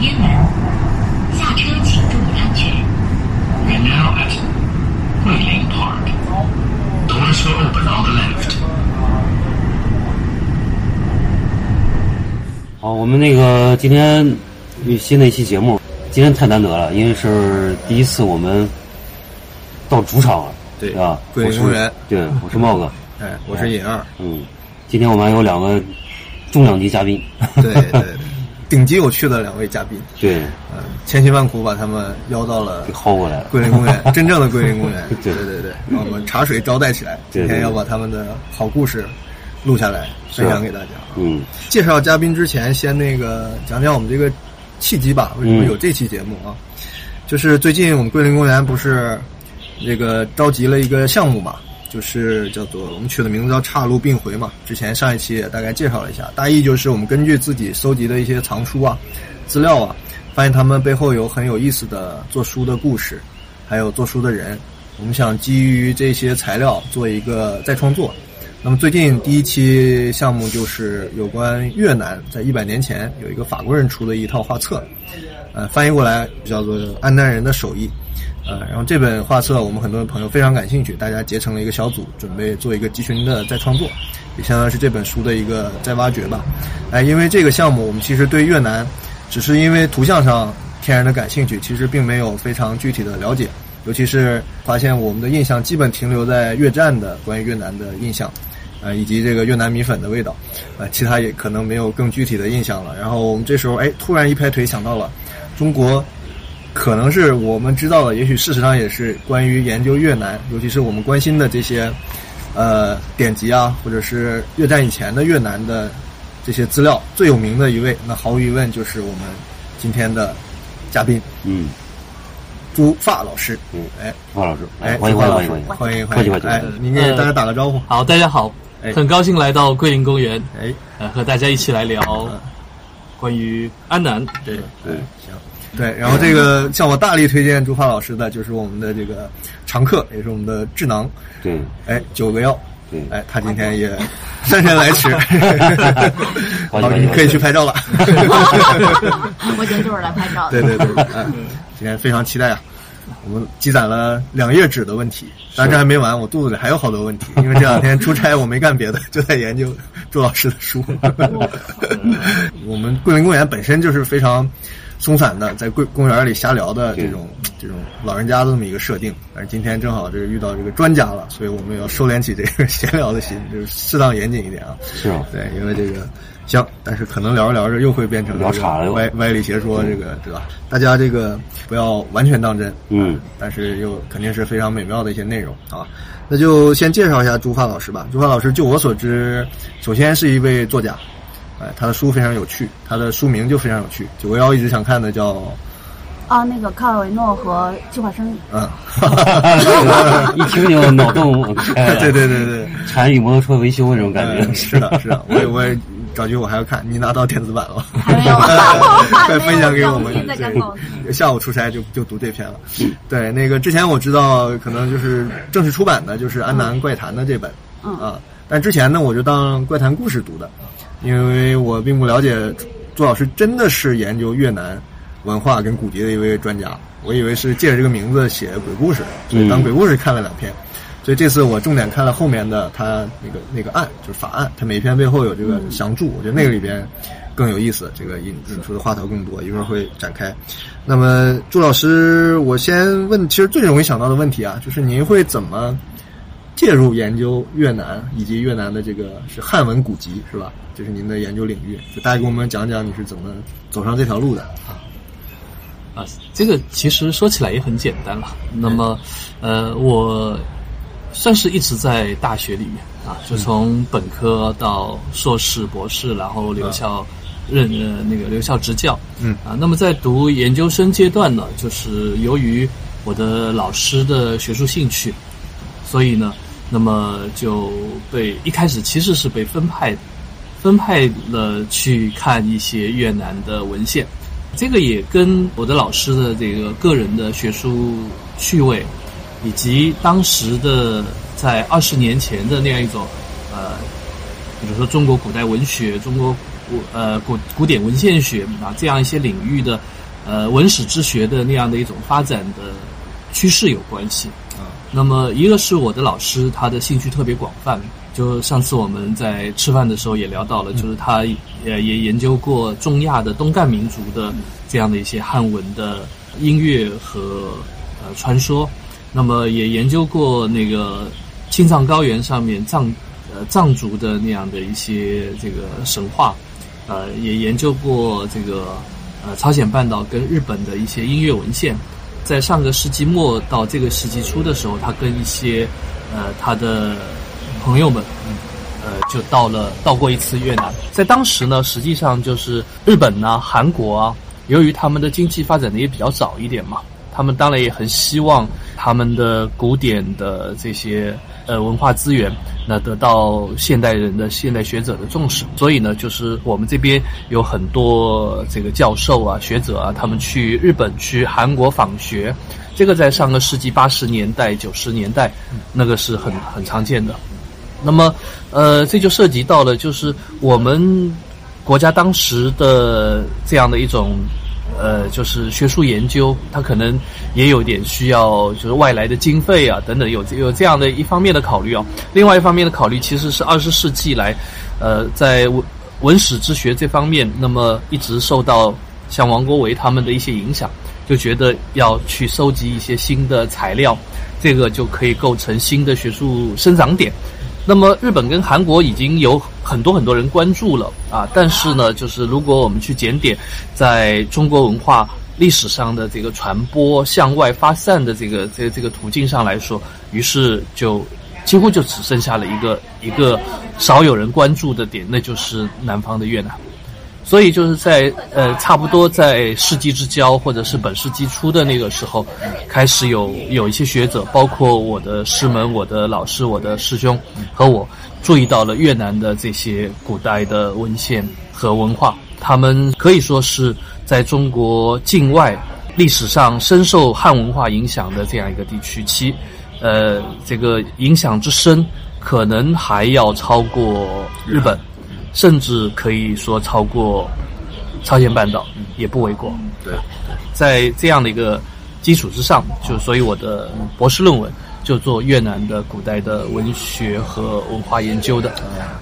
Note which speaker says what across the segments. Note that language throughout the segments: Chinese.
Speaker 1: 接吻，下车请注意安全。
Speaker 2: We are now at Woodlane Park. Doors will open on the left.
Speaker 3: 好，我们那个今天新的一期节目，今天太难得了，因为是第一次我们到主场了，
Speaker 4: 对
Speaker 3: 吧？
Speaker 4: 桂林
Speaker 3: 我是
Speaker 4: 工人
Speaker 3: 对，我是茂 哥，
Speaker 4: 哎，我是尹二，
Speaker 3: 嗯，今天我们还有两个重量级嘉宾，
Speaker 4: 对对对，顶级有趣的两位嘉宾，
Speaker 3: 对，
Speaker 4: 嗯，千辛万苦把他们邀到了
Speaker 3: 给薅过来了，
Speaker 4: 桂林公园，真正的桂林公园，
Speaker 3: 对
Speaker 4: 对对对，让我们茶水招待起来，
Speaker 3: 对
Speaker 4: 今
Speaker 3: 对
Speaker 4: 天要把他们的好故事录下来，分享给大家。
Speaker 3: 嗯，
Speaker 4: 介绍嘉宾之前，先那个讲讲我们这个契机吧，为什么有这期节目啊？就是最近我们桂林公园不是这个召集了一个项目嘛，就是叫做我们取的名字叫“岔路并回”嘛。之前上一期也大概介绍了一下，大意就是我们根据自己搜集的一些藏书啊、资料啊，发现他们背后有很有意思的做书的故事，还有做书的人。我们想基于这些材料做一个再创作，那么最近第一期项目就是有关越南，在一百年前有一个法国人出的一套画册，呃，翻译过来叫做《安南人的手艺》，呃，然后这本画册我们很多朋友非常感兴趣，大家结成了一个小组，准备做一个集群的再创作，也相当于是这本书的一个再挖掘吧。哎、因为这个项目，我们其实对越南只是因为图像上天然的感兴趣，其实并没有非常具体的了解。尤其是发现我们的印象基本停留在越战的关于越南的印象，呃，以及这个越南米粉的味道，呃，其他也可能没有更具体的印象了。然后我们这时候哎，突然一拍腿想到了，中国可能是我们知道的，也许事实上也是关于研究越南，尤其是我们关心的这些呃典籍啊，或者是越战以前的越南的这些资料最有名的一位，那毫无疑问就是我们今天的嘉宾
Speaker 3: 嗯，
Speaker 4: 朱发老师。
Speaker 3: 嗯
Speaker 4: 哎。
Speaker 3: 华老师，
Speaker 4: 哎，
Speaker 3: 欢迎
Speaker 4: 朱发
Speaker 3: 欢迎欢
Speaker 4: 老师
Speaker 3: 迎欢迎，
Speaker 4: 欢迎
Speaker 3: 客气客气嗯
Speaker 4: 哎
Speaker 3: 客气，
Speaker 4: 您给大家打个招呼。
Speaker 5: 好，大家好
Speaker 4: 哎，
Speaker 5: 很高兴来到桂林公园，
Speaker 4: 哎，
Speaker 5: 呃，和大家一起来聊
Speaker 4: 嗯
Speaker 5: 关于安南。
Speaker 4: 对
Speaker 3: 对，
Speaker 4: 行，对。然后这个向我大力推荐朱发老师的，就是我们的这个常客，也是我们的智囊。
Speaker 3: 对
Speaker 4: 哎，九个药。
Speaker 3: 对
Speaker 4: 哎，他今天也姗姗来 迟，
Speaker 3: 欢迎
Speaker 4: 好，
Speaker 3: 欢
Speaker 4: 你
Speaker 3: 迎
Speaker 4: 可以去拍照了。
Speaker 6: 我今天就是来拍照
Speaker 4: 对
Speaker 6: 的。
Speaker 4: 对对，嗯，今天非常期待啊！我们积攒了两页纸的问题，但这还没完，我肚子里还有好多问题，因为这两天出差我没干别的，就在研究朱老师的书。 我们桂林公园本身就是非常松散的，在桂公园里瞎聊的这种这种老人家的这么一个设定，但是今天正好这个遇到这个专家了，所以我们要收敛起这个 闲聊的心，就是适当严谨一点啊。
Speaker 3: 是啊，
Speaker 4: 对，因为这个行，但是可能聊着聊着又会变成
Speaker 3: 聊岔了又
Speaker 4: 歪歪理邪说，这个对吧？大家这个不要完全当真，
Speaker 3: 嗯，
Speaker 4: 但是又肯定是非常美妙的一些内容啊。那就先介绍一下朱发老师吧。朱发老师，就我所知，首先是一位作家，哎，他的书非常有趣，他的书名就非常有趣。九个幺一直想看的叫
Speaker 6: 啊，那个卡尔维诺和计划生，
Speaker 4: 嗯，
Speaker 3: 一听就脑洞开了，
Speaker 4: 对对对对，
Speaker 3: 禅与摩托车维修那种感觉，
Speaker 4: 嗯是 的，是的，我也我也找机会我还要看，你拿到电子版了吗？
Speaker 6: 还没 有还没
Speaker 4: 快
Speaker 6: 有
Speaker 4: 分享给我们
Speaker 6: 更新的
Speaker 4: 这
Speaker 6: 更好
Speaker 4: 个。下午出差就就读这篇了。对，那个之前我知道，可能就是正式出版的，就是安南怪谈的这本。
Speaker 6: 嗯
Speaker 4: 啊，但之前呢，我就当怪谈故事读的，因为我并不了解朱老师真的是研究越南文化跟古籍的一位专家，我以为是借着这个名字写鬼故事，所以当
Speaker 3: 嗯
Speaker 4: 鬼故事看了两篇。所以这次我重点看了后面的他那个那个案，就是法案，他每一篇背后有这个详注，我觉得那个里边更有意思，这个引引出的话头更多，一会儿会展开。那么朱老师，我先问，其实最容易想到的问题啊，就是您会怎么介入研究越南以及越南的这个是汉文古籍是吧？这是您的研究领域，就大家给我们讲讲你是怎么走上这条路的。
Speaker 5: 啊，这个其实说起来也很简单了。那么，呃，我算是一直在大学里面啊，就从本科到硕士、博士，然后留校任呃那个留校执教。
Speaker 4: 嗯
Speaker 5: 啊，那么在读研究生阶段呢，就是由于我的老师的学术兴趣，所以呢，那么就被一开始其实是被分派分派了去看一些越南的文献。这个也跟我的老师的这个个人的学术趣味，以及当时的在二十年前的那样一种，呃，比如说中国古代文学、中国古呃古古典文献学啊这样一些领域的呃文史之学的那样的一种发展的趋势有关系。
Speaker 4: 啊
Speaker 5: 那么一个是我的老师，他的兴趣特别广泛，就上次我们在吃饭的时候也聊到了，就是他也也研究过中亚的东干民族的这样的一些汉文的音乐和呃传说，那么也研究过那个青藏高原上面藏呃藏族的那样的一些这个神话，呃，也研究过这个呃朝鲜半岛跟日本的一些音乐文献。在上个世纪末到这个世纪初的时候，他跟一些呃他的朋友们，呃，就到了到过一次越南。在当时呢，实际上就是日本呐、韩国啊，由于他们的经济发展的也比较早一点嘛，他们当然也很希望他们的古典的这些呃文化资源，那得到现代人的现代学者的重视。所以呢，就是我们这边有很多这个教授啊、学者啊，他们去日本、去韩国访学，这个在上个世纪八十年代、九十年代，那个是很很常见的。那么，呃，这就涉及到了，就是我们国家当时的这样的一种，呃，就是学术研究，它可能也有点需要，就是外来的经费啊等等，有有这样的一方面的考虑啊。另外一方面的考虑，其实是二十世纪来，呃，在文文史之学这方面，那么一直受到像王国维他们的一些影响，就觉得要去收集一些新的材料，这个就可以构成新的学术生长点。那么日本跟韩国已经有很多很多人关注了啊，但是呢，就是如果我们去检点在中国文化历史上的这个传播向外发散的这个这个、这个途径上来说，于是就几乎就只剩下了一个一个少有人关注的点，那就是南方的越南。所以就是在呃，差不多在世纪之交或者是本世纪初的那个时候，开始有有一些学者，包括我的师门、我的老师、我的师兄和我，注意到了越南的呃这些古代的文献和文化，他们可以说是在中国境外历史上深受汉文化影响的这样一个地区，其呃这个影响之深，可能还要超过日本。甚至可以说超过朝鲜半岛，也不为过。
Speaker 4: 对，
Speaker 5: 在这样的一个基础之上，就所以我的博士论文就做越南的古代的文学和文化研究的。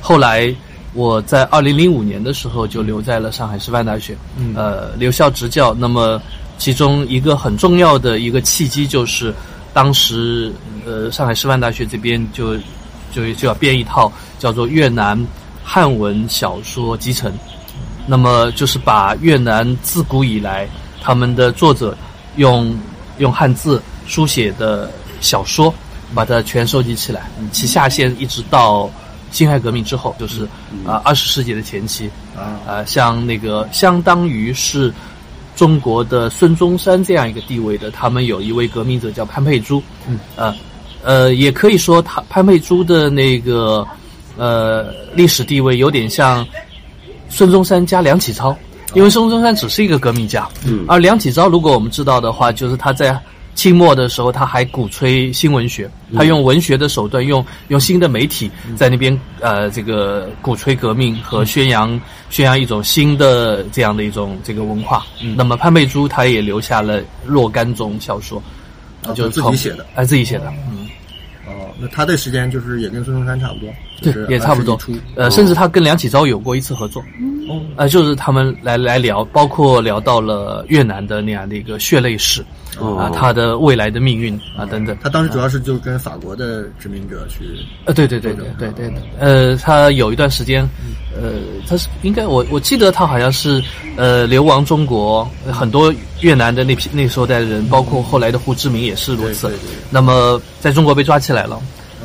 Speaker 5: 后来我在二零零五年的时候就留在了上海师范大学，呃，留校执教。那么其中一个很重要的一个契机就是，当时呃上海师范大学这边就就就要编一套叫做越南汉文小说集成。那么就是把越南自古以来他们的作者用用汉字书写的小说，把它全收集起来，其下限一直到辛亥革命之后，就是啊二十世纪的前期，
Speaker 4: 啊
Speaker 5: 呃，像那个相当于是中国的孙中山这样一个地位的，他们有一位革命者叫潘佩珠，嗯，呃，呃，也可以说他潘佩珠的那个呃历史地位有点像孙中山加梁启超，
Speaker 4: 哦
Speaker 5: 因为孙中山只是一个革命家，
Speaker 3: 嗯
Speaker 5: 而梁启超如果我们知道的话，就是他在。清末的时候，他还鼓吹新文学，
Speaker 4: 嗯
Speaker 5: 他用文学的手段，用用新的媒体在那边呃，这个鼓吹革命和
Speaker 4: 嗯
Speaker 5: 宣扬宣扬一种新的这样的一种这个文化。
Speaker 4: 嗯
Speaker 5: 那么潘佩珠他也留下了若干种小说，
Speaker 4: 啊
Speaker 5: 就是
Speaker 4: 自己
Speaker 5: 从
Speaker 4: 写的，
Speaker 5: 哎，自己写的，
Speaker 4: 哦，那他的时间就是也跟孙中山差不多，就是
Speaker 5: 也差不多
Speaker 4: 20出。哦
Speaker 5: 呃，甚至他跟梁启超有过一次合作，呃，就是他们来来聊，包括聊到了越南的那样的一个血泪史，
Speaker 3: 哦
Speaker 5: 啊，他的未来的命运啊等等。
Speaker 4: 他当时主要是就跟法国的殖民者去，
Speaker 5: 呃，对对对对对对，对呃，他有一段时间，呃，他是应该我我记得他好像是呃流亡中国，呃很多越南的那批那时候代的人，包括后来的胡志明也是如此。
Speaker 4: 对对对嗯
Speaker 5: 那么在中国被抓起来了，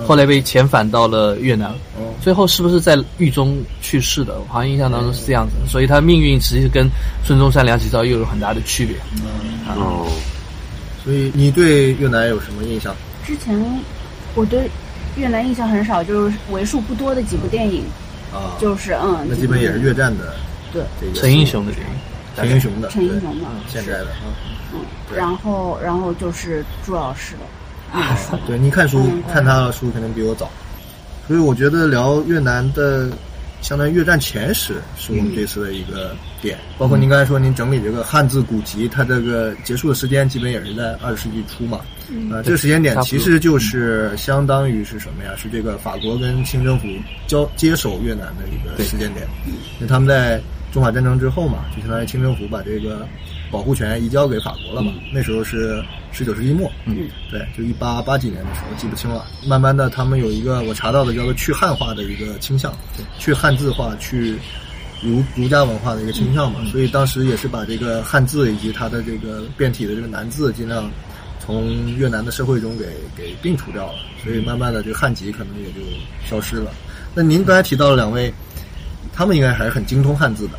Speaker 5: 后来被遣返到了越南，
Speaker 4: 哦
Speaker 5: 最后是不是在狱中去世的？我好像印象当中是这样子，所以他命运其实跟孙中山、梁启超又有很大的区别。
Speaker 3: 哦，
Speaker 4: 所以你对越南有什么印象？
Speaker 6: 之前我对越南印象很少，就是为数不多的几部电影，
Speaker 4: 啊，
Speaker 6: 就是嗯，
Speaker 4: 那基本也是越战的
Speaker 6: 对
Speaker 4: 这个
Speaker 5: 陈英雄的电影，
Speaker 4: 陈英雄的
Speaker 6: 陈英
Speaker 4: 对
Speaker 6: 雄嘛，
Speaker 4: 现在的啊。
Speaker 6: 嗯，
Speaker 4: 对
Speaker 6: 然后然后就是朱老师的，
Speaker 4: 对，你看书看他的书可能比我早，所以我觉得聊越南的相当于越战前史是
Speaker 5: 嗯
Speaker 4: 我们这次的一个点。包括您刚才说您整理这个汉字古籍，它这个结束的时间基本也是在二十世纪初嘛。呃，这个时间点
Speaker 5: 嗯差不多嗯
Speaker 4: 其实就是相当于是什么呀？是这个法国跟清政府交接手越南的一个时间点。
Speaker 5: 嗯
Speaker 4: 因为他们在中法战争之后嘛，就相当于清政府把这个保护权移交给法国了
Speaker 5: 嗯
Speaker 4: 嘛。那时候是十九世纪末，嗯，对，就一八八几年的时候，记不清了。慢慢的，他们有一个我查到的叫做去汉化的一个倾向，去汉字化，去儒儒家文化的一个倾
Speaker 5: 嗯
Speaker 4: 向嘛。所以当时也是把这个汉字以及它的这个变体的这个南字，尽量从越南的社会中给给并除掉了。所以慢慢的，这个汉籍可能也就消失了。那您刚才提到了两位，他们应该还是很精通汉字的，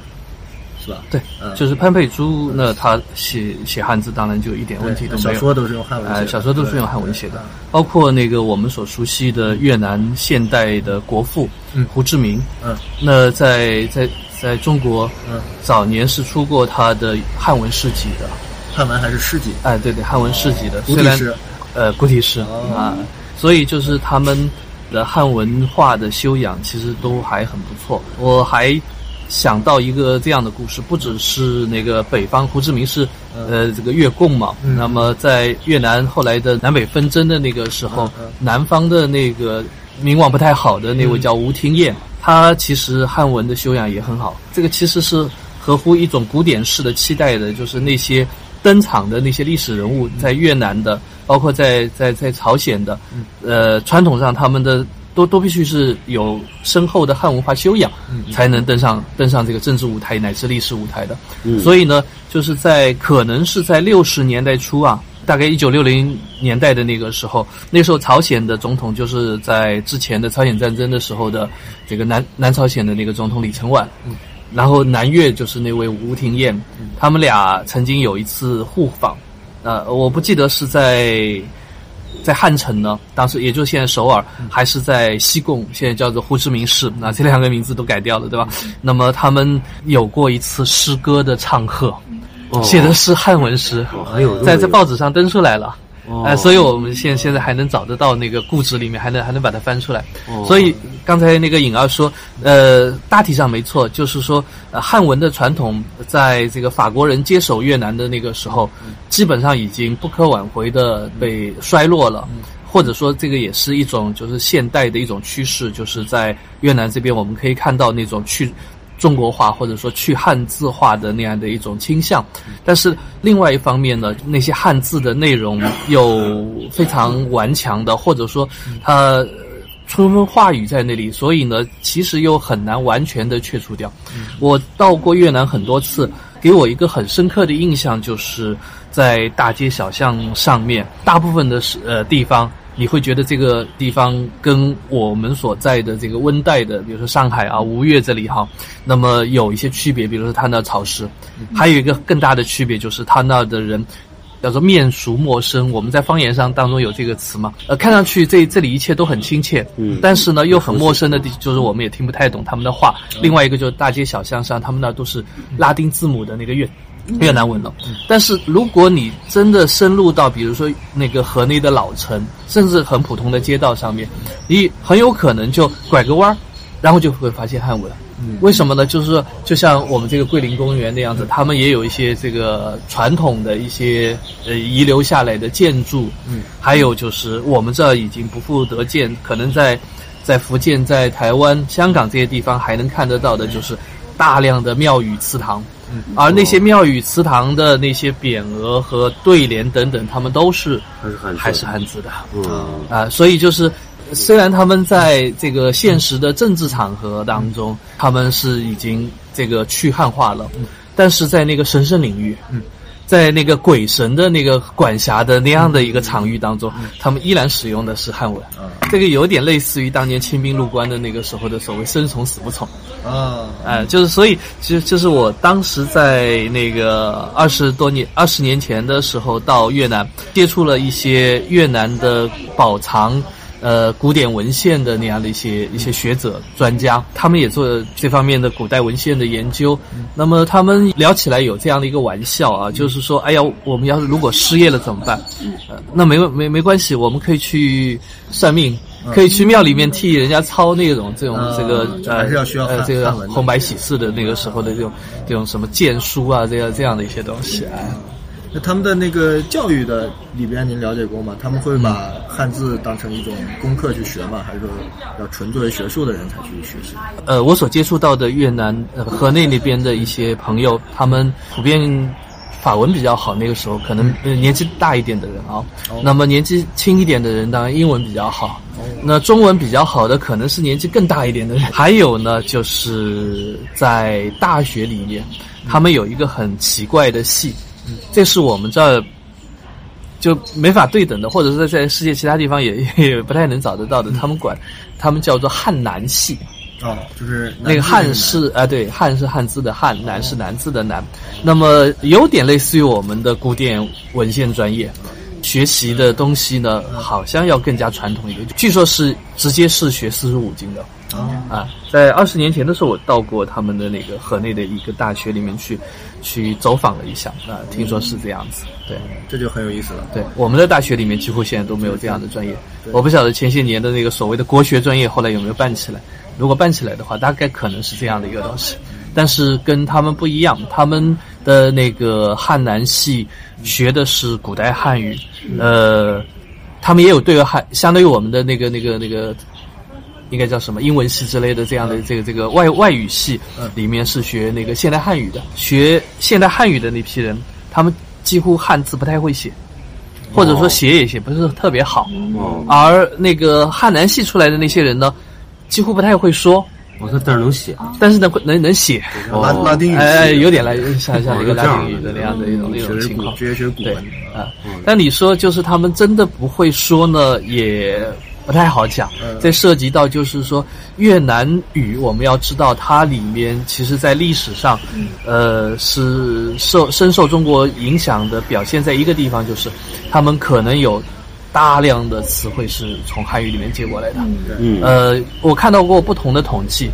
Speaker 4: 是吧？
Speaker 5: 对
Speaker 4: 嗯，
Speaker 5: 就是潘佩珠，那他写写汉字，当然就一点问题都
Speaker 4: 对
Speaker 5: 没有。
Speaker 4: 小说都是用汉文写的
Speaker 5: 哎小说都是用汉文写
Speaker 4: 对
Speaker 5: 的
Speaker 4: 对，
Speaker 5: 包括那个我们所熟悉的越南现代的国父
Speaker 4: 嗯
Speaker 5: 胡志明，
Speaker 4: 嗯，
Speaker 5: 那在在在中国，
Speaker 4: 嗯
Speaker 5: 早年是出过他的汉文诗集的，
Speaker 4: 汉文还是诗集。
Speaker 5: 哎，对对，汉文市集的，
Speaker 4: 古体
Speaker 5: 虽然
Speaker 4: 诗
Speaker 5: 呃古体诗、啊，所以就是他们的汉文化的修养其实都还很不错。我还想到一个这样的故事，不只是那个北方胡志明是呃这个越共嘛，那么在越南后来的南北纷争的那个时候，南方的那个名望不太好的那位叫吴廷艳，他其实汉文的修养也很好，这个其实是合乎一种古典式的期待的，就是那些登场的那些历史人物，在越南的，包括在在在朝鲜的，呃，传统上他们的都都必须是有深厚的汉文化修养，才能登上登上这个政治舞台乃至历史舞台的。所以呢，就是在可能是在六十年代初啊，大概一九六零年代的那个时候，那时候朝鲜的总统就是在之前的朝鲜战争的时候的这个南南朝鲜的那个总统李承晚，然后南越就是那位吴廷艳，他们俩曾经有一次互访，呃，我不记得是在在汉城呢，当时也就是现在首尔，
Speaker 3: 嗯
Speaker 5: 还是在西贡，现在叫做胡志明市。那这两个名字都改掉了，对吧？
Speaker 3: 嗯
Speaker 5: 那么他们有过一次诗歌的唱和，
Speaker 3: 哦
Speaker 5: 写的是汉文诗，
Speaker 3: 还有这么
Speaker 5: 在
Speaker 3: 一
Speaker 5: 这
Speaker 3: 个
Speaker 5: 报纸上登出来了。
Speaker 3: 哦
Speaker 5: 哎，所以我们现现在还能找得到那个固执里面，还能还能把它翻出来。
Speaker 3: 哦
Speaker 5: 所以刚才那个颖儿说，呃，大体上没错，就是说、呃汉文的传统在这个法国人接手越南的那个时候，基本上已经不可挽回的被衰落了。或者说，这个也是一种就是现代的一种趋势，就是在越南这边，我们可以看到那种去中国化或者说去汉字化的那样的一种倾向。但是另外一方面呢，那些汉字的内容又非常顽强的，或者说它呃春风化雨在那里，所以呢，其实又很难完全的去除掉。我到过越南很多次，给我一个很深刻的印象就是在大街小巷上面，大部分的是呃地方。你会觉得这个地方跟我们所在的这个温带的，比如说上海啊、吴越这里哈，那么有一些区别，比如说它那潮湿，还有一个更大的区别就是它那的人叫做面熟陌生，我们在方言上当中有这个词嘛。呃，看上去这这里一切都很亲切，
Speaker 3: 嗯
Speaker 5: 但是呢又很陌生的地，就是我们也听不太懂他们的话。另外一个就是大街小巷上，他们那都是拉丁字母的那个越越南文了。但是如果你真的深入到，比如说那个河内的老城，甚至很普通的街道上面，你很有可能就拐个弯儿，然后就会发现汉文。为什么呢？就是说就像我们这个桂林公园那样子，他们也有一些这个传统的一些呃遗留下来的建筑，嗯，还有就是我们这儿已经不复得见，可能在在福建、在台湾、香港这些地方还能看得到的，就是大量的庙宇祠堂，
Speaker 3: 嗯
Speaker 5: 而那些庙宇祠堂的那些匾额和对联等等，他们都是
Speaker 3: 还是汉字
Speaker 5: 还是汉字的，
Speaker 3: 嗯，
Speaker 5: 啊，所以就是，虽然他们在这个现实的政治场合当中，他们是已经这个去汉化了，但是在那个神圣领域，在那个鬼神的那个管辖的那样的一个场域当中，他们依然使用的是汉文，这个有点类似于当年清兵入关的那个时候的所谓生从死不从。
Speaker 4: 啊，
Speaker 5: 哎，就是所以，就就是我当时在那个二十多年、二十年前的时候到越南，接触了一些越南的宝藏。呃，古典文献的那样的一些一些学者专家，他们也做这方面的古代文献的研究。那么他们聊起来有这样的一个玩笑啊，就是说，哎呀，我们要是如果失业了怎么办？呃、那没没没关系，我们可以去算命，可以去庙里面替人家操那种这种
Speaker 4: 嗯
Speaker 5: 这个
Speaker 4: 就还
Speaker 5: 呃
Speaker 4: 是要需要
Speaker 5: 呃
Speaker 4: 看
Speaker 5: 这个
Speaker 4: 看文的
Speaker 5: 红白喜事的那个时候的这种这种什么剑书啊这样这样的一些东西啊，
Speaker 4: 那他们的那个教育的里边，您了解过吗？他们会把
Speaker 5: 嗯
Speaker 4: 汉字当成一种功课去学吗？还是说要纯作为学术的人才去学习？
Speaker 5: 呃，我所接触到的越南、呃、河内那边的一些朋友，他们普遍法文比较好。那个时候可能、呃年纪大一点的人啊，那么年纪轻一点的人当然英文比较好。那中文比较好的可能是年纪更大一点的人。还有呢，就是在大学里面，他们有一个很奇怪的系，这是我们这儿就没法对等的，或者是在世界其他地方也 也不太能找得到的。他们管他们叫做汉南系。
Speaker 4: 哦，就是
Speaker 5: 那个汉是啊、对，汉是汉字的汉，南是南字的南。那么有点类似于我们的古典文献专业，学习的东西呢，好像要更加传统一点。据说是直接是学四书五经的
Speaker 4: 啊，
Speaker 5: 啊。在二十年前的时候，我到过他们的那个河内的一个大学里面去，去走访了一下啊，听说是这样子。对
Speaker 4: 这就很有意思了。
Speaker 5: 对，我们的大学里面几乎现在都没有这样的专业。我不晓得前些年的那个所谓的国学专业后来有没有办起来。如果办起来的话，大概可能是这样的一个东西，但是跟他们不一样，他们的那个汉南系学的是古代汉语，呃，他们也有对外汉，相当于我们的那个那个那个，应该叫什么英文系之类的这样的这个这个外外语系里面是学那个现代汉语的，学现代汉语的那批人，他们几乎汉字不太会写，或者说写也写不是特别好，
Speaker 3: 哦，
Speaker 5: 而那个汉南系出来的那些人呢，几乎不太会说，
Speaker 3: 我说但是能写，
Speaker 5: 但是能啊能能写，
Speaker 4: 拉
Speaker 3: 哦
Speaker 4: 拉丁语系
Speaker 5: 哎哎，有点来像像一个拉丁语的
Speaker 3: 哦
Speaker 5: 那样的一种一种
Speaker 4: 学嗯
Speaker 5: 情
Speaker 4: 古
Speaker 5: 况，
Speaker 4: 直接学古
Speaker 5: 对
Speaker 4: 文
Speaker 5: 啊。但你说就是他们真的不会说呢，也不太好讲
Speaker 4: 嗯。
Speaker 5: 这涉及到就是说越南语，我们要知道它里面其实在历史上，呃，是受深受中国影响的，表现在一个地方就是他们可能有大量的词汇是从汉语里面借过来的。
Speaker 3: 嗯，
Speaker 5: 呃，我看到过不同的统计，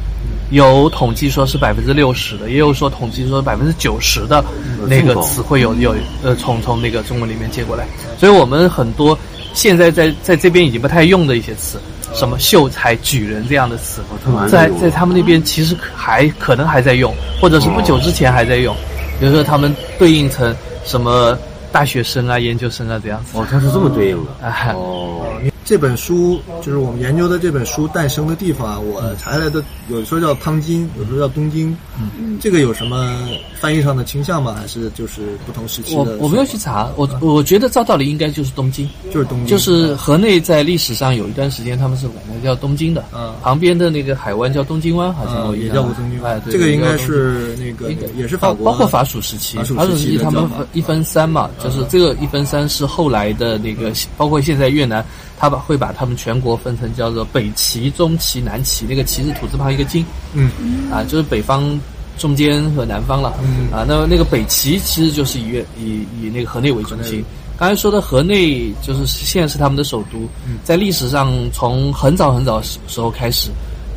Speaker 5: 有统计说是百分之六十的，也有说统计说百分之九十的
Speaker 4: 嗯
Speaker 5: 那个词汇有有呃从从那个中文里面借过来，所以我们很多现在在在这边已经不太用的一些词，
Speaker 4: 啊
Speaker 5: 什么秀才、举人这样的词
Speaker 3: 哦他们还，在
Speaker 5: 在
Speaker 3: 用
Speaker 5: 在他们那边其实可还可能还在用，或者是不久之前还在用，比如说他们对应成什么大学生啊、研究生啊这样子。
Speaker 3: 哦，它是这么对应的，
Speaker 5: 哎
Speaker 3: 哦，
Speaker 4: 这本书就是我们研究的这本书诞生的地方啊，我查下来的，有时候叫汤津，有时候叫东京，
Speaker 5: 嗯
Speaker 4: 这个有什么翻译上的倾向吗？还是就是不同时期
Speaker 5: 我
Speaker 4: 的？
Speaker 5: 我没有去，查，我我觉得照道理应该就是东京，
Speaker 4: 就是东京，
Speaker 5: 就是河内在历史上有一段时间，他们是管它叫东京的，
Speaker 4: 嗯
Speaker 5: 旁边的那个海湾叫东京湾，好像
Speaker 4: 呃
Speaker 5: 我印
Speaker 4: 也
Speaker 5: 象
Speaker 4: 叫过东京
Speaker 5: 哎，对
Speaker 4: 这个应该
Speaker 5: 也叫东京
Speaker 4: 是那个
Speaker 5: 应该
Speaker 4: 也是法国，啊
Speaker 5: 包括法属时期，
Speaker 4: 法属
Speaker 5: 属
Speaker 4: 时期
Speaker 5: 期
Speaker 4: 的
Speaker 5: 他们
Speaker 4: 叫法啊
Speaker 5: 一分三嘛，就是这个一分三是后来的那个，包括现在越南，他把会把他们全国分成叫做北齐、中齐、南齐，那个齐是土字旁一个金，
Speaker 4: 嗯，
Speaker 5: 啊，就是北方。中间和南方了，
Speaker 4: 嗯
Speaker 5: 啊，那那个北齐其实就是以越以以那个河内为中心。刚才说的河内就是现在是他们的首都，在历史上从很早很早时时候开始，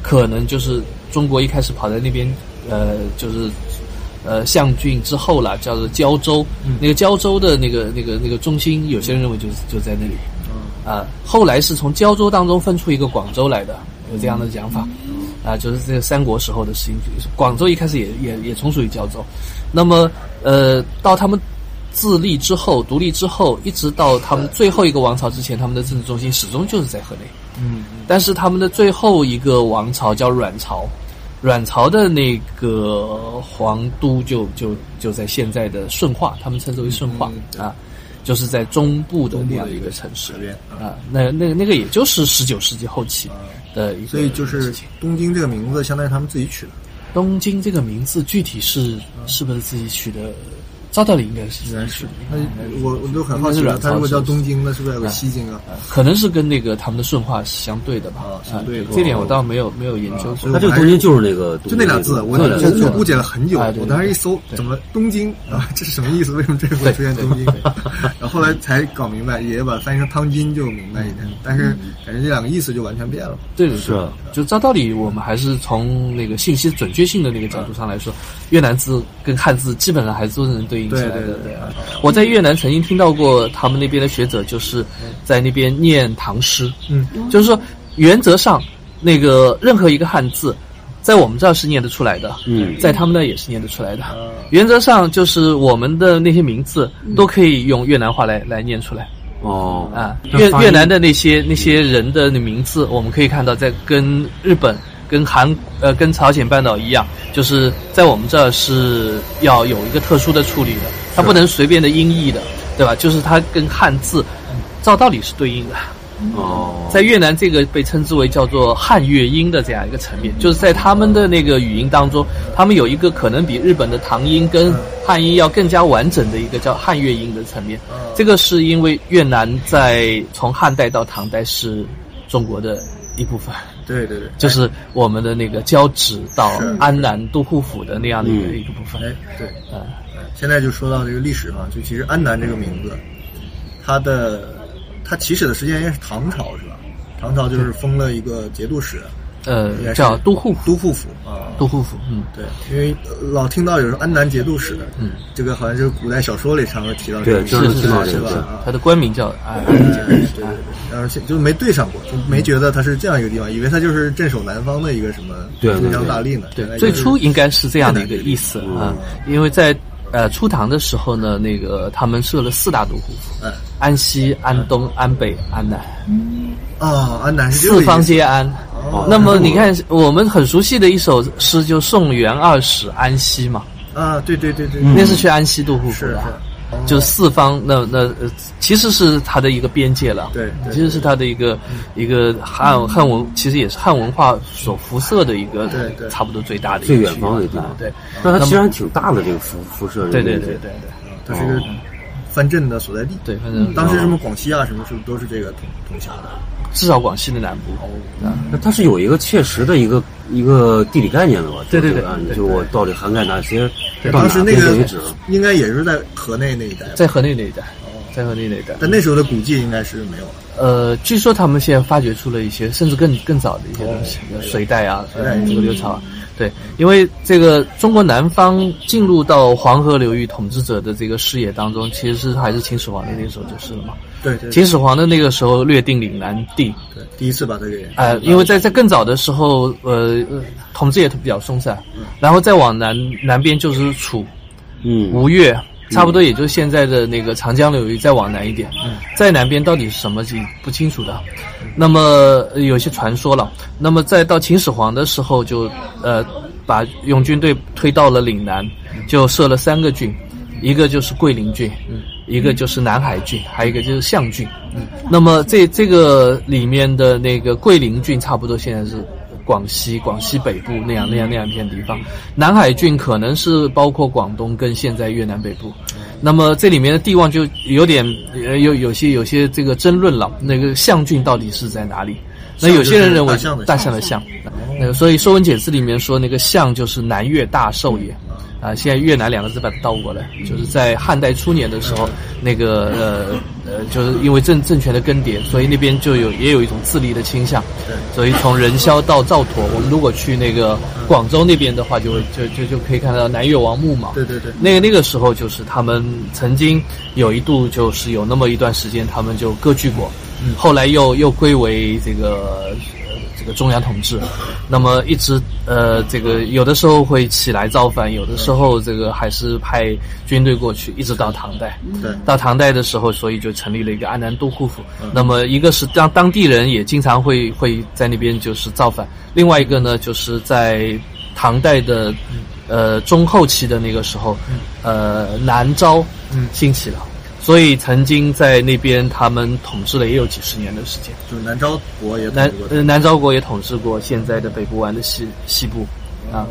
Speaker 5: 可能就是中国一开始跑在那边，呃，就是呃象郡之后啦，叫做胶州。那个胶州的那个那个那个中心，有些人认为就是就在那里。啊，后来是从胶州当中分出一个广州来的，有这样的讲法。啊，就是这个三国时候的事情。就是广州一开始也也也从属于胶州，那么呃，到他们自立之后、独立之后，一直到他们最后一个王朝之前，他们的政治中心始终就是在河内。
Speaker 4: 嗯，
Speaker 5: 但是他们的最后一个王朝叫阮朝，阮朝的那个皇都就就就在现在的顺化，他们称之为顺化、啊，就是在中部的那样一个城市
Speaker 4: 这边
Speaker 5: 啊，那那那个也就是十九世纪后期的一个，
Speaker 4: 啊所以就是东京这个名字，相当于他们自己取的，
Speaker 5: 东京这个名字具体是
Speaker 4: 啊
Speaker 5: 是不是自己取的？照道理应该是自己取的，
Speaker 4: 那我我都很好奇
Speaker 5: 应该
Speaker 4: 了，
Speaker 5: 是
Speaker 4: 他如果
Speaker 5: 阮朝
Speaker 4: 叫
Speaker 5: 是不是
Speaker 4: 东京，那是不是有个西京啊？
Speaker 5: 可能是跟那个他们的顺化是相对的吧。
Speaker 4: 啊相对的啊
Speaker 5: 啊这点我倒没有没有研究
Speaker 4: 所
Speaker 5: 过
Speaker 3: 它
Speaker 4: 以。我
Speaker 3: 这个
Speaker 4: 还
Speaker 3: 东
Speaker 4: 是
Speaker 3: 京就是那个，
Speaker 4: 就那俩字，我
Speaker 3: 对
Speaker 5: 俩
Speaker 3: 对
Speaker 5: 字
Speaker 3: 对
Speaker 4: 我我误解了很久。
Speaker 5: 哎对
Speaker 4: 我当时一搜，怎么东京啊？这是什么意思？为什么这会出现东京？ 然后后来才搞明白，也把翻译成汤金就明白一点。但是感觉这两个意思就完全变了。
Speaker 5: 对对
Speaker 3: 是
Speaker 5: 对，就照道理，我们还是从那个信息准确性的那个
Speaker 4: 啊
Speaker 5: 角度上来说，越南字跟汉字基本上还是都能对应起来
Speaker 4: 对
Speaker 5: 的。
Speaker 4: 对对对
Speaker 5: 啊我在越南曾经听到过他们那边的学者，就是在那边念唐诗，
Speaker 4: 嗯，
Speaker 5: 就是说原则上，那个任何一个汉字，在我们这儿是念得出来的，
Speaker 3: 嗯
Speaker 5: 在他们那儿也是念得出来的。
Speaker 4: 呃
Speaker 5: 原则上就是我们的那些名字都可以用越南话来来念出来
Speaker 3: 哦
Speaker 5: 啊。
Speaker 3: 那
Speaker 5: 越
Speaker 3: 发音
Speaker 5: 越南的那些那些人的名字，我们可以看到，在跟日本、跟韩呃、跟朝鲜半岛一样，就是在我们这儿是要有一个特殊的处理的，它不能随便的音译的，对吧？就是它跟汉字照道理是对应的。
Speaker 3: 哦，
Speaker 5: 嗯在越南这个被称之为叫做汉乐音的这样一个层面，就是在他们的那个语音当中，他们有一个可能比日本的唐音跟汉音要更加完整的一个叫汉乐音的层面。
Speaker 4: 呃
Speaker 5: 这个是因为越南在从汉代到唐代是中国的一部分，
Speaker 4: 对对对，
Speaker 5: 就是我们的那个交趾到
Speaker 4: 是
Speaker 5: 安南都护府的那样的一个
Speaker 3: 嗯
Speaker 5: 一个部分。
Speaker 4: 哎，对，
Speaker 5: 嗯
Speaker 4: 哎现在就说到这个历史啊，就其实安南这个名字，它的它起始的时间应该是唐朝是吧？唐朝就是封了一个节度使，应该是
Speaker 5: 呃，叫都护府，
Speaker 4: 都护府啊。
Speaker 5: 都护府，嗯，
Speaker 4: 对，因为呃老听到有人安南节度使，嗯，这个好像就是古代小说里常常提到这个
Speaker 3: 对
Speaker 4: 名
Speaker 3: 就
Speaker 4: 字，
Speaker 5: 是
Speaker 3: 是
Speaker 5: 是
Speaker 3: 听到
Speaker 5: 是
Speaker 3: 这
Speaker 4: 是
Speaker 3: 个
Speaker 4: 吧？
Speaker 3: 是
Speaker 4: 啊，
Speaker 5: 它的官名叫啊，
Speaker 4: 对对对，然后就就没对上过，就没觉得它是这样一个地方，以为它就是镇守南方的一个什么
Speaker 3: 对对
Speaker 4: 中央
Speaker 3: 对
Speaker 4: 大吏呢。
Speaker 5: 对
Speaker 4: 原，来
Speaker 5: 最
Speaker 4: 就是
Speaker 5: 初应该是这样的一个意思啊，因为在呃初唐的时候呢，那个他们设了四大都护府，
Speaker 4: 嗯
Speaker 5: 安西、安东、安北、安南，
Speaker 4: 啊，安南是这个
Speaker 5: 四
Speaker 4: 意思哦
Speaker 5: 方皆安。那么你看，我们很熟悉的一首诗就《宋元二史·安西》嘛，
Speaker 4: 啊，对对对对，
Speaker 5: 那是去安西都护府
Speaker 4: 是
Speaker 5: 的
Speaker 4: 是
Speaker 5: 啊。就四方，那那呃，其实是它的一个边界了，
Speaker 4: 对对嗯
Speaker 5: 其实是它的一个一个汉汉文，其实也是汉文化所辐射的一个，
Speaker 4: 对对
Speaker 5: 差不多最大的一个
Speaker 3: 最远
Speaker 5: 区域
Speaker 3: 方的
Speaker 5: 了
Speaker 3: 地方
Speaker 5: 啊，对，
Speaker 3: 那它其实还挺大的这个辐辐射，
Speaker 5: 对对对对，
Speaker 4: 它
Speaker 5: 对
Speaker 4: 是一个藩镇的所在地。
Speaker 5: 对，反正
Speaker 4: 当时什么广西啊，什么是不是都是这个统统辖的？
Speaker 5: 至少广西的南部，
Speaker 3: 那它是有一个切实的一个一个地理概念的吧？
Speaker 5: 对对
Speaker 3: 就是
Speaker 5: 对
Speaker 3: 啊
Speaker 5: 对对
Speaker 3: 就我到底涵盖哪些，到
Speaker 4: 当时
Speaker 3: 哪
Speaker 4: 那
Speaker 3: 边
Speaker 4: 个
Speaker 3: 为止？
Speaker 4: 应该也是在河内那一带吧，
Speaker 5: 在河内那一带，在河内那一带，
Speaker 4: 但那时候的古迹应该是没有了。
Speaker 5: 呃，据说他们现在发掘出了一些，甚至更更早的一些东西，比如水带啊，
Speaker 4: 水带
Speaker 5: 呃，这个流潮啊，对，因为这个中国南方进入到黄河流域统治者的这个视野当中，其实是还是秦始皇的那时候就是了嘛。
Speaker 4: 对对，
Speaker 5: 秦始皇的那个时候略定岭南地，
Speaker 4: 对，第一次把它给
Speaker 5: 呃，因为在在更早的时候，呃，呃统治也比较松散，然后再往南南边就是楚，
Speaker 3: 嗯，
Speaker 5: 吴越，差不多也就现在的那个长江流域，再往南一点，再南边到底是什么是不清楚的。那么呃有些传说了，那么再到秦始皇的时候就，呃把永军队推到了岭南，就设了三个郡，一个就是桂林郡，
Speaker 4: 嗯
Speaker 5: 一个就是南海郡，还有一个就是象郡。那么这这个里面的那个桂林郡，差不多现在是广西广西北部那样那样那样一片地方，南海郡可能是包括广东跟现在越南北部。
Speaker 4: 嗯
Speaker 5: 那么这里面的地望就有点呃有有些有些这个争论了，那个象郡到底是在哪里？那有些人认
Speaker 4: 大
Speaker 5: 为
Speaker 4: 象的象
Speaker 5: 大象的象，那个所以《说文解字》里面说那个象就是南越大兽也。
Speaker 4: 嗯
Speaker 5: 啊，现在越南两个字把它倒过来，就是在汉代初年的时候，那个呃呃，就是因为政政权的更迭，所以那边就有也有一种自立的倾向，所以从仁霄到赵佗，我们如果去那个广州那边的话，就会就就就可以看到南越王墓嘛，
Speaker 4: 对对对，
Speaker 5: 那个那个时候就是他们曾经有一度就是有那么一段时间，他们就割据过，后来又又归为这个。呃这个中央统治，那么一直呃，这个有的时候会起来造反，有的时候这个还是派军队过去，一直到唐代。
Speaker 4: 对
Speaker 5: 到唐代的时候，所以就成立了一个安南都护府。那么一个是当当地人也经常会会在那边就是造反，另外一个呢就是在唐代的呃中后期的那个时候，呃南诏兴起了。所以曾经在那边，他们统治了也有几十年的时间。
Speaker 4: 就是南诏国也
Speaker 5: 南
Speaker 4: 统治
Speaker 5: 呃
Speaker 4: 过。
Speaker 5: 南诏国也统治过现在的北部湾的西西部啊。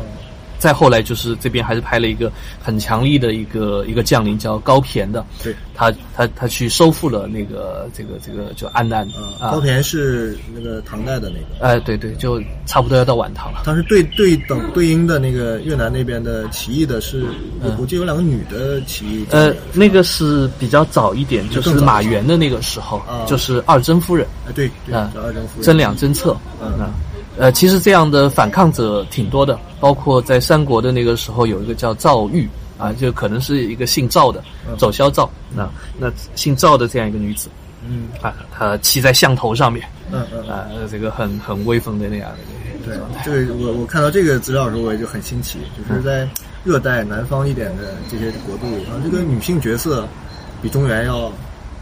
Speaker 5: 再后来就是这边还是派了一个很强力的一个一个将领叫高骈的，
Speaker 4: 对，
Speaker 5: 他他他去收复了那个这个这个就安南
Speaker 4: 啊，
Speaker 5: 啊
Speaker 4: 高，骈是那个唐代的那个，
Speaker 5: 哎对对，就差不多要到晚唐了。
Speaker 4: 当时对对等对应的那个越南那边的起义的是，我我记得有两个女的起义者，
Speaker 5: 嗯呃，那个是比较早一点，就是
Speaker 4: 更早
Speaker 5: 马援的那个时候
Speaker 4: 啊，
Speaker 5: 就是二贞夫人，
Speaker 4: 哎对对，
Speaker 5: 啊
Speaker 4: 叫二征夫人，
Speaker 5: 征两征策，
Speaker 4: 嗯
Speaker 5: 啊，呃，其实这样的反抗者挺多的，包括在三国的那个时候有一个叫赵玉
Speaker 4: 嗯
Speaker 5: 啊，就可能是一个姓赵的，走萧赵，啊，那姓赵的这样一个女子，
Speaker 4: 嗯
Speaker 5: 啊，他骑在象头上面
Speaker 4: 嗯嗯，
Speaker 5: 啊，这个很很威风的那样的一个
Speaker 4: 对
Speaker 5: 状态。，
Speaker 4: 这个我我看到这个资料的时候，我也就很新奇，就是在热带南方一点的这些国度，然后这个女性角色比中原要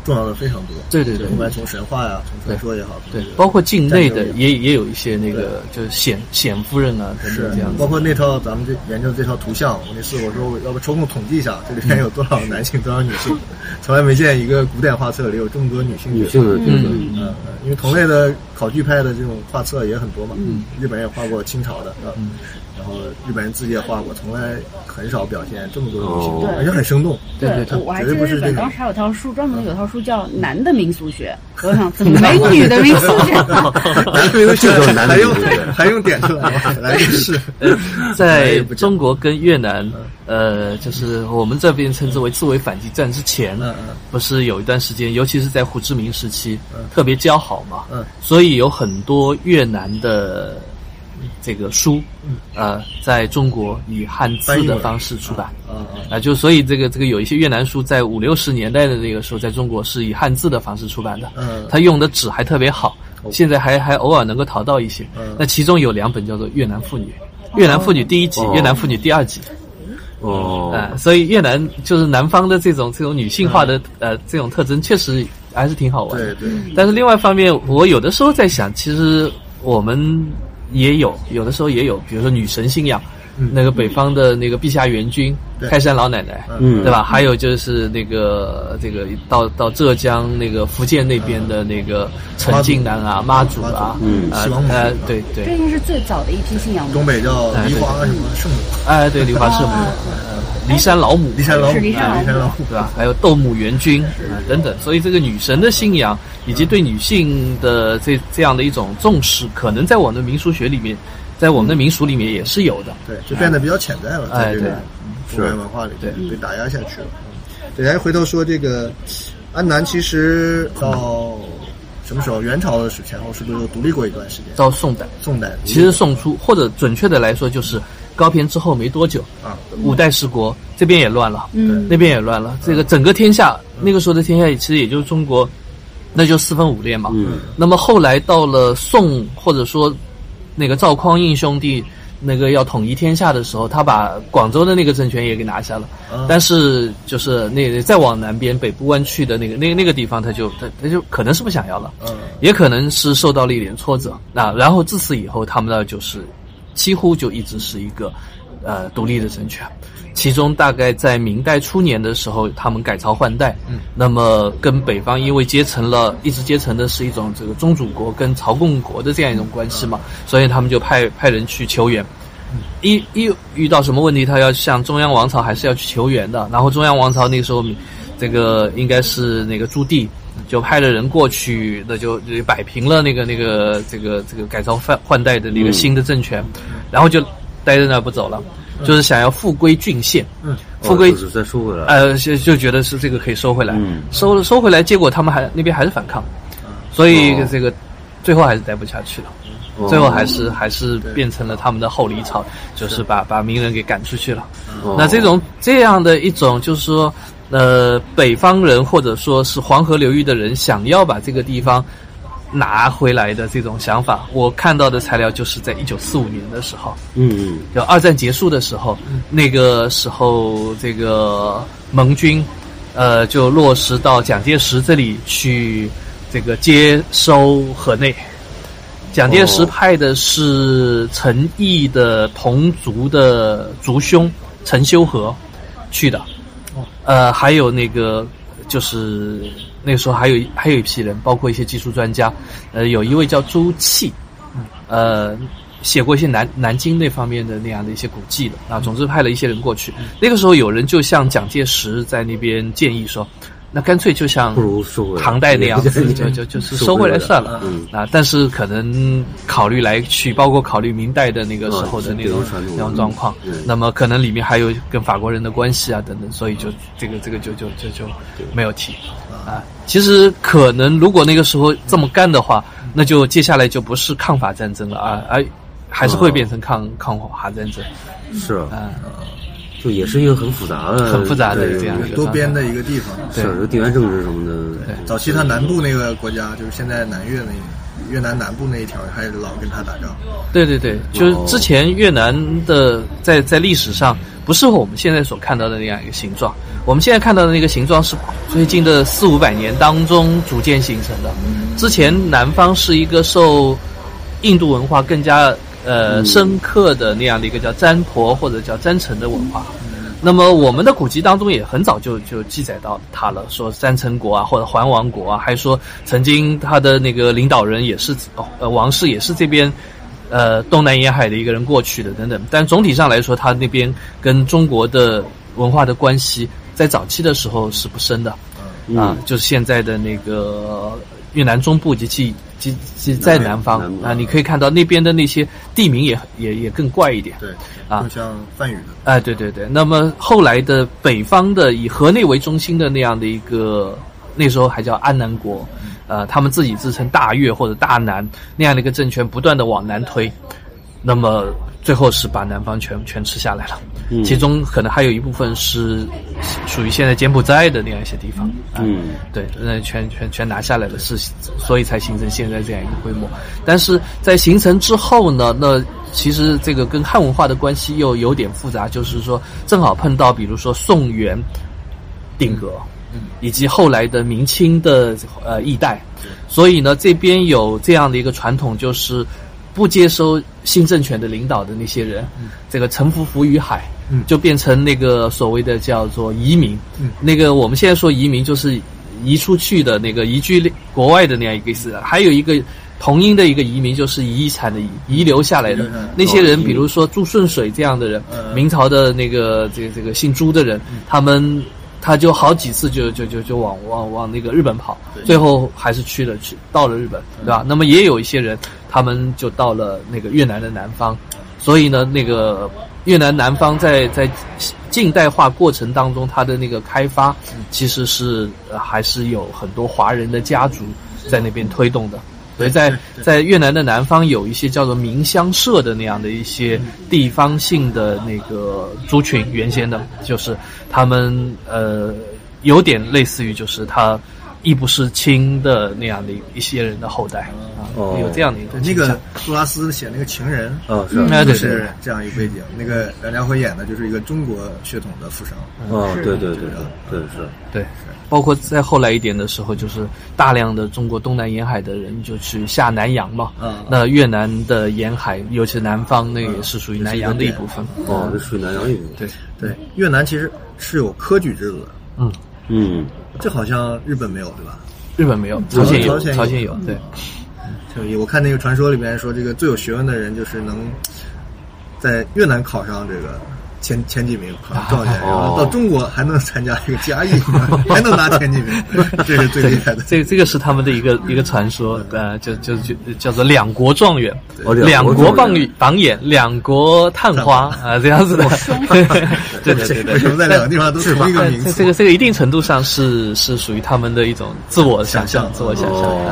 Speaker 4: 重要的非常多。
Speaker 5: 对对对
Speaker 4: 不管从神话呀，从传说也好，从
Speaker 5: 对
Speaker 4: 这，个
Speaker 5: 包括境内的
Speaker 4: 战争也
Speaker 5: 也也有一些那个，就是显显夫人啊等等这样
Speaker 4: 是，
Speaker 5: 子
Speaker 4: 包。括那套咱们这研究的这套图像，我那次我说我要不抽空统计一下，这里
Speaker 5: 嗯
Speaker 4: 面有多少男性，多少女性，从来没见一个古典画册里有这么多女性
Speaker 3: 女
Speaker 4: 角色
Speaker 3: 性的这个
Speaker 5: 嗯
Speaker 4: 嗯，嗯因为同类的考据派的这种画册也很多嘛，
Speaker 6: 嗯
Speaker 4: 日本人也画过清朝的，啊，然后日本人自己也画过，从来很少表现这么多女性，
Speaker 3: 哦
Speaker 4: 而且很生动。
Speaker 5: 对对对
Speaker 6: 我还
Speaker 4: 绝
Speaker 6: 记
Speaker 4: 对
Speaker 6: 得
Speaker 4: 不是
Speaker 6: 日
Speaker 4: 这
Speaker 6: 本
Speaker 4: 个
Speaker 6: 当时还有套书，专门有套书叫《男的民俗学》，我想怎么没女的民俗学？
Speaker 4: 男的
Speaker 3: 这就是男的
Speaker 4: 还用
Speaker 3: 民族学
Speaker 4: 还用点出来吗？来就是， 哎
Speaker 5: 在中国跟越南，呃，就是我们这边称之为自卫反击战之前
Speaker 4: 嗯，嗯
Speaker 5: 不是有一段时间，尤其是在胡志明时期，特别交好嘛
Speaker 4: 嗯，
Speaker 5: 所以有很多越南的这个书，呃，在中国以汉字
Speaker 4: 嗯翻译过
Speaker 5: 的
Speaker 4: 来
Speaker 5: 方式出版。
Speaker 4: 啊啊，
Speaker 5: 啊，就所以这个这个有一些越南书在五六十年代的那个时候，在中国是以汉字的方式出版的，
Speaker 4: 嗯
Speaker 5: 他用的纸还特别好，
Speaker 3: 哦
Speaker 5: 现在还还偶尔能够淘到一些
Speaker 4: 嗯。
Speaker 5: 那其中有两本叫做《越南妇女》，《越南妇女》第一集，
Speaker 3: 哦
Speaker 5: 《越南妇女》第二集，
Speaker 3: 哦，
Speaker 5: 啊，所以越南就是南方的这种这种女性化的
Speaker 3: 嗯
Speaker 5: 呃这种特征，确实还是挺好玩的。
Speaker 4: 对对，
Speaker 6: 嗯
Speaker 5: 但是另外一方面，我有的时候在想，其实我们也有，有的时候也有，比如说女神信仰，
Speaker 4: 嗯
Speaker 5: 那个北方的那个碧霞元君、
Speaker 4: 对
Speaker 5: 开山老奶奶，
Speaker 3: 嗯
Speaker 5: 对吧？还有就是那个这个到到浙江那个福建那边的那个陈近南啊、妈祖啊，
Speaker 3: 嗯
Speaker 5: 啊
Speaker 4: 西王母
Speaker 5: 呃，对哎对，
Speaker 6: 这应该是最早的一批信仰徒
Speaker 4: 东北叫梨花什么圣母，
Speaker 5: 哎、对，梨花圣母、呃骊山老母、
Speaker 4: 骊山老母，
Speaker 6: 哎是骊山老
Speaker 4: 啊
Speaker 6: 母
Speaker 4: 骊山老母，
Speaker 5: 对吧？还有斗母元君啊、等等，所以这个女神的信仰以及对女性的这这样的一种重视，可能在我们的民俗学里面，在我们的民俗里面也是有的。
Speaker 4: 对，就变得比较潜在了，在
Speaker 5: 哎
Speaker 4: 这个
Speaker 5: 对
Speaker 4: 中原文化里面被打压下去了。嗯对，哎，回头说这个安南，其实到什么时候？元朝的时前后是不是又独立过一段时间？
Speaker 5: 到宋代，
Speaker 4: 宋代
Speaker 5: 其实宋初，或者准确的来说，就是高骈之后没多久，
Speaker 4: 啊，
Speaker 5: 五代十国这边也乱了，
Speaker 6: 嗯
Speaker 5: 那边也乱了。这个整个天下，那个时候的天下其实也就是中国，那就四分五裂嘛。
Speaker 3: 嗯
Speaker 5: 那么后来到了宋，或者说那个赵匡胤兄弟那个要统一天下的时候，他把广州的那个政权也给拿下了。
Speaker 4: 啊
Speaker 5: 但是就是那再往南边北部湾区的那个那个那个地方，他就他他就可能是不想要了，
Speaker 4: 嗯
Speaker 5: 也可能是受到了一点挫折。那然后自此以后，他们呢就是几乎就一直是一个呃独立的政权。其中大概在明代初年的时候，他们改朝换代，
Speaker 4: 嗯
Speaker 5: 那么跟北方因为结成了一直结成的是一种这个宗主国跟朝贡国的这样一种关系嘛，所以他们就派派人去求援。一一遇到什么问题，他要向中央王朝还是要去求援的。然后中央王朝那个时候，这个应该是那个朱棣，就派了人过去，那就就摆平了那个那个这个这个改朝换换代的那个新的政权，然后就待在那儿不走了，就是想要复归郡县。
Speaker 4: 嗯，
Speaker 5: 富贵
Speaker 3: 哦就是再收回来，
Speaker 5: 呃，就就觉得是这个可以收回来，
Speaker 3: 嗯
Speaker 5: 收了收回来，结果他们还那边还是反抗，所以
Speaker 3: 哦
Speaker 5: 这个最后还是待不下去了，
Speaker 3: 哦
Speaker 5: 最后还是还是变成了他们的后黎朝，就是把把名人给赶出去了。
Speaker 3: 哦
Speaker 5: 那这种这样的一种，就是说，呃，北方人或者说是黄河流域的人想要把这个地方拿回来的这种想法，我看到的材料就是在一九四五年的时候，
Speaker 3: 嗯
Speaker 5: 就二战结束的时候，那个时候这个盟军，呃，就落实到蒋介石这里去，这个接收河内。蒋介石
Speaker 3: 哦
Speaker 5: 派的是陈毅的同族的族兄陈修和去的，呃，还有那个就是那时候还有还有一批人，包括一些技术专家，呃，有一位叫周器，呃，写过一些南南京那方面的那样的一些古迹的啊。总之派了一些人过
Speaker 3: 嗯
Speaker 5: 去。那个时候有人就向蒋介石在那边建议说，那干脆就像
Speaker 3: 嗯，不如收回来，
Speaker 5: 唐代那样子，就就就是收回来算了。
Speaker 3: 嗯
Speaker 5: 啊，但是可能考虑来去，包括考虑明代的那个时候的那种
Speaker 3: 嗯是这种传统
Speaker 5: 那种状况
Speaker 3: 嗯，
Speaker 5: 那么可能里面还有跟法国人的关系啊等等，所以就这个这个就就就就没有提啊。其实可能如果那个时候这么干的话，那就接下来就不是抗法战争了啊，而还是会变成抗抗法战争
Speaker 3: 是
Speaker 5: 啊。
Speaker 3: 就也是一个很复杂的、
Speaker 5: 很复杂的
Speaker 3: 对
Speaker 5: 这样一个
Speaker 3: 对
Speaker 4: 多边的一个地方。
Speaker 3: 事儿，就地缘政治什么的。对
Speaker 4: 早期他南部那个国家，就是现在南越那越南南部那一条，还老跟他打仗。
Speaker 5: 对对对，就是之前越南的在在历史上不是我们现在所看到的那样一个形状。我们现在看到的那个形状是最近的四五百年当中逐渐形成的。之前南方是一个受印度文化更加呃深刻的那样的一个叫占婆或者叫占城的文化。那么我们的古籍当中也很早就就记载到它了，说三城国啊，或者环王国啊，还说曾经他的那个领导人也是呃王室也是这边。呃，东南沿海的一个人过去的等等，但总体上来说，他那边跟中国的文化的关系，在早期的时候是不深的，
Speaker 4: 嗯
Speaker 3: 嗯
Speaker 5: 啊，就是现在的那个越南中部及其及及在南方
Speaker 3: 南部
Speaker 5: 啊，你可以看到那边的那些地名也也也更怪一点，
Speaker 4: 对，
Speaker 5: 啊
Speaker 4: 就像梵语的。
Speaker 5: 哎，对对对。那么后来的北方的以河内为中心的那样的一个，那时候还叫安南国，呃，他们自己自称大越或者大南那样的一个政权，不断的往南推，那么最后是把南方全全吃下来了。其中可能还有一部分是属于现在柬埔寨的那样一些地方。啊
Speaker 3: 嗯，
Speaker 5: 对，那全全全拿下来了，是所以才形成现在这样一个规模。但是在形成之后呢，那其实这个跟汉文化的关系又有点复杂，就是说正好碰到，比如说宋元、定格，
Speaker 4: 嗯
Speaker 5: 以及后来的明清的呃易代，所以呢，这边有这样的一个传统，就是不接收新政权的领导的那些人，这个臣服浮于海，
Speaker 4: 嗯
Speaker 5: 就变成那个所谓的叫做移民。
Speaker 4: 嗯
Speaker 5: 那个我们现在说移民就是移出去的那个移居国外的那样一个意思。还有一个同音的一个移民，就是遗产的遗遗留下来
Speaker 4: 留
Speaker 5: 的
Speaker 4: 下来的
Speaker 5: 那些人，比如说朱顺水这样的人，
Speaker 4: 嗯
Speaker 5: 明朝的那个这个这个姓朱的人，他们。他就好几次就就就就往往往那个日本跑，最后还是去了去到了日本，对吧？那么也有一些人，他们就到了那个越南的南方，所以呢，那个越南南方在在近代化过程当中，它的那个开发其实是、呃还是有很多华人的家族在那边推动的。所以在在越南的南方有一些叫做民乡社的那样的一些地方性的那个族群，原先的就是他们呃有点类似于就是他亦不是亲的那样的一些人的后代啊，
Speaker 3: 哦
Speaker 5: 有这样的一
Speaker 4: 对
Speaker 5: 种
Speaker 4: 那
Speaker 5: 倾
Speaker 4: 个
Speaker 5: 向。
Speaker 4: 杜拉斯写那个情人，
Speaker 3: 哦是
Speaker 5: 嗯哎
Speaker 4: 就
Speaker 5: 对对
Speaker 4: 是
Speaker 5: 对
Speaker 4: 这样一个背景。那个梁家辉演的就是一个中国血统的富商，
Speaker 5: 嗯
Speaker 3: 哦，对对对对对是，
Speaker 5: 对，包括再后来一点的时候，就是大量的中国东南沿海的人就去下南洋嘛。
Speaker 4: 嗯
Speaker 5: 那越南的沿海，尤其是南方，那也是属于南洋的一部分。
Speaker 3: 哦，这属于南洋一族。
Speaker 5: 嗯对，
Speaker 4: 对，越南其实是有科举制度的，
Speaker 5: 嗯，
Speaker 3: 嗯，
Speaker 4: 这好像日本没有，对吧？
Speaker 5: 日本没有，朝鲜有，
Speaker 4: 朝鲜有
Speaker 5: 朝鲜有，对，
Speaker 4: 就我看那个传说里面说，这个最有学问的人就是能在越南考上这个前前几名，考上状
Speaker 5: 哦
Speaker 4: 元，然后到中国还能参加这个嘉义， 还能拿前几名， 这是最厉害的。
Speaker 5: 这这个是他们的一个一个传说，呃，就就就叫做两国状元，
Speaker 3: 哦两
Speaker 5: 两
Speaker 3: 国
Speaker 5: 国
Speaker 3: 状
Speaker 5: 榜
Speaker 3: 元
Speaker 5: 眼榜眼，两国探花啊，这样子的， 对对对对
Speaker 4: 为什么在两个地方都同一个
Speaker 5: 但
Speaker 4: 名
Speaker 5: 这
Speaker 4: 字
Speaker 5: 这？个这个一定程度上是是属于他们的一种自我想
Speaker 4: 想
Speaker 5: 象
Speaker 4: 象、
Speaker 5: 自我想象。
Speaker 3: 哦
Speaker 5: 啊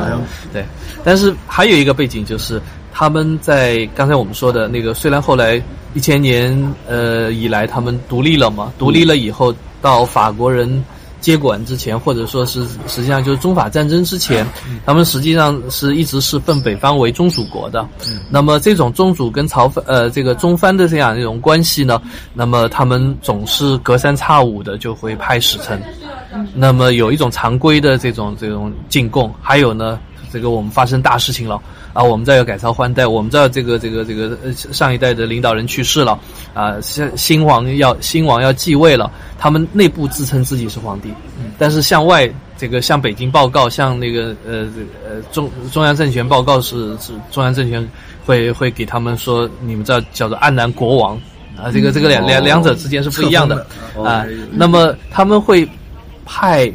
Speaker 5: 对，但是还有一个背景就是，他们在刚才我们说的那个，虽然后来一千年呃以来他们独立了嘛，独立了以后到法国人。接管之前，或者说是实际上就是中法战争之前，他们实际上是一直是奉北方为宗主国的。那么这种宗主跟朝番呃这个中藩的这样一种关系呢，那么他们总是隔三差五的就会派使臣，那么有一种常规的这种这种进贡，还有呢，这个我们发生大事情了啊，我们这儿要改朝换代，我们这儿这个这个这个呃上一代的领导人去世了啊，新新王要新王要继位了，他们内部自称自己是皇帝，嗯但是向外这个向北京报告，向那个呃这个呃中中央政权报告是是中央政权会会给他们说，你们这叫做安南国王。啊，这个这个两两两者之间是不一样的
Speaker 4: 册封的
Speaker 5: 啊
Speaker 4: 哦。
Speaker 5: 那么他们会派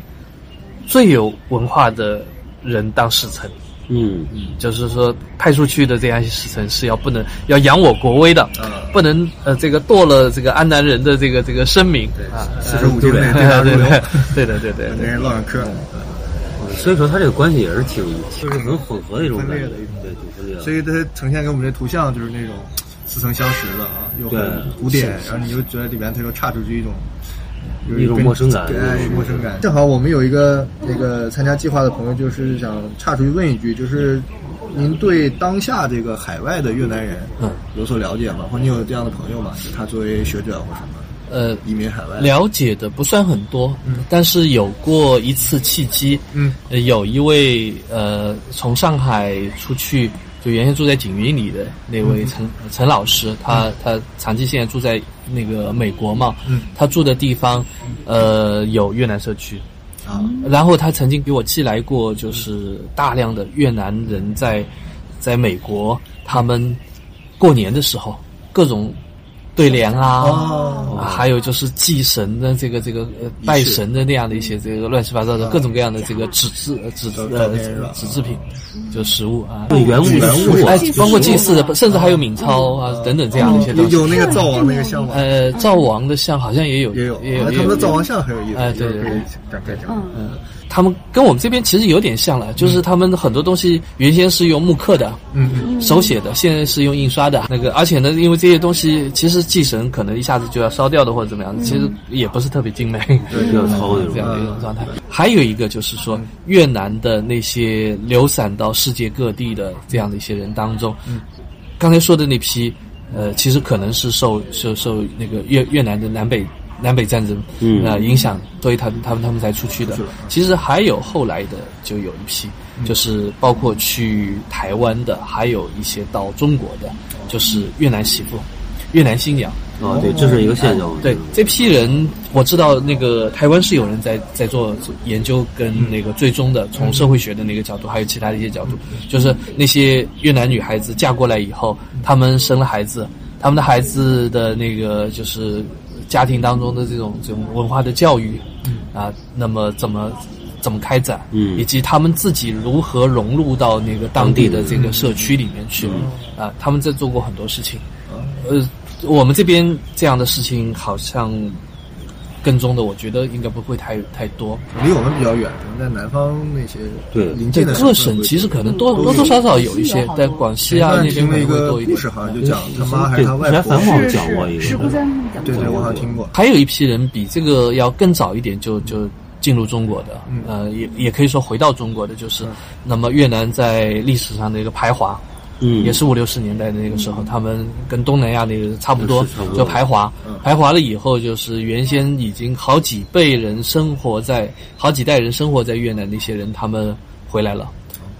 Speaker 5: 最有文化的人当使臣，
Speaker 3: 嗯
Speaker 5: 就是说派出去的这样一些使臣是要不能要扬我国威的
Speaker 4: 嗯，
Speaker 5: 不能呃这个堕了这个安南人的这个这个声名啊。
Speaker 4: 四十五经内
Speaker 5: 对
Speaker 4: 对答
Speaker 5: 对
Speaker 4: 如
Speaker 5: 对
Speaker 4: 流，
Speaker 5: 对对对对
Speaker 4: 本
Speaker 5: 对
Speaker 4: 地人唠上嗑。
Speaker 3: 所以说他这个关系也是挺，就是很混合的一种感觉，
Speaker 4: 分裂的一种
Speaker 3: 对，挺分裂的。
Speaker 4: 所以它呈现给我们这图像就是那种似曾相识的啊，又很
Speaker 3: 对
Speaker 4: 古典
Speaker 3: 是，是
Speaker 4: 然后你又觉得里面它又岔出去一种。有
Speaker 3: 一种
Speaker 4: 跟
Speaker 3: 陌生感
Speaker 4: 对，哎陌生感。正好我们有一个那个参加计划的朋友，就是想岔出去问一句，就是您对当下这个海外的越南人
Speaker 5: 嗯
Speaker 4: 有所了解吗？或者你有这样的朋友吗？就他作为学者或什么
Speaker 5: 呃，
Speaker 4: 移民海外？
Speaker 5: 了解的不算很多，
Speaker 4: 嗯
Speaker 5: 但是有过一次契机，
Speaker 4: 嗯
Speaker 5: 呃有一位呃从上海出去，就原先住在锦云里的那位陈、陈老师，他他长期现在住在那个美国嘛，
Speaker 4: 嗯
Speaker 5: 他住的地方呃有越南社区，
Speaker 4: 啊，
Speaker 5: 然后他曾经给我寄来过，就是大量的越南人在在美国，他们过年的时候各种对联啊，
Speaker 4: 哦
Speaker 5: 啊还有就是祭神的这个这个呃拜神的那样的一些这个乱七八糟的各种各样的这个纸质呃纸
Speaker 4: 啊都
Speaker 5: 呃
Speaker 4: 都是吧
Speaker 5: 纸制品，
Speaker 4: 嗯
Speaker 5: 就食物啊。
Speaker 3: 对原物
Speaker 4: 原
Speaker 3: 物
Speaker 5: 哎
Speaker 3: 啊，，
Speaker 5: 包括祭祀的，甚至还有冥钞啊等等这样的一些东
Speaker 4: 哦有
Speaker 5: 西。
Speaker 4: 有那个灶王那个像吗？
Speaker 5: 呃，灶王的像好像也有，
Speaker 4: 也有，
Speaker 5: 也有
Speaker 4: 哎，他们的灶王像很有意思。
Speaker 5: 哎对对对
Speaker 4: 可以展开讲。
Speaker 6: 嗯，
Speaker 5: 他们跟我们这边其实有点像了，就是他们很多东西原先是用木刻的、
Speaker 4: 嗯，
Speaker 5: 手写的，现在是用印刷的。那个，而且呢，因为这些东西其实祭神可能一下子就要烧掉的或者怎么样，其实也不是特别精美。
Speaker 3: 比较糙那
Speaker 5: 这样
Speaker 3: 种。
Speaker 5: 的一种状态。还有一个就是说，越南的那些流散到世界各地的这样的一些人当中，刚才说的那批，呃，其实可能是受受受那个越越南的南北南北战争
Speaker 3: 嗯
Speaker 5: 呃影响，所以他们他们他们才出去的。其实还有后来的，就有一批，就是包括去台湾的，还有一些到中国的，就是越南媳妇、越南新娘。
Speaker 3: 啊，对，这是一个现象。
Speaker 5: 对这批人，我知道那个台湾是有人在在做研究跟那个最终的从社会学的那个角度，还有其他的一些角度，就是那些越南女孩子嫁过来以后，她们生了孩子，她们的孩子的那个就是家庭当中的这种这种文化的教育，啊，那么怎么怎么开展，
Speaker 3: 嗯
Speaker 5: 以及他们自己如何融入到那个当地的这个社区里面去，
Speaker 4: 嗯
Speaker 5: 啊，他们在做过很多事情。呃，我们这边这样的事情好像跟踪的，我觉得应该不会太太多。
Speaker 4: 离我们比较远，可能在南方那些
Speaker 3: 对
Speaker 4: 邻
Speaker 5: 对
Speaker 4: 近的
Speaker 5: 各省其实可能多
Speaker 4: 都有
Speaker 5: 多多少少有一些，在广西啊那边
Speaker 4: 听
Speaker 5: 可
Speaker 4: 了一
Speaker 5: 能会
Speaker 4: 个
Speaker 5: 多一
Speaker 4: 故事，
Speaker 5: 点。嗯
Speaker 4: 好像就讲他妈还是他外
Speaker 3: 对
Speaker 4: 婆
Speaker 3: 之前。咱们
Speaker 6: 是
Speaker 3: 讲过一个
Speaker 6: 是是，姑三讲
Speaker 4: 对
Speaker 6: 过
Speaker 4: 对，我好像听过。
Speaker 5: 还有一批人比这个要更早一点就就进入中国的，
Speaker 4: 嗯
Speaker 5: 呃，也也可以说回到中国的，就是那么越南在历史上的一个排华，
Speaker 3: 嗯，
Speaker 5: 也是五六十年代的那个时候，他们跟东南亚那个差不多
Speaker 3: 是差不，多
Speaker 5: 就排华
Speaker 4: 嗯。
Speaker 5: 排华了以后，就是原先已经好几辈人生活在好几代人生活在越南那些人，他们回来了，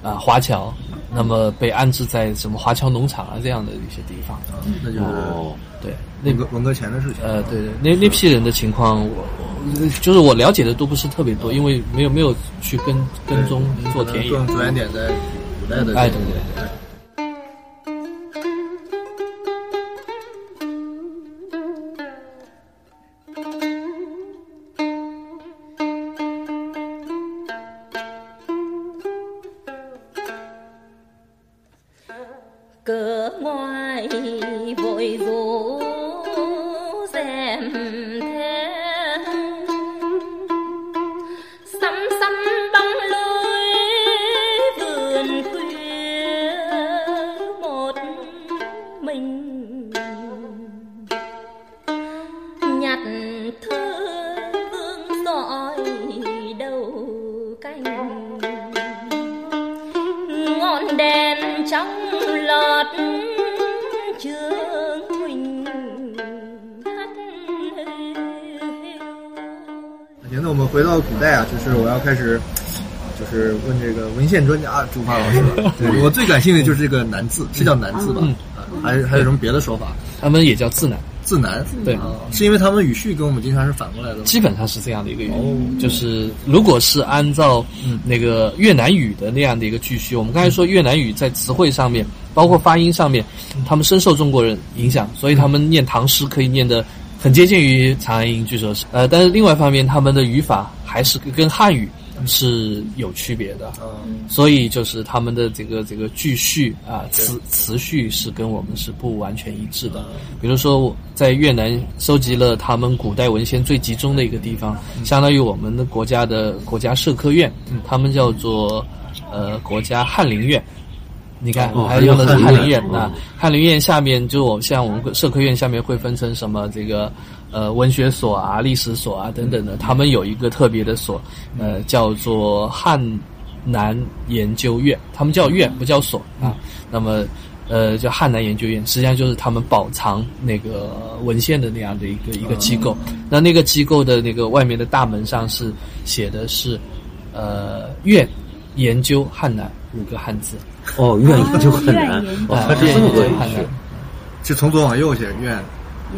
Speaker 5: 啊，华侨，那么被安置在什么华侨农场啊这样的一些地方。
Speaker 4: 啊，那就是
Speaker 3: 哦，
Speaker 5: 对，那
Speaker 4: 那个文革前的事情。
Speaker 5: 呃，对对，那那批人的情况，我我就是我了解的都不是特别多，因为没有没有去跟跟踪做田野。
Speaker 4: 更着眼点在古代的。
Speaker 5: 哎，对对对。
Speaker 7: cửa ngoài vội vỗ rèm thế sắm sắm bóng lối vườn khuya một mình nhặt thư vương dọi đầu canh ngọn đèn trong lọt trường huỳnh hát hiu
Speaker 4: 行，那我们回到古代啊，就是我要开始，就是问这个文献专家朱发老师 了。对我最感兴趣的就是这个南字，是叫南字吧？
Speaker 5: 嗯
Speaker 4: 啊，还还有什么别的说法？
Speaker 5: 他们也叫自南，
Speaker 4: 字南，
Speaker 5: 对
Speaker 4: 啊，是因为他们语序跟我们经常是反过来的吗。
Speaker 5: 基本上是这样的一个语，就是如果是按照那个越南语的那样的一个句序，我们刚才说越南语在词汇上面，包括发音上面，他们深受中国人影响，所以他们念唐诗可以念得很接近于长安音，据说是。呃，但是另外一方面，他们的语法还是跟汉语是有区别的。
Speaker 4: 嗯，
Speaker 5: 所以就是他们的这个这个句序啊，词词序是跟我们是不完全一致的。比如说，我在越南收集了他们古代文献最集中的一个地方，相当于我们的国嗯家的国家社科院，他们叫做呃国家翰林院。你看，
Speaker 3: 哦
Speaker 5: 还用的是
Speaker 3: 还
Speaker 5: 翰
Speaker 3: 有
Speaker 5: 林院
Speaker 3: 翰林院
Speaker 5: 啊
Speaker 3: 嗯，
Speaker 5: 翰林院下面就我像我们社科院下面会分成什么这个呃文学所啊、历史所啊等等的，他们有一个特别的所，呃，叫做汉南研究院，他们叫院不叫所啊。那么呃叫汉南研究院，实际上就是他们保藏那个文献的那样的一个一个机
Speaker 3: 哦
Speaker 5: 构。那那个机构的那个外面的大门上是写的是呃院研究汉南五个汉字。
Speaker 3: 哦，愿意就很难
Speaker 6: 愿意，
Speaker 3: 哦，
Speaker 5: 啊
Speaker 3: 它是这么个
Speaker 5: 对汉
Speaker 3: 意
Speaker 5: 南
Speaker 3: 思，
Speaker 4: 是从左往右写院。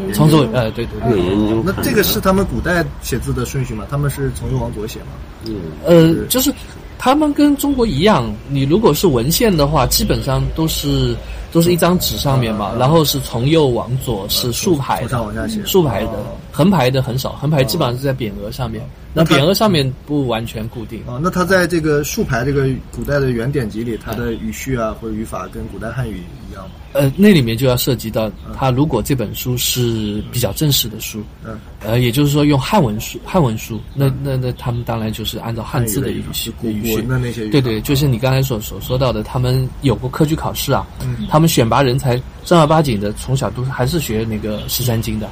Speaker 6: 也
Speaker 5: 从左呃对对
Speaker 3: 越
Speaker 5: 对，
Speaker 3: 研究
Speaker 4: 那
Speaker 3: 很
Speaker 4: 这个
Speaker 3: 难
Speaker 4: 是他们古代写字的顺序吗？他们是从右往左写吗？
Speaker 3: 嗯
Speaker 5: 呃就是他们跟中国一样，你如果是文献的话，基本上都是都是一张纸上面
Speaker 4: 啊
Speaker 5: 嘛，然后是从右往左是竖排
Speaker 4: 从
Speaker 5: 的
Speaker 4: 上。往下写。啊
Speaker 5: 竖排的，横排的很少，横排基本上是在匾额上面。那
Speaker 4: 它
Speaker 5: 匾额上面不完全固定，
Speaker 4: 啊，那他在这个竖排这个古代的原典籍里，他的语序啊或者语法跟古代汉语一样吗？
Speaker 5: 呃，那里面就要涉及到
Speaker 4: 啊
Speaker 5: 他如果这本书是比较正式的书，
Speaker 4: 嗯，
Speaker 5: 呃，也就是说用汉文书，汉文书，那
Speaker 4: 啊
Speaker 5: 那那他们当然就是按照汉字的语序
Speaker 4: 古
Speaker 5: 语
Speaker 4: 古文
Speaker 5: 序。
Speaker 4: 的那些语法。
Speaker 5: 对对，就是你刚才所所说到的，他们有过科举考试啊，
Speaker 4: 嗯
Speaker 5: 他们选拔人才正儿八经的，从小都是还是学那个《十三经》的，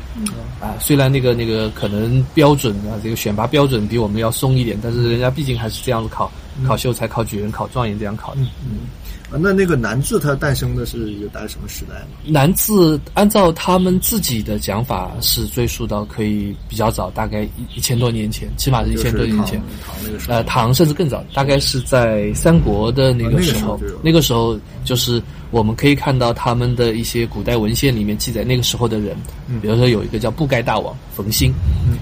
Speaker 5: 啊，虽然那个那个可能标准啊，这个选拔标准比我们要松一点，但是人家毕竟还是这样考考秀才、考举人、考状元这样考的。
Speaker 4: 啊，那那个南字它诞生的是一个大概什么时代呢？
Speaker 5: 南字按照他们自己的讲法是追溯到可以比较早，大概一一千多年前，起码是一千多年前。
Speaker 4: 唐那个时候。
Speaker 5: 呃，唐甚至更早，大概是在三国的那
Speaker 4: 啊那
Speaker 5: 个
Speaker 4: 个
Speaker 5: 时
Speaker 4: 时候
Speaker 5: 候
Speaker 4: 就有，
Speaker 5: 那个时候就是我们可以看到他们的一些古代文献里面记载那个时候的人，
Speaker 4: 嗯
Speaker 5: 比如说有一个叫布盖大王冯兴，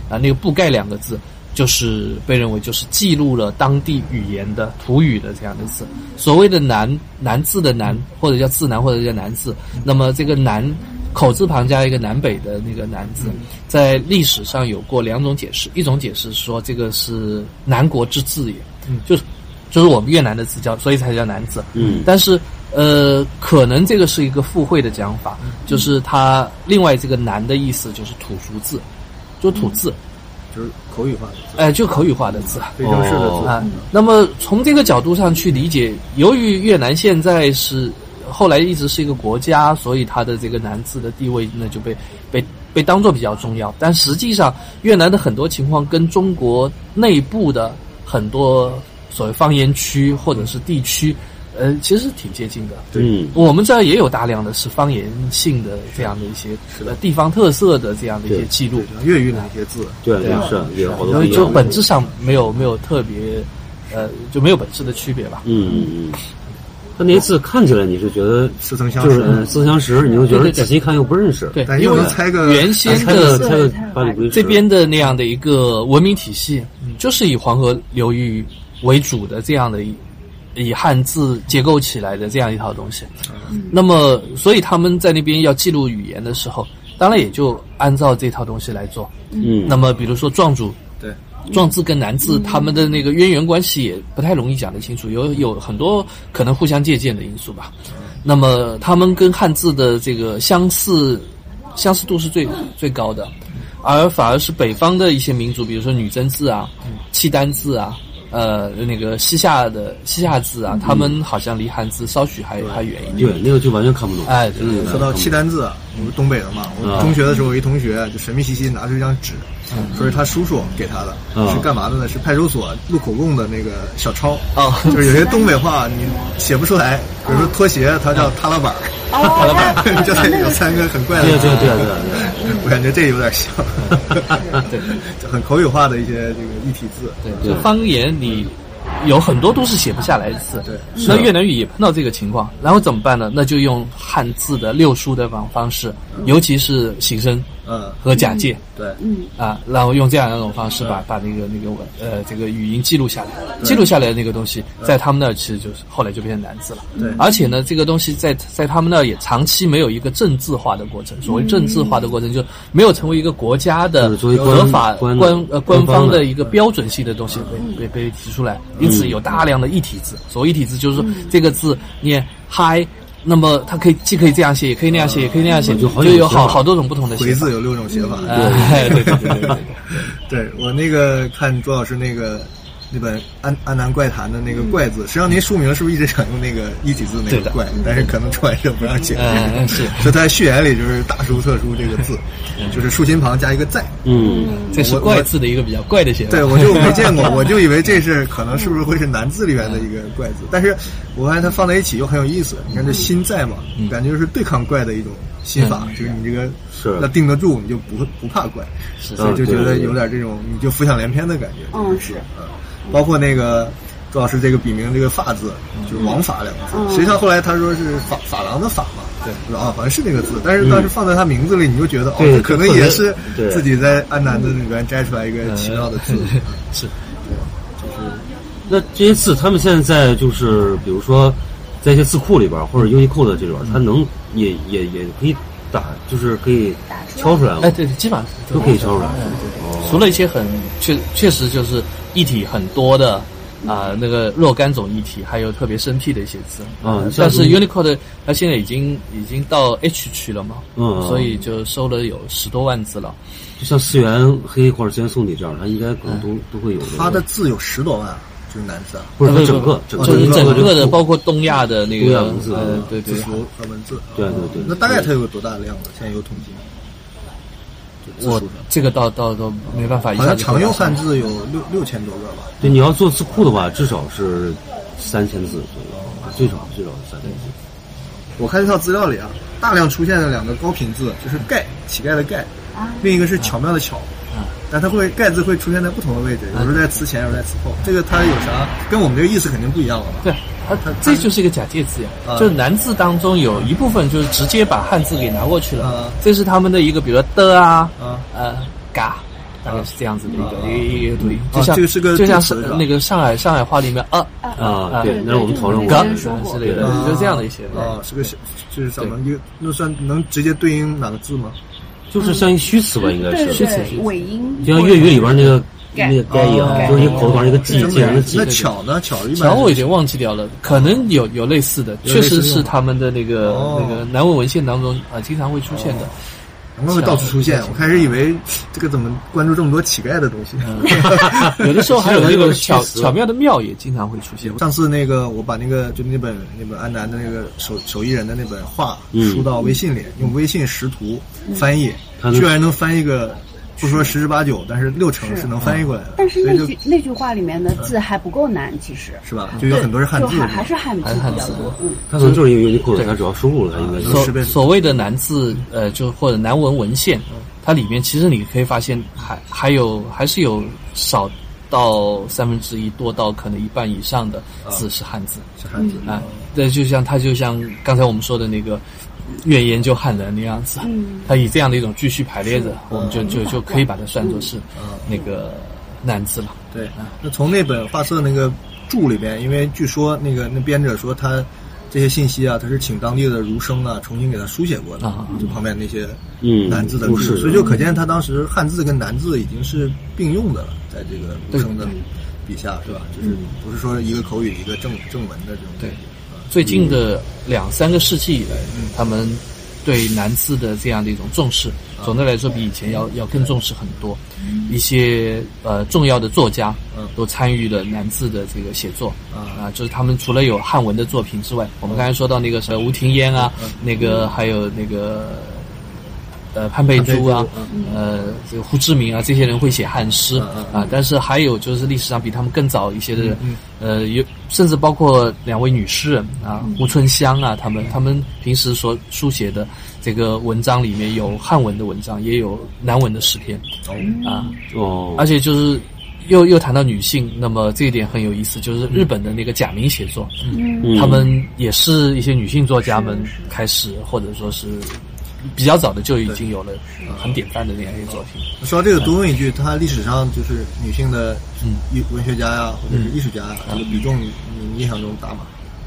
Speaker 5: 啊，那个布盖两个字就是被认为就是记录了当地语言的土语的这样的字。所谓的南南字的
Speaker 4: 嗯
Speaker 5: 南，或者叫字南，或者叫南字，那么这个南。口字旁加一个南北的那个南
Speaker 4: 嗯
Speaker 5: 字，在历史上有过两种解释，一种解释是说这个是南国之字也，就是就是我们越南的字叫，所以才叫南字。
Speaker 3: 嗯，
Speaker 5: 但是呃，可能这个是一个附会的讲法，就是它另外这个“南”的意思就是土俗字，就土字，
Speaker 4: 就是口语化的字，
Speaker 5: 哎、就口语化的字。
Speaker 4: 非正式的字。
Speaker 5: 啊，那么从这个角度上去理解，由于越南现在是后来一直是一个国家，所以它的这个南字的地位呢就被被被当做比较重要。但实际上，越南的很多情况跟中国呃内部的很多所谓方言区或者是地区，呃，其实挺接近的。
Speaker 3: 嗯
Speaker 5: 我们这儿也有大量的是方言性的这样的一些呃地方特色的这样的一些
Speaker 3: 对
Speaker 5: 记录。
Speaker 4: 粤语哪些字？
Speaker 3: 对对是也有好多
Speaker 5: 啊然
Speaker 3: 不
Speaker 5: 后
Speaker 3: 一样
Speaker 5: 就本质上没有没有特别，呃，就没有本质的区别吧。
Speaker 3: 嗯嗯嗯，他那些字看起来你是觉得
Speaker 4: 似曾相
Speaker 3: 就
Speaker 4: 识
Speaker 3: 是呃似曾相识，你又觉
Speaker 5: 对
Speaker 3: 得
Speaker 5: 对对
Speaker 3: 仔细看又不认识，
Speaker 5: 对
Speaker 4: 但，
Speaker 5: 因
Speaker 4: 又
Speaker 5: 为
Speaker 4: 能猜个
Speaker 5: 原先
Speaker 3: 猜个
Speaker 5: 的
Speaker 3: 猜个
Speaker 6: 对对
Speaker 3: 八九不离十
Speaker 5: 这边的那样的一个文明体系，就是以黄河流域为主的这样的一以汉字结构起来的这样一套东西。那么，所以他们在那边要记录语言的时候，当然也就按照这套东西来做。
Speaker 3: 嗯，
Speaker 5: 那么，比如说壮族，
Speaker 4: 对，
Speaker 5: 壮字跟南字他们的那个渊源关系也不太容易讲得清楚，有有很多可能互相借鉴的因素吧。那么他们跟汉字的这个相似相似度是最最高的，而反而是北方的一些民族，比如说女真字啊、契丹字啊。呃，那个西夏的西夏字啊，他们好像离汉字稍许还还远一点。
Speaker 3: 对那个就完全看不懂，
Speaker 5: 哎对
Speaker 3: 真的
Speaker 4: 说到契丹字，啊我是东北的嘛，我
Speaker 3: 啊
Speaker 4: 中学的时候有一同学就神秘兮兮拿出一张纸，说是他叔叔给他的，
Speaker 3: 啊
Speaker 4: 是干嘛的呢？是派出所录口供的那个小抄，
Speaker 3: 啊
Speaker 5: 哦
Speaker 4: 就是有些东北话你写不出来，比如说拖鞋，它
Speaker 3: 啊
Speaker 4: 叫踏 拉板儿，
Speaker 6: 哦，他
Speaker 4: 你这才有三个很怪的，
Speaker 3: 对对对对对，
Speaker 4: 我感觉这有 点像，就很口语化的一些这个异体字，
Speaker 5: 对，
Speaker 3: 对
Speaker 5: 就方言你有很多都是写不下来的字，
Speaker 4: 对
Speaker 5: 那越南语也碰到这个情况，然后怎么办呢？那就用汉字的六书的方方式，尤其是形声
Speaker 4: 嗯，
Speaker 5: 和假借。
Speaker 4: 对。
Speaker 5: 啊，然后用这样两种方式把把那个那个文呃这个语音记录下来，记录下来的那个东西，在他们那儿其实就是后来就变成难字了。
Speaker 4: 对
Speaker 3: 嗯
Speaker 5: 而且呢，这个东西在在他们那儿也长期没有一个政治化的过程。所谓政治化的过程，就没有成为一个国家的
Speaker 3: 就是作为
Speaker 5: 合法
Speaker 3: 官
Speaker 5: 官呃
Speaker 3: 官
Speaker 5: 官
Speaker 3: 方
Speaker 5: 方
Speaker 3: 的嗯
Speaker 5: 的一个标准性的东西被被被提出来，因此有大量的异体字。所谓异体字，就是说这个字念嗨。那么它可以既可以这样写，也可以那样写，也可以那样写，
Speaker 3: 啊就好
Speaker 5: 就
Speaker 3: 几种
Speaker 5: 有
Speaker 3: 写
Speaker 5: 好
Speaker 3: 法
Speaker 5: 好多种不同的写
Speaker 4: 回
Speaker 5: 法。
Speaker 4: 字有
Speaker 3: 嗯
Speaker 4: 六种写法，
Speaker 5: 哎，对对对对对。
Speaker 4: 对我那个看朱老师那个那本《安安南怪谈》的那个“怪”字，实际上您书名是不是一直想用那个一体字那
Speaker 3: 对
Speaker 4: 个
Speaker 3: 的
Speaker 4: “怪”，但是可能出版社不让写，
Speaker 5: 嗯 是嗯
Speaker 4: 所以他在序言里就是大书特书这个字，就是竖心旁加一个在。
Speaker 3: 嗯，
Speaker 5: 这是
Speaker 4: 我
Speaker 5: 怪字的一个比较怪的写法。
Speaker 4: 对，我就没见过，我就以为这是可能是不是会是南字里面的一个怪字，但是我发现它放在一起又很有意思。你看这心在嘛，感觉就是对抗怪的一种心法，就是你这个
Speaker 3: 是
Speaker 4: 要定得住，你就不不怕怪，所以就觉得有点这种你就浮想联翩的感觉。
Speaker 6: 嗯是
Speaker 4: 嗯，包括那个朱老师这个笔名这个“法”字，就是“王法”两个字，实际上后来他说是法法郎的“法”嘛。对，我说啊，好像是那个字，但是当时放在他名字里，你就觉得哦，
Speaker 3: 对
Speaker 4: 这可能
Speaker 3: 特别
Speaker 4: 也是
Speaker 3: 对
Speaker 4: 自己在安南的里边摘出来一个奇妙的字。
Speaker 3: 那这些字，他们现在在就是比如说，在一些字库里边儿或者优衣库的这种，它
Speaker 5: 嗯
Speaker 3: 能也也也可以打，就是可以敲出来
Speaker 5: 哎，
Speaker 3: 吗？
Speaker 5: 对，哎基本上
Speaker 3: 都可以敲出来。哦
Speaker 5: 除了一些很确确实就是一体很多的啊、那个若干种一体，还有特别生僻的一些字。
Speaker 3: 嗯像
Speaker 5: 但是
Speaker 3: 嗯
Speaker 5: Unicode 它现在已经已经到 H 区了嘛，
Speaker 3: 嗯
Speaker 5: 所以就收了有十多万字了。
Speaker 3: 就像四元黑或者四元宋体这样，它应该可
Speaker 5: 哎
Speaker 3: 能都都会有这个。
Speaker 4: 他的字有十多万，就是南字啊，
Speaker 3: 不是
Speaker 5: 呃
Speaker 3: 它整个
Speaker 5: 不
Speaker 3: 整个
Speaker 5: 不就
Speaker 4: 整
Speaker 5: 是整
Speaker 4: 个
Speaker 5: 个的，包括东亚的那
Speaker 3: 东亚
Speaker 5: 个
Speaker 3: 文字
Speaker 5: 呃
Speaker 3: 嗯，
Speaker 5: 对对
Speaker 4: 字，符和文字。哦
Speaker 3: 对对对
Speaker 4: 那大概它有多大的量呢？现在有统计吗？就字
Speaker 5: 我
Speaker 4: 数上
Speaker 5: 这个倒倒都没办法一
Speaker 4: 好
Speaker 5: 下
Speaker 4: 像
Speaker 5: 就
Speaker 4: 常用
Speaker 5: 回答
Speaker 4: 汉字有六六千多个吧。
Speaker 3: 对，你要做字库的话，至少是三千字左右，最少最少是三千字。
Speaker 4: 我看这套资料里啊，大量出现了两个高频字，就是“盖”乞丐的“盖”，另一个是巧妙的“巧”。但它会“盖”字会出现在不同的位置，有时候在词前，有时候在词后。这个它有啥？跟我们这个意思肯定不一样了吧？
Speaker 5: 对，它
Speaker 4: 它
Speaker 5: 这就是一个假借字呀
Speaker 4: 啊。
Speaker 5: 就是南字当中有一部分就是直接把汉字给拿过去
Speaker 4: 啊
Speaker 5: 了，这是他们的一个，比如说的啊
Speaker 4: 啊，
Speaker 5: 呃嘎。大概是这样子的一
Speaker 4: 啊
Speaker 5: 个一个一个对应，
Speaker 4: 啊
Speaker 5: 就像
Speaker 4: 这个是个
Speaker 5: 就像
Speaker 4: 助词
Speaker 5: 是
Speaker 4: 是吧
Speaker 5: 那个上海上海话里面啊
Speaker 3: 啊，对，那是我们讨论过
Speaker 5: 嘎
Speaker 3: 的。
Speaker 6: 说过
Speaker 5: 之类的
Speaker 4: 啊，
Speaker 5: 就这样的一些。哎
Speaker 4: 啊，是个小就是什么？一个那算能直接对应哪个字吗？
Speaker 3: 就是像一虚词吧，应该
Speaker 6: 对
Speaker 3: 是，
Speaker 6: 对，尾音
Speaker 3: 就像粤语里边那个
Speaker 6: 盖
Speaker 3: 那个该一样，
Speaker 4: 哦
Speaker 3: 就是一个口头上一个
Speaker 4: 这
Speaker 3: 记，
Speaker 4: 真
Speaker 3: 记人
Speaker 4: 没
Speaker 3: 的
Speaker 4: 那
Speaker 3: 记。
Speaker 4: 巧呢？巧一般
Speaker 5: 然后我已经忘记掉了，可能有有类似的，
Speaker 4: 有类
Speaker 5: 确
Speaker 4: 似
Speaker 5: 实
Speaker 4: 用
Speaker 5: 是
Speaker 4: 法
Speaker 5: 他们的那个
Speaker 4: 哦
Speaker 5: 那个南文文献当中啊经常会出现的。
Speaker 4: 难怪会到处出现。我开始以为这个怎么关注这么多乞丐的东西？
Speaker 5: 有的时候还有那
Speaker 3: 有
Speaker 5: 个
Speaker 3: 一个
Speaker 5: 巧
Speaker 3: 虚词
Speaker 5: 巧妙的妙也经常会出现。
Speaker 4: 上次那个我把那个就那本那本安南的那个手手艺人的那本画
Speaker 3: 嗯
Speaker 4: 输到微信里，用微信识图
Speaker 6: 嗯
Speaker 4: 翻译，
Speaker 3: 他能
Speaker 4: 居然能翻译个不说十之八九，但是六成是能翻译过来的。
Speaker 6: 啊但是
Speaker 4: 所以
Speaker 6: 那
Speaker 4: 就
Speaker 6: 句那句话里面的字还不够难，其实
Speaker 4: 是吧，就有很多是汉字
Speaker 6: 就还
Speaker 4: 的，
Speaker 6: 还是汉字
Speaker 5: 还是汉
Speaker 6: 比较
Speaker 5: 字
Speaker 6: 多。嗯，
Speaker 3: 它可能就是因为 Unicode，它主要收录了，它应该
Speaker 4: 能
Speaker 3: 是。
Speaker 5: 所
Speaker 4: 识别
Speaker 5: 所谓的南字，呃，就或者南文文献，它里面其实你可以发现还还有还是有少到三分之一，多到可能一半以上的字是汉字
Speaker 4: 是汉字。
Speaker 5: 啊。
Speaker 6: 嗯
Speaker 5: 对，就像它就像刚才我们说的那个越研究汉人那样子，它以这样的一种句序排列着，我们就就就可以把它算作是那个南字了。
Speaker 4: 对，那从那本画册那个注里边，因为据说那个那编者说他这些信息啊，他是请当地的儒生啊重新给他书写过的，
Speaker 5: 啊
Speaker 4: 就旁边那些
Speaker 3: 嗯
Speaker 4: 南字的
Speaker 3: 注
Speaker 4: 注
Speaker 3: 释
Speaker 4: 所以就可见他当时汉字跟南字已经是并用的了，在这个儒生的笔下是吧？就是不是说一个口语一个正正文的这种
Speaker 5: 嗯对
Speaker 4: 感觉啊
Speaker 5: 最近的两三个世纪以来，他们对南字的这样的一种重视，总的来说比以前要要更重视很多。一些呃重要的作家
Speaker 4: 嗯
Speaker 5: 都参与了南字的这个写作
Speaker 4: 啊
Speaker 5: 啊，嗯就是他们除了有汉文的作品之外，我们刚才说到那个什么吴庭烟啊，那个还有那个。呃，潘佩珠啊，呃，这个胡志明啊，这些人会写汉诗
Speaker 4: 嗯嗯
Speaker 5: 啊，但是还有就是历史上比他们更早一些的人，呃，有甚至包括两位女诗人啊，
Speaker 4: 嗯
Speaker 5: 胡春香啊，他们他们平时所书写的这个文章里面有汉文的文章，也有南文的诗篇
Speaker 4: 嗯
Speaker 5: 啊，
Speaker 3: 哦，
Speaker 5: 而且就是又又谈到女性，那么这一点很有意思，
Speaker 4: 嗯
Speaker 5: 就是日本的那个假名写作，
Speaker 3: 嗯
Speaker 5: 他们也是一些女性作家们开始，或者说是比较早的就已经有了很典范的那样一个作品。
Speaker 4: 说到这个，多问一句，他历史上就是女性的
Speaker 5: 嗯
Speaker 4: 艺文学家呀、或者是艺术家呀、这个比重你你印象中大吗？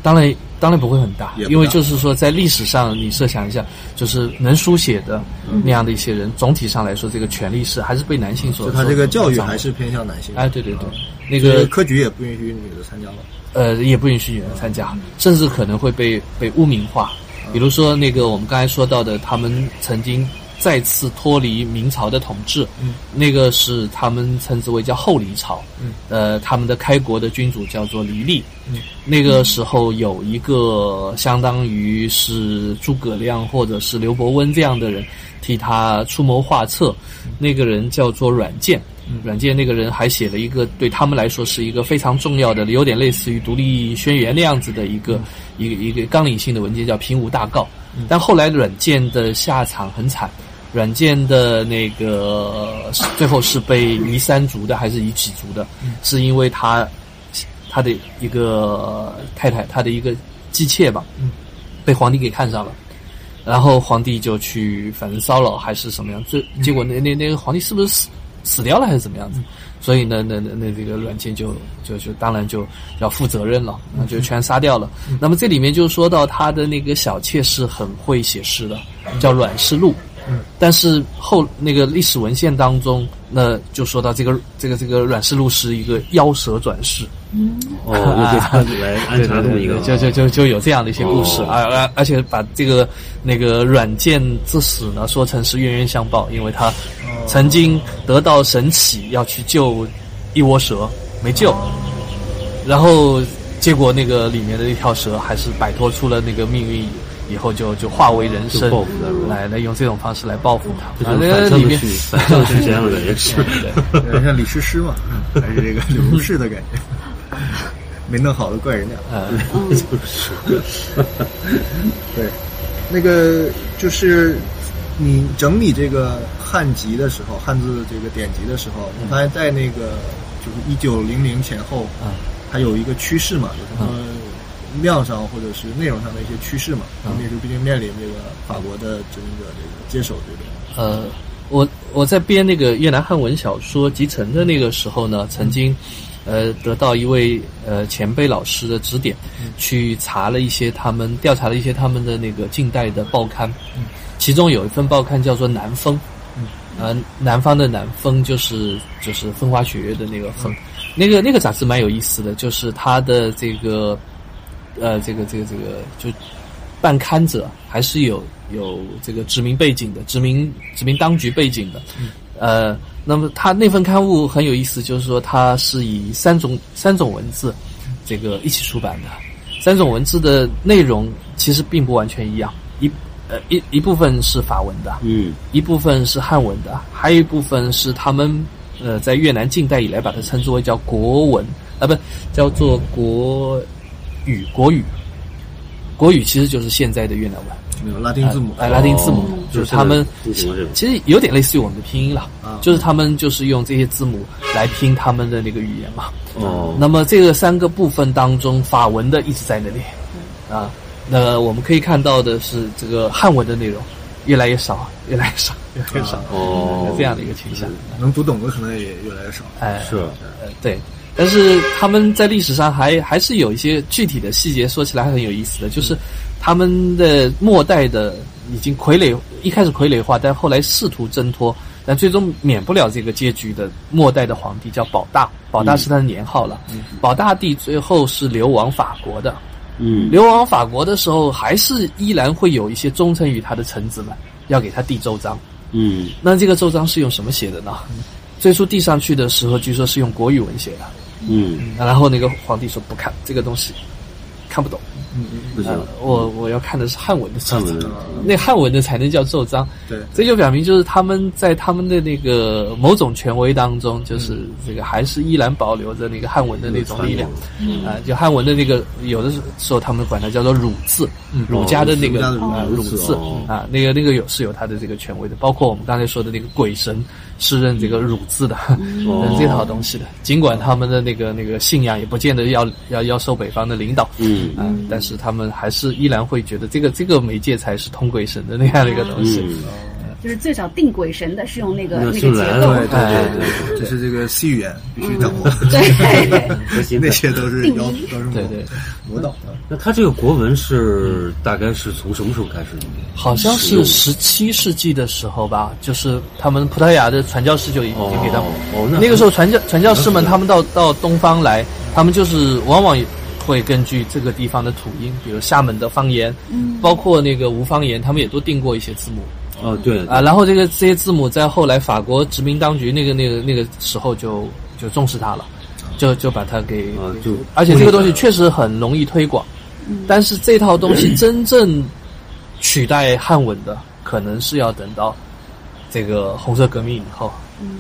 Speaker 5: 当然，当然不会很大
Speaker 4: 也不，大
Speaker 5: 因为就是说，在历史上，你设想一下，就是能书写的
Speaker 4: 嗯
Speaker 5: 那样的一些人，总体上来说，这个权力是还是被男性所
Speaker 4: 就他这个教育
Speaker 5: 所掌握
Speaker 4: 还是偏向男性的。
Speaker 5: 哎，对对对
Speaker 4: 啊，
Speaker 5: 那
Speaker 4: 这
Speaker 5: 个
Speaker 4: 科举也不允许女的参加了。
Speaker 5: 呃，也不允许女人参加，甚至可能会被被污名化。比如说那个我们刚才说到的，他们曾经再次脱离明朝的统治，
Speaker 4: 嗯，
Speaker 5: 那个是他们称之为叫后黎朝，
Speaker 4: 嗯，
Speaker 5: 呃，他们的开国的君主叫做黎利，
Speaker 4: 嗯，
Speaker 5: 那个时候有一个相当于是诸葛亮或者是刘伯温这样的人替他出谋划策，那个人叫做阮健，阮健那个人还写了一个对他们来说是一个非常重要的，有点类似于独立宣言那样子的一个、一个一个纲领性的文件，叫《平吴大告》。但后来阮健的下场很惨，阮健的那个最后是被夷三族的还是夷几族的，是因为他他的一个太太，他的一个姬妾吧，被皇帝给看上了。然后皇帝就去，反正骚扰还是什么样，最结果那那那个皇帝是不是死死掉了还是怎么样子？所以呢，那那那这个阮健就就就当然就要负责任了，那就全杀掉了。那么这里面就说到他的那个小妾是很会写诗的，叫阮氏禄。但是后那个历史文献当中，那就说到这个这个这个阮氏禄是一个妖蛇转世，
Speaker 3: 哦，又被他 来安
Speaker 5: 对
Speaker 3: 插这么
Speaker 5: 对对，
Speaker 3: 一个，
Speaker 5: 就就就就有这样的一些故事，
Speaker 3: 哦
Speaker 5: 而而而且把这个那个软件之死呢说成是冤冤相报，因为
Speaker 3: 哦
Speaker 5: 他曾经得到神启要去救一窝蛇，没救，
Speaker 3: 哦
Speaker 5: 然后结果那个里面的一条蛇还是摆脱出了那个命运。以后就就化为人
Speaker 3: 就
Speaker 5: 身
Speaker 3: 报复他是，吧
Speaker 5: 来来用这种方式来报复
Speaker 3: 这
Speaker 5: 他。
Speaker 3: 就是
Speaker 5: 那
Speaker 3: 反
Speaker 5: 个
Speaker 3: 向
Speaker 5: 里
Speaker 3: 的
Speaker 5: 面
Speaker 3: 去反向去这样的感觉是，
Speaker 4: 有点像李师师嘛，嗯还是这个柳如是的感觉， 没弄好的怪人家。
Speaker 5: 呃，
Speaker 4: 对，那个就是你整理这个汉籍的时候，汉字这个典籍的时候，你发现在那个就是一九零零前后，
Speaker 5: 嗯，
Speaker 4: 它有一个趋势嘛，有
Speaker 5: 啊
Speaker 4: 什么量上或者是内容上的一些趋势嘛？
Speaker 5: 嗯
Speaker 4: 那时候毕竟面临这个法国的这个这个接手这个，
Speaker 5: 呃，我我在编那个越南汉文小说集成的那个时候呢，曾经呃得到一位呃前辈老师的指点，去查了一些他们调查了一些他们的那个近代的报刊，其中有一份报刊叫做《南风》，呃，南方的南风就是就是风花雪月的那个风，那个那个杂志蛮有意思的，就是它的这个呃这个这个这个就办刊者还是有有这个殖民背景的，殖民殖民当局背景的，呃，那么他那份刊物很有意思，就是说它是以三种三种文字这个一起出版的，三种文字的内容其实并不完全一样，一呃一一部分是法文的，
Speaker 3: 嗯，
Speaker 5: 一部分是汉文的，还有一部分是他们呃在越南近代以来把它称之为叫国文啊，不叫做国语国语。国语其实就是现在的越南文，
Speaker 4: 没有拉丁字母，
Speaker 5: 哎，拉丁字母
Speaker 3: 哦
Speaker 5: 就是他们
Speaker 3: 就是这种
Speaker 5: 其实有点类似于我们的拼音了
Speaker 4: 啊，
Speaker 5: 就是他们就是用这些字母来拼他们的那个语言嘛。
Speaker 3: 哦，
Speaker 5: 那么这个三个部分当中，法文的一直在那里，啊，那我们可以看到的是这个汉文的内容越来越少，越来越少，越来越少，
Speaker 3: 哦
Speaker 5: 这样的一个倾向。
Speaker 4: 能读懂的可能也越来越少。
Speaker 5: 哎，
Speaker 3: 是
Speaker 5: 呃，对。但是他们在历史上还还是有一些具体的细节，说起来还很有意思的，就是他们的末代的已经傀儡，一开始傀儡化，但后来试图挣脱，但最终免不了这个结局的末代的皇帝叫保大，保大是他的年号了，保大帝最后是流亡法国的，
Speaker 3: 嗯，
Speaker 5: 流亡法国的时候，还是依然会有一些忠诚于他的臣子们要给他递奏章，
Speaker 3: 嗯，
Speaker 5: 那这个奏章是用什么写的呢？最初递上去的时候，据说是用国语文写的。
Speaker 3: 嗯，
Speaker 5: 然后那个皇帝说不看这个东西，看不懂。
Speaker 4: 嗯
Speaker 3: 不行
Speaker 5: 呃，我我要看的是汉文的奏
Speaker 3: 汉文
Speaker 5: 章，那汉文的才能叫奏章。
Speaker 4: 对
Speaker 5: 这就表明就是他们在他们的那个某种权威当中，就是
Speaker 3: 嗯
Speaker 5: 这个还是依然保留着那个汉文的那种力量。啊、就汉文的那个有的时候他们管它叫做儒字，儒家的那个
Speaker 4: 哦儒
Speaker 5: 啊儒
Speaker 3: 儒字
Speaker 5: 字
Speaker 3: 哦
Speaker 5: 啊，那个那个有是有它的这个权威的，包括我们刚才说的那个鬼神是认这个儒字的，认 这套东西的。尽管他们的那个那个信仰也不见得要要要受北方的领导，
Speaker 3: 嗯
Speaker 5: 啊，但是他们还是依然会觉得这个这个媒介才是通鬼神的那样的一个东西。
Speaker 3: 嗯，
Speaker 6: 就是最早定鬼神的是用那个
Speaker 3: 那
Speaker 6: 那个
Speaker 3: 是来
Speaker 6: 结构，
Speaker 3: 了，
Speaker 5: 哎
Speaker 3: 对
Speaker 4: 这是这个 C 语言必须掌 握，
Speaker 6: 对，
Speaker 3: 对，核啊心
Speaker 4: 那
Speaker 3: 的。
Speaker 4: 些都是妖，都是魔
Speaker 5: 对对
Speaker 4: 魔道啊。
Speaker 3: 那他这个国文是大概是从什么时候开始的？
Speaker 5: 好像是十七世纪的时候吧，就是他们葡萄牙的传教士就已经给他们，
Speaker 3: 哦哦那
Speaker 5: 个时候传教传教士们他们到到东方来，他们就是往往会根据这个地方的土音，比如厦门的方言，包括那个吴方言，他们也都定过一些字母。
Speaker 3: 哦，对
Speaker 5: 啊，然后这个这些字母在后来法国殖民当局那个那个那个时候就就重视它了，就就把它给，
Speaker 3: 啊，就
Speaker 5: 而且这个东西确实很容易推广，但是这套东西真正取代汉文的，可能是要等到这个红色革命以后，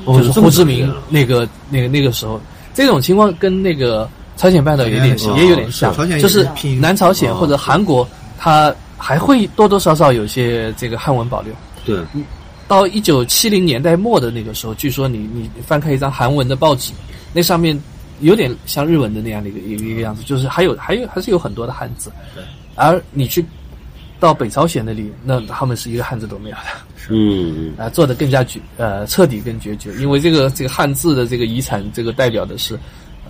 Speaker 3: 哦
Speaker 5: 就是
Speaker 3: 这么
Speaker 5: 胡志
Speaker 3: 长时间
Speaker 5: 明
Speaker 3: 啊
Speaker 5: 那个那个那个时候，这种情况跟那个朝鲜半岛有点
Speaker 4: 朝
Speaker 5: 像，
Speaker 4: 鲜
Speaker 5: 也有点像
Speaker 4: 朝鲜，也
Speaker 5: 就是是
Speaker 4: 拼音
Speaker 5: 南朝鲜或者韩国，它还会多多少少有些这个汉文保留。
Speaker 3: 对，
Speaker 5: 到一九七零年代末的那个时候，据说你你翻开一张韩文的报纸，那上面有点像日文的那样的一个一个一个样子，就是还有还有还是有很多的汉字，而你去到北朝鲜那里，那他们是一个汉字都没有的。
Speaker 3: 嗯，
Speaker 5: 啊，做的更加决呃彻底更决绝，因为这个这个汉字的这个遗产，这个代表的是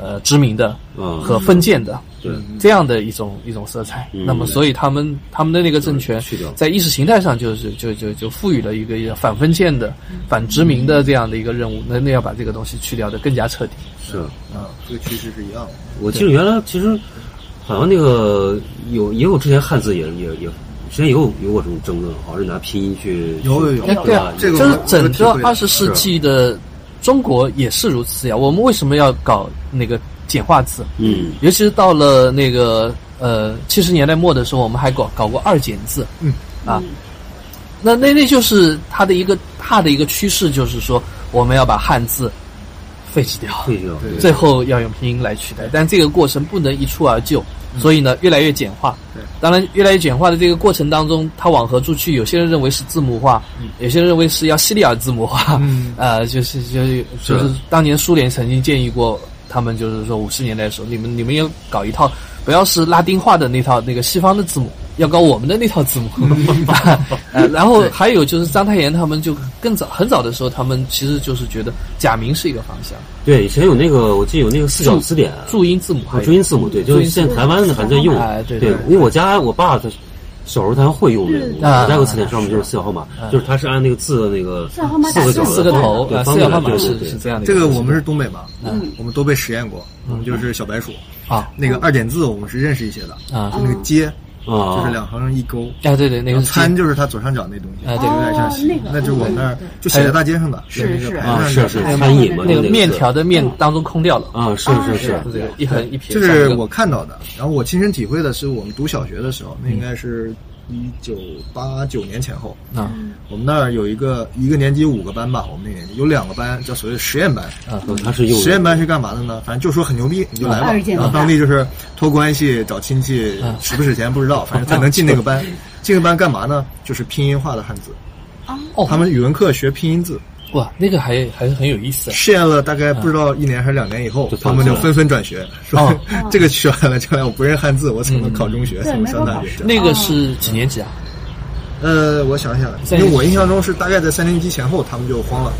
Speaker 5: 呃殖民的
Speaker 3: 嗯
Speaker 5: 和封建的，
Speaker 3: 对
Speaker 5: 这样的一种一种色彩。
Speaker 3: 嗯
Speaker 5: 那么，所以他们他们的那个政权
Speaker 3: 去掉
Speaker 5: 在意识形态上，就是就就就赋予了一个一个反封建的、反殖民的这样的一个任务，那那要把这个东西去掉的更加彻底。
Speaker 3: 是。
Speaker 4: 啊这个趋势是一样的。
Speaker 3: 我记得原来其实好像那个有也有之前汉字也也也之前也有有过这种争论，好像是拿拼音去
Speaker 4: 有有
Speaker 3: 去
Speaker 4: 有
Speaker 3: 对
Speaker 5: 哎，
Speaker 3: 吧
Speaker 5: 对啊，
Speaker 4: 这个
Speaker 5: 就是
Speaker 4: 我
Speaker 5: 整
Speaker 4: 我
Speaker 5: 个
Speaker 4: 体会了啊
Speaker 5: 二十世纪的中国也是如此呀。我们为什么要搞那个简化字？
Speaker 3: 嗯
Speaker 5: 尤其是到了那个呃七十年代末的时候，我们还搞搞过二简字，
Speaker 4: 嗯
Speaker 5: 啊，那那那就是它的一个大的一个趋势，就是说我们要把汉字废弃掉，
Speaker 3: 退掉，
Speaker 4: 对
Speaker 5: 最后要用拼音来取代，但这个过程不能一蹴而就，所以呢，越来越简化。
Speaker 4: 嗯对
Speaker 5: 当然，越来越简化的这个过程当中，它往何处去？有些人认为是字母化，有些人认为是要西里尔字母化。
Speaker 4: 嗯
Speaker 5: 呃，就是就是就是当年苏联曾经建议过，他们就是说五十年代的时候，你们你们也搞一套，不要是拉丁化的那套那个西方的字母，要搞我们的那套 字母。 呃，然后还有就是章太炎他们就更早很早的时候，他们其实就是觉得假名是一个方向。
Speaker 3: 对，以前有那个我记得有那个四角词典，
Speaker 5: 注音字母还
Speaker 3: 啊
Speaker 5: 有，
Speaker 3: 注音字母，对，就是现在台湾的还在用
Speaker 5: 哎，对
Speaker 3: 对
Speaker 5: 对，
Speaker 3: 因为我家我爸他。小时候他会用那个，
Speaker 5: 啊嗯
Speaker 3: 我家有个词典上面就是四角号码，就是他是按那个字的那个
Speaker 6: 四角号码
Speaker 3: 四
Speaker 6: 打
Speaker 3: 个
Speaker 6: 字
Speaker 3: 角
Speaker 5: 四个头，
Speaker 3: 对
Speaker 5: 呃，
Speaker 3: 方
Speaker 5: 四
Speaker 3: 位
Speaker 5: 角号码
Speaker 3: 对
Speaker 5: 是
Speaker 3: 对
Speaker 5: 是这样的一
Speaker 4: 这
Speaker 5: 东西。
Speaker 4: 个我们是东北嘛，
Speaker 5: 嗯
Speaker 4: 我们都被实验过，我们就是小白鼠。
Speaker 5: 啊
Speaker 4: 那个二点字我们是认识一些的，
Speaker 5: 啊
Speaker 4: 那个街
Speaker 3: 啊，
Speaker 4: 就是两横上一勾，
Speaker 5: 啊，对对，那
Speaker 4: 然
Speaker 5: 个
Speaker 4: 后
Speaker 5: 是
Speaker 4: 餐就是它左上角那东西，
Speaker 5: 啊
Speaker 4: 就
Speaker 5: 对
Speaker 4: 有点像
Speaker 6: 哦那个
Speaker 4: 那就是我们那儿就写在大街上的，
Speaker 6: 是
Speaker 4: 那
Speaker 6: 是
Speaker 4: 个牌
Speaker 3: 啊
Speaker 4: 子
Speaker 3: 是
Speaker 4: 上
Speaker 3: 是
Speaker 4: 的。
Speaker 3: 餐饮嘛，
Speaker 5: 那个
Speaker 3: 个
Speaker 5: 面
Speaker 3: 字
Speaker 5: 条的面当中空掉了，
Speaker 3: 啊，是是是，
Speaker 5: 这个一横一撇
Speaker 4: 嗯这
Speaker 5: 上一个，
Speaker 4: 是我看到的，然后我亲身体会的是，我们读小学的时候，那应该是一九八九年前后，
Speaker 5: 啊
Speaker 4: 我们那儿有一个一个年级五个班吧，我们那个年级有两个班叫所谓实验班，
Speaker 3: 嗯他是用
Speaker 4: 实验班是干嘛的呢？反正就说很牛逼，你就来吧
Speaker 6: 哦二。届
Speaker 4: 然后
Speaker 6: 嘛
Speaker 4: 当地就是托关系找亲戚，
Speaker 5: 嗯
Speaker 4: 使不使钱不知道，反正才能进那个班。
Speaker 6: 哦
Speaker 4: 进个班干嘛呢？就是拼音化的汉字。
Speaker 5: 哦
Speaker 4: 他们语文课学拼音字，
Speaker 5: 哇，那个还还是很有意思啊
Speaker 4: 试验了大概不知道一年还是两年以后
Speaker 3: 就，
Speaker 4: 他
Speaker 3: 放弃了
Speaker 4: 们就纷纷转学，说
Speaker 5: 哦
Speaker 4: 这个学完了将来我不认汉字，我怎么考中学，
Speaker 6: 对
Speaker 4: 怎么上大
Speaker 6: 没法考
Speaker 4: 学
Speaker 6: 试？
Speaker 5: 那个是几年级啊？
Speaker 4: 呃，我想想，
Speaker 5: 三
Speaker 4: 因
Speaker 5: 年级
Speaker 4: 为我印象中是大概在三年级前后，他们就慌了，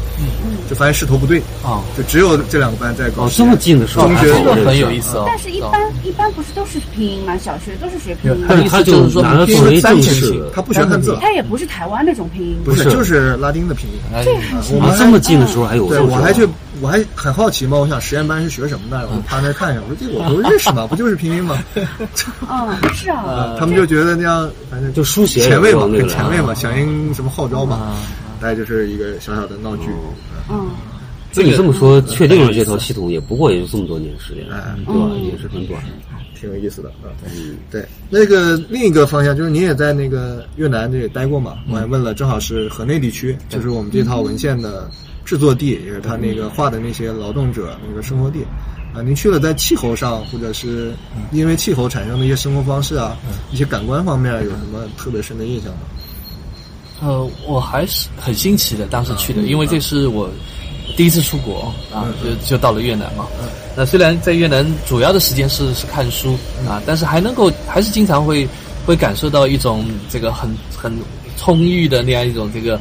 Speaker 4: 就发现势头不对，
Speaker 5: 啊，
Speaker 4: 就只有这两个班在搞
Speaker 3: 哦
Speaker 4: 实
Speaker 3: 这
Speaker 4: 验。
Speaker 3: 么近的时候，
Speaker 4: 中学
Speaker 5: 这个很有意
Speaker 4: 思。
Speaker 5: 思哦。
Speaker 6: 但是一般一般不是都是拼音吗？小学都是学拼音
Speaker 3: 但
Speaker 6: 的，
Speaker 3: 是他就拿它
Speaker 5: 因
Speaker 3: 作为
Speaker 5: 为三
Speaker 3: 正
Speaker 5: 成
Speaker 3: 式
Speaker 5: 型
Speaker 3: 的，啊
Speaker 4: 他不学汉字了，
Speaker 6: 它也不是台湾那种拼音。
Speaker 4: 不是
Speaker 3: 不是
Speaker 4: 就是拉丁的拼音。
Speaker 5: 哎
Speaker 4: 啊我们
Speaker 3: 啊，
Speaker 4: 还
Speaker 3: 这么近的时候还有，
Speaker 4: 对，
Speaker 3: 就是
Speaker 4: 我还去，我还很好奇嘛，我想实验班是学什么的，我就趴那儿看一下，我说这我都认识嘛，不就是拼音吗？
Speaker 6: 嗯，是啊，
Speaker 4: 他们就觉得那样，反正
Speaker 3: 就书写
Speaker 4: 前卫嘛，
Speaker 3: 有那个啊
Speaker 4: 很前卫嘛，响应什么号召嘛
Speaker 5: 啊，
Speaker 4: 大概就是一个小小的闹剧。
Speaker 6: 嗯，
Speaker 3: 这你这么说，确定了这
Speaker 4: 嗯
Speaker 3: 套系统也不过也就这么多年时间，
Speaker 4: 哎
Speaker 3: 对吧？也是很短。
Speaker 4: 挺有意思的啊。对，那个另一个方向就是你也在那个越南这也待过嘛？我还问了，正好是河内地区，就是我们这套文献的制作地，也是他那个画的那些劳动者那个生活地。啊，您去了，在气候上，或者是因为气候产生的一些生活方式啊，一些感官方面有什么特别深的印象吗？
Speaker 5: 呃，我还是很新奇的，当时去的，
Speaker 3: 嗯
Speaker 5: 因为这是我第一次出国啊，就就到了越南嘛。
Speaker 3: 嗯
Speaker 5: 那虽然在越南主要的时间是是看书
Speaker 3: 嗯
Speaker 5: 啊，但是还能够还是经常会会感受到一种这个很很充裕的那样一种这个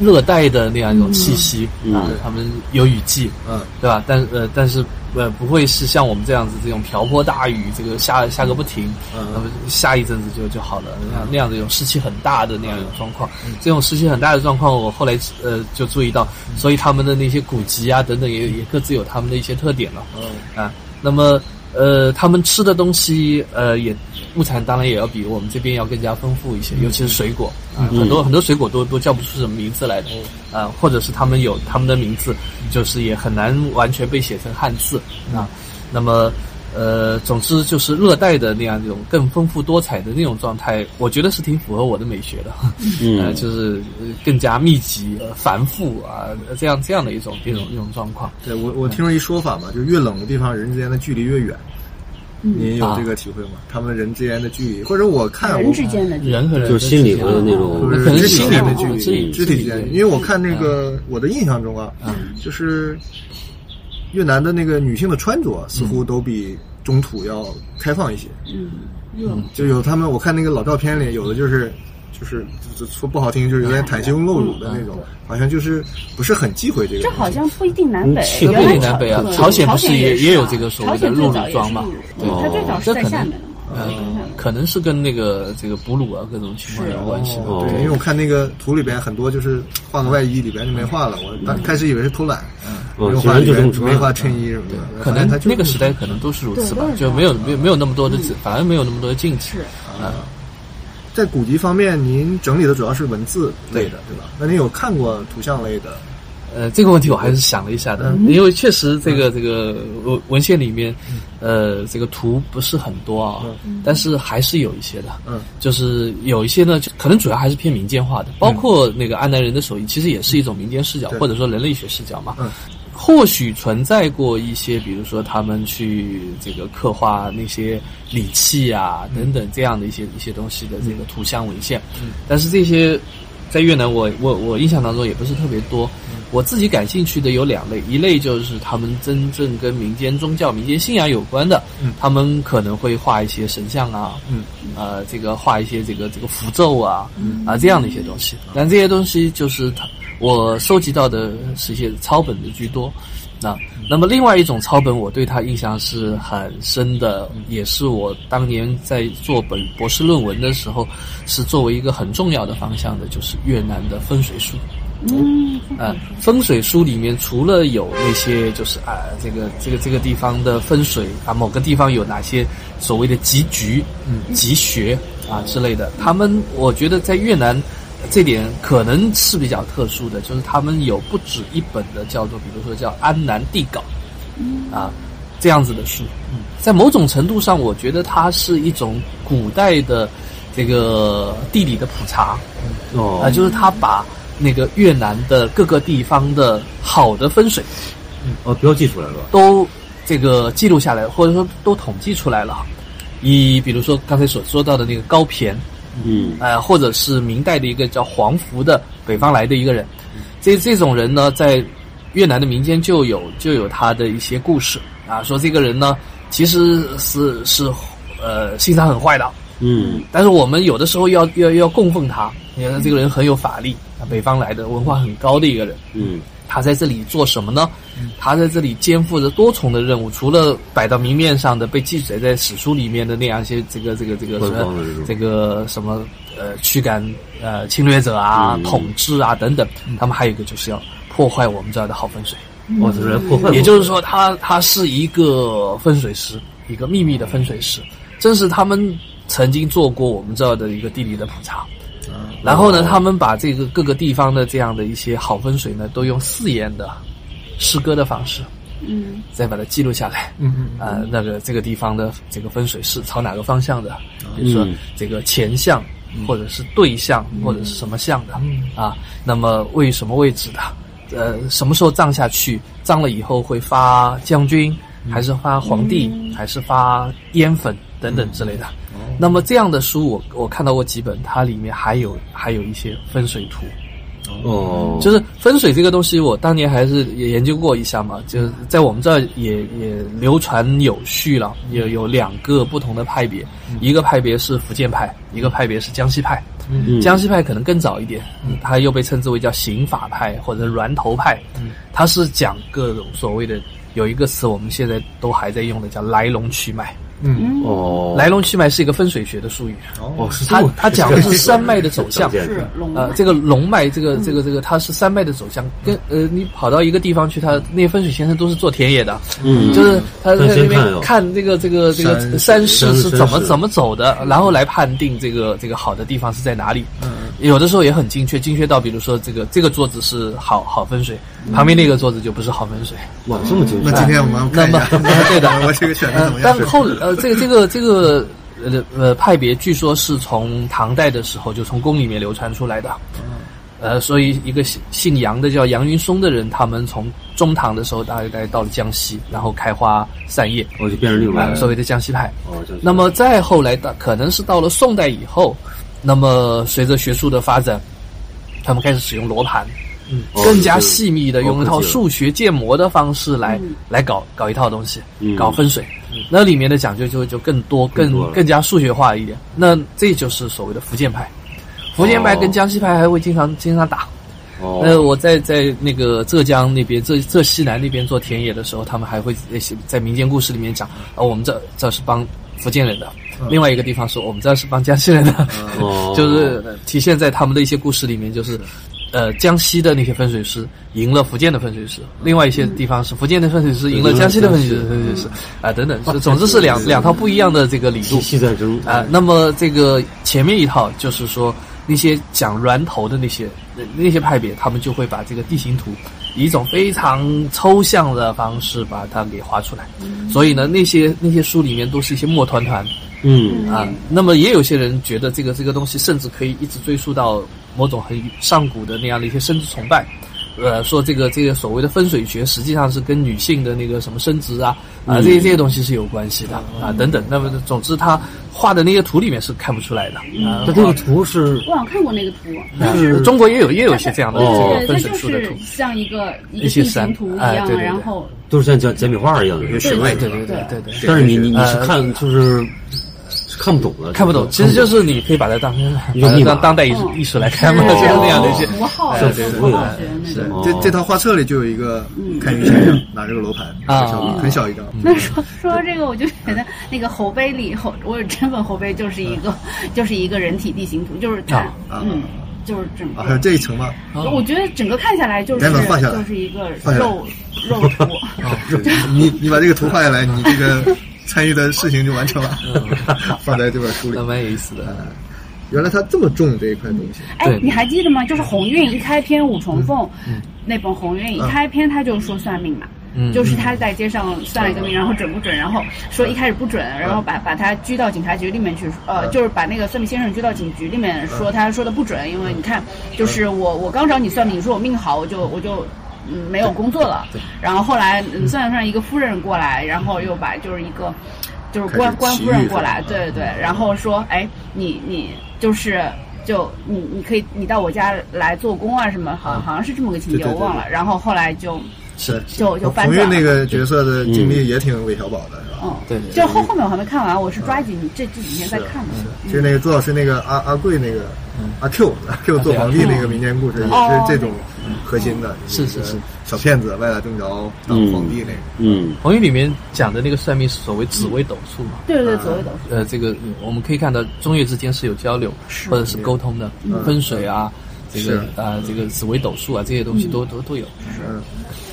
Speaker 5: 热带的那样一种气息、啊
Speaker 3: 嗯。
Speaker 5: 他们有雨季，
Speaker 4: 嗯，
Speaker 5: 对吧？但呃，但是呃，不会是像我们这样子这种瓢泼大雨，这个下下个不停，
Speaker 4: 嗯
Speaker 5: 那么下一阵子就就好了，那样那样的一种湿气很大的那样一
Speaker 4: 嗯
Speaker 5: 种状况。这种湿气很大的状况，我后来呃就注意到，
Speaker 4: 嗯
Speaker 5: 所以他们的那些古籍啊等等也也各自有他们的一些特点了。
Speaker 4: 嗯
Speaker 5: 啊，那么呃，他们吃的东西，呃，也物产当然也要比我们这边要更加丰富一些，尤其是水果啊，很多很多水果都都叫不出什么名字来的啊，或者是他们有他们的名字，就是也很难完全被写成汉字啊。那么，呃，总之就是热带的那样一种更丰富多彩的那种状态，我觉得是挺符合我的美学的。 呃，
Speaker 3: 嗯，
Speaker 5: 就是呃更加密集、呃繁复啊，呃这样这样的一种一种一种状况。
Speaker 4: 对我我听说一说法嘛，就越冷的地方，人之间的距离越远。
Speaker 6: 嗯
Speaker 4: 您有这个体会吗？他们人之间的距离，或者我看我
Speaker 6: 啊人之间的距离
Speaker 5: 人和人
Speaker 3: 就
Speaker 5: 之
Speaker 3: 是心理
Speaker 5: 间
Speaker 3: 和那
Speaker 4: 不
Speaker 3: 种
Speaker 4: 是
Speaker 5: 可能
Speaker 4: 肢体
Speaker 5: 是
Speaker 4: 之
Speaker 5: 心
Speaker 4: 间
Speaker 5: 理
Speaker 4: 的
Speaker 5: 啊
Speaker 4: 距离，
Speaker 5: 心理
Speaker 4: 肢
Speaker 5: 心啊
Speaker 4: 体
Speaker 5: 理
Speaker 4: 之间
Speaker 5: 对，
Speaker 4: 因为我看那个我的印象中啊，就是越南的那个女性的穿着似
Speaker 5: 嗯
Speaker 4: 乎都比中土要开放一些，
Speaker 6: 热
Speaker 4: 就有他们我看那个老照片里有的就是。就是就就说不好听，就是有
Speaker 5: 啊
Speaker 4: 点袒胸露乳的那种，好像就是不是很忌讳这个东西。
Speaker 6: 这好像不一定南北，
Speaker 3: 嗯
Speaker 5: 这不
Speaker 6: 原
Speaker 5: 一
Speaker 6: 来
Speaker 5: 定南北啊
Speaker 6: 朝
Speaker 5: 朝鲜不是
Speaker 6: 朝
Speaker 5: 也
Speaker 6: 也
Speaker 5: 也有
Speaker 6: 啊
Speaker 5: 这个所谓
Speaker 6: 朝
Speaker 5: 的
Speaker 6: 鲜
Speaker 5: 露
Speaker 6: 最
Speaker 5: 乳
Speaker 6: 早也
Speaker 5: 装
Speaker 6: 是
Speaker 5: 嘛
Speaker 6: 露乳
Speaker 5: 对
Speaker 6: 它最早
Speaker 5: 这
Speaker 6: 是
Speaker 5: 可
Speaker 6: 在
Speaker 5: 能
Speaker 6: 下面的嘛。
Speaker 4: 啊
Speaker 5: 可能是跟那个这个哺乳啊各种情况有关系吧。
Speaker 4: 对，因为我看那个图里边很多就是画个外衣，里边就没画了。我当开始以为是偷懒，
Speaker 3: 嗯
Speaker 5: 哦
Speaker 4: 没有
Speaker 3: 其
Speaker 4: 画
Speaker 3: 实
Speaker 4: 里
Speaker 3: 就这么
Speaker 4: 边
Speaker 3: 穿
Speaker 4: 没画衬衣什么的。
Speaker 5: 嗯可
Speaker 4: 发现
Speaker 5: 能
Speaker 4: 他就
Speaker 5: 那个时代可能都是如此吧
Speaker 6: 对都，是这
Speaker 5: 就
Speaker 6: 样嗯
Speaker 5: 没有没有没有那么多的禁，反而没有那么多的禁忌。
Speaker 4: 在古籍方面，您整理的主要是文字类的，对吧？那您有看过图像类的？
Speaker 5: 呃，这个问题我还是想了一下
Speaker 4: 嗯
Speaker 5: 的，因为确实这个这个文文献里面，
Speaker 4: 嗯
Speaker 5: 呃，这个图不是很多啊，但是还是有一些的，
Speaker 4: 嗯，
Speaker 5: 就是有一些呢，就可能主要还是偏民间化的，包括那个安南人的手艺，其实也是一种民间视角
Speaker 4: 对
Speaker 5: 或者说人类学视角嘛，
Speaker 4: 嗯
Speaker 5: 或许存在过一些，比如说他们去这个刻画那些礼器啊等等这样的一些一些东西的这个图像文献，
Speaker 4: 嗯
Speaker 5: 但是这些在越南我我我印象当中也不是特别多。我自己感兴趣的有两类，一类就是他们真正跟民间宗教、民间信仰有关的，
Speaker 4: 嗯
Speaker 5: 他们可能会画一些神像啊，
Speaker 4: 嗯，
Speaker 5: 呃，这个画一些这个这个符咒啊，啊这样的一些东西。但这些东西就是它我收集到的是一些抄本的居多。那那么另外一种抄本，我对它印象是很深的，也是我当年在做本博士论文的时候，是作为一个很重要的方向的，就是越南的风水术。
Speaker 6: 嗯，
Speaker 5: 呃，风水书里面除了有那些就是啊、这个这个这个地方的风水啊，某个地方有哪些所谓的吉局、嗯、吉学啊之类的，他们我觉得在越南呃这点可能是比较特殊的，就是他们有不止一本的叫做，比如说叫《安南地稿》啊这样子的书，嗯在某种程度上，我觉得它是一种古代的这个地理的普查。啊、
Speaker 3: 哦，
Speaker 5: 就是他把那个越南的各个地方的好的风水
Speaker 3: 哦，标记出来了，
Speaker 5: 都这个记录下来，或者说都统计出来了。以比如说刚才所说到的那个高骈，
Speaker 3: 嗯，
Speaker 5: 呃，或者是明代的一个叫黄福的北方来的一个人，这这种人呢，在越南的民间就有就有他的一些故事啊，说这个人呢其实是是呃心肠很坏的，
Speaker 3: 嗯，
Speaker 5: 但是我们有的时候要要要供奉他，你看这个人很有法力，啊北方来的文化很高的一个人，
Speaker 3: 嗯，
Speaker 5: 他在这里做什么呢？他在这里肩负着多重的任务，除了摆到明面上的被记载在史书里面的那样一些这个这个这个
Speaker 3: 官
Speaker 5: 什
Speaker 3: 方
Speaker 5: 么
Speaker 3: 的这种
Speaker 5: 这个什么呃驱赶呃侵略者啊、
Speaker 3: 嗯
Speaker 5: 统治啊等等，他们还有一个就是要破坏我们这儿的好风水。
Speaker 3: 哦，这是来破坏我，
Speaker 5: 也就是说他，他是一个风水师，一个秘密的风水师，正是他们曾经做过我们这儿的一个地理的普查。然后呢，他们把这个各个地方的这样的一些好风水呢，都用四言的诗歌的方式，
Speaker 6: 嗯，
Speaker 5: 再把它记录下来。
Speaker 4: 嗯嗯
Speaker 5: 啊、那个这个地方的这个风水是朝哪个方向的？比如说
Speaker 3: 嗯
Speaker 5: 这个前向，
Speaker 4: 嗯
Speaker 5: 或者是对向，或者是什么向的啊？那么位于什么位置的？呃，什么时候葬下去？葬了以后会发将军，
Speaker 4: 嗯
Speaker 5: 还是发皇帝，还是发烟粉等
Speaker 4: 嗯
Speaker 5: 等之类的？
Speaker 4: 哦
Speaker 5: 那么这样的书我，我看到过几本，它里面还有还有一些风水图，
Speaker 3: 哦，
Speaker 5: 就是风水这个东西，我当年还是也研究过一下嘛，就是在我们这儿也也流传有序了，有有两个不同的派别，一个派别是福建派，一个派别是江西派。
Speaker 3: 嗯
Speaker 5: 江西派可能更早一点，它又被称之为叫刑法派或者峦头派，它是讲各种所谓的有一个词，我们现在都还在用的叫来龙去脉。
Speaker 4: 嗯，
Speaker 3: 哦，
Speaker 5: 来龙去脉是一个分水学的术语，
Speaker 3: 哦，是这
Speaker 5: 它
Speaker 3: 么
Speaker 5: 它讲的是山脉的走向，
Speaker 3: 这样子
Speaker 6: 龙
Speaker 5: 呃，这个龙脉，这
Speaker 3: 嗯
Speaker 5: 个这个这个，它是山脉的走向，跟呃，你跑到一个地方去，它那些分水先生都是做田野的，
Speaker 3: 嗯，
Speaker 5: 就是他在那
Speaker 3: 那先看哦
Speaker 5: 边看这个这个这个
Speaker 4: 山
Speaker 5: 山势是
Speaker 3: 山
Speaker 5: 怎么
Speaker 3: 山势
Speaker 5: 怎么走的，然后来判定这个这个好的地方是在哪里。
Speaker 4: 嗯
Speaker 5: 有的时候也很精确，精确到比如说这个这个桌子是好好分水，旁边那个桌子就不是好分水。
Speaker 3: 哇，这么精
Speaker 4: 那今
Speaker 3: 彩，
Speaker 4: 天我们
Speaker 5: 那
Speaker 4: 看一
Speaker 5: 么
Speaker 4: 下，
Speaker 5: 对的，
Speaker 4: 我这个选的
Speaker 5: 呃
Speaker 4: 怎么样
Speaker 5: 但？后呃，这个这个这个呃呃派别，据说是从唐代的时候就从宫里面流传出来的。呃，所以一个姓姓杨的叫杨云松的人，他们从中唐的时候大概到了江西，然后开花散叶，
Speaker 3: 哦我就变成另外
Speaker 5: 啊，
Speaker 3: 了
Speaker 5: 所谓的江西派。
Speaker 3: 哦，这样子
Speaker 5: 那么再后来的，可能是到了宋代以后，那么随着学术的发展，他们开始使用罗盘，
Speaker 3: 哦
Speaker 5: 更加细密的
Speaker 3: 哦
Speaker 5: 用一套
Speaker 3: 科技了
Speaker 5: 数学建模的方式来、来搞搞一套东西，
Speaker 3: 嗯
Speaker 5: 搞分水。那里面的讲究就就更多，
Speaker 3: 更
Speaker 5: 更
Speaker 3: 多了
Speaker 5: 更加数学化一点。那这就是所谓的福建派，福建派
Speaker 3: 哦
Speaker 5: 跟江西派还会经常经常打。
Speaker 3: 哦，
Speaker 5: 呃，我在在那个浙江那边，浙浙西南那边做田野的时候，他们还会在写在民间故事里面讲，啊、我们这这是帮福建人的，另外一个地方说我们这是帮江西人的，
Speaker 3: 哦
Speaker 5: 就是体现在他们的一些故事里面，就是。呃，江西的那些分水师赢了福建的分水师，另外一些地方是福建的分水师赢了江西的分水师，分水师啊等 等，就总之是两两套不一样的这个理
Speaker 3: 体
Speaker 5: 路。
Speaker 3: 系战争
Speaker 5: 啊、那么这个前面一套就是说那些讲峦头的那些那那些派别，他们就会把这个地形图以一种非常抽象的方式把它给画出来。所以呢，那些那些书里面都是一些墨团团
Speaker 3: 嗯
Speaker 5: 啊、那么也有些人觉得这个这个东西甚至可以一直追溯到某种很上古的那样的一些生殖崇拜。呃，说这个这个所谓的分水学，实际上是跟女性的那个什么生殖啊啊、这些这些东西是有关系的啊等等。那么总之，他画的那些图里面是看不出来的啊
Speaker 3: 它。这个图是
Speaker 6: 我好像看过那个图，
Speaker 5: 但是中国也有也有一 些这样的
Speaker 3: 哦
Speaker 5: 这个
Speaker 6: 它
Speaker 5: 分
Speaker 6: 就
Speaker 5: 水术的
Speaker 6: 是
Speaker 5: 图，
Speaker 6: 像一 个一
Speaker 5: 一
Speaker 6: 个
Speaker 5: 些
Speaker 6: 地
Speaker 5: 山
Speaker 6: 形图一
Speaker 5: 哎
Speaker 6: 样
Speaker 5: 对对
Speaker 6: 的，
Speaker 5: 对
Speaker 6: 然后
Speaker 3: 都是像简简笔画一样的，
Speaker 4: 水位
Speaker 5: 对对对对对。
Speaker 3: 但是你你你是
Speaker 5: 呃
Speaker 3: 看就是是看不懂的，
Speaker 5: 看不懂，其实就是你可以把它当成把它当当代艺术
Speaker 6: 嗯
Speaker 5: 艺术来看嘛，就是那样的一些
Speaker 6: 符号
Speaker 5: 哎
Speaker 6: 符号
Speaker 5: 对
Speaker 6: 学
Speaker 5: 对
Speaker 3: 对
Speaker 6: 那种。
Speaker 3: 哦
Speaker 4: 这这套画册里就有一个看云先生拿着个罗盘，
Speaker 5: 啊
Speaker 4: 很小很小一张，
Speaker 6: 那说说到这个，我就觉得那个侯碑里侯，我有真本侯碑就是一个就是一个人体地形图，就是
Speaker 5: 嗯
Speaker 6: 它
Speaker 5: 啊，
Speaker 4: 啊
Speaker 6: 嗯，就是整
Speaker 4: 啊，还有
Speaker 6: 个。
Speaker 4: 这一层吗？
Speaker 6: 我觉得整个看下来就是
Speaker 4: 来把它画下来
Speaker 6: 就是一个
Speaker 4: 画下来
Speaker 6: 肉肉 图，
Speaker 4: 你你把这个图画下来，你这个参与的事情就完成 了，放在这本书里嗯
Speaker 5: 那。蛮有意思的。
Speaker 4: 原来他这么重这一块东西，
Speaker 6: 哎
Speaker 5: 对，
Speaker 6: 你还记得吗？就是鸿运一开篇五重凤，那本鸿运一
Speaker 4: 嗯
Speaker 6: 开篇他就说算命嘛，
Speaker 5: 嗯
Speaker 6: 就是他在街上算了一个
Speaker 4: 嗯
Speaker 6: 命，然后准不准，然后说一开始不准，然后把把他拘到警察局里面去，呃，
Speaker 4: 嗯
Speaker 6: 就是把那个算命先生拘到警局里面说他说的不准，
Speaker 4: 嗯
Speaker 6: 因为你看，就是我我刚找你算命，你说我命好，我就我就。嗯，没有工作了。然后后来嗯算了算，一个夫人过来，然后又把就是一个就是
Speaker 4: 开
Speaker 6: 官
Speaker 4: 始
Speaker 6: 官
Speaker 4: 起
Speaker 6: 夫人
Speaker 4: 义
Speaker 6: 过
Speaker 4: 是吧嗯
Speaker 6: 来，对对，然后说，哎，你你就是就你你可以你到我家来做工啊什么，好
Speaker 5: 嗯
Speaker 6: 好像是这么个情
Speaker 4: 对
Speaker 6: 节，
Speaker 4: 对
Speaker 6: 我忘了。然后后来就是就就翻
Speaker 4: 冯玉
Speaker 6: 转了
Speaker 4: 那，个角色
Speaker 5: 嗯
Speaker 4: 的经历也挺韦小宝的，是吧？
Speaker 6: 嗯，
Speaker 5: 对对嗯
Speaker 6: 就后后面我还没看完，我是抓紧这这几天在看的。
Speaker 4: 其实那个
Speaker 6: 嗯
Speaker 4: 朱老师那个阿阿贵那个
Speaker 5: 嗯
Speaker 4: 阿 Q 阿 Q 做皇帝那个民间故事也
Speaker 6: 哦
Speaker 4: 是这种核心的，
Speaker 5: 哦是是是，
Speaker 4: 小骗子歪打正着当皇帝那个，
Speaker 3: 嗯
Speaker 5: 《红玉》里面讲的那个算命是所谓紫微斗数嘛，
Speaker 6: 对对，左右都是。
Speaker 5: 呃，这个我们可以看到中越之间是有交流或者是沟通的，分水啊，这个
Speaker 4: 是
Speaker 5: 啊，这个紫微斗数啊，这些东西都都都有。
Speaker 4: 嗯，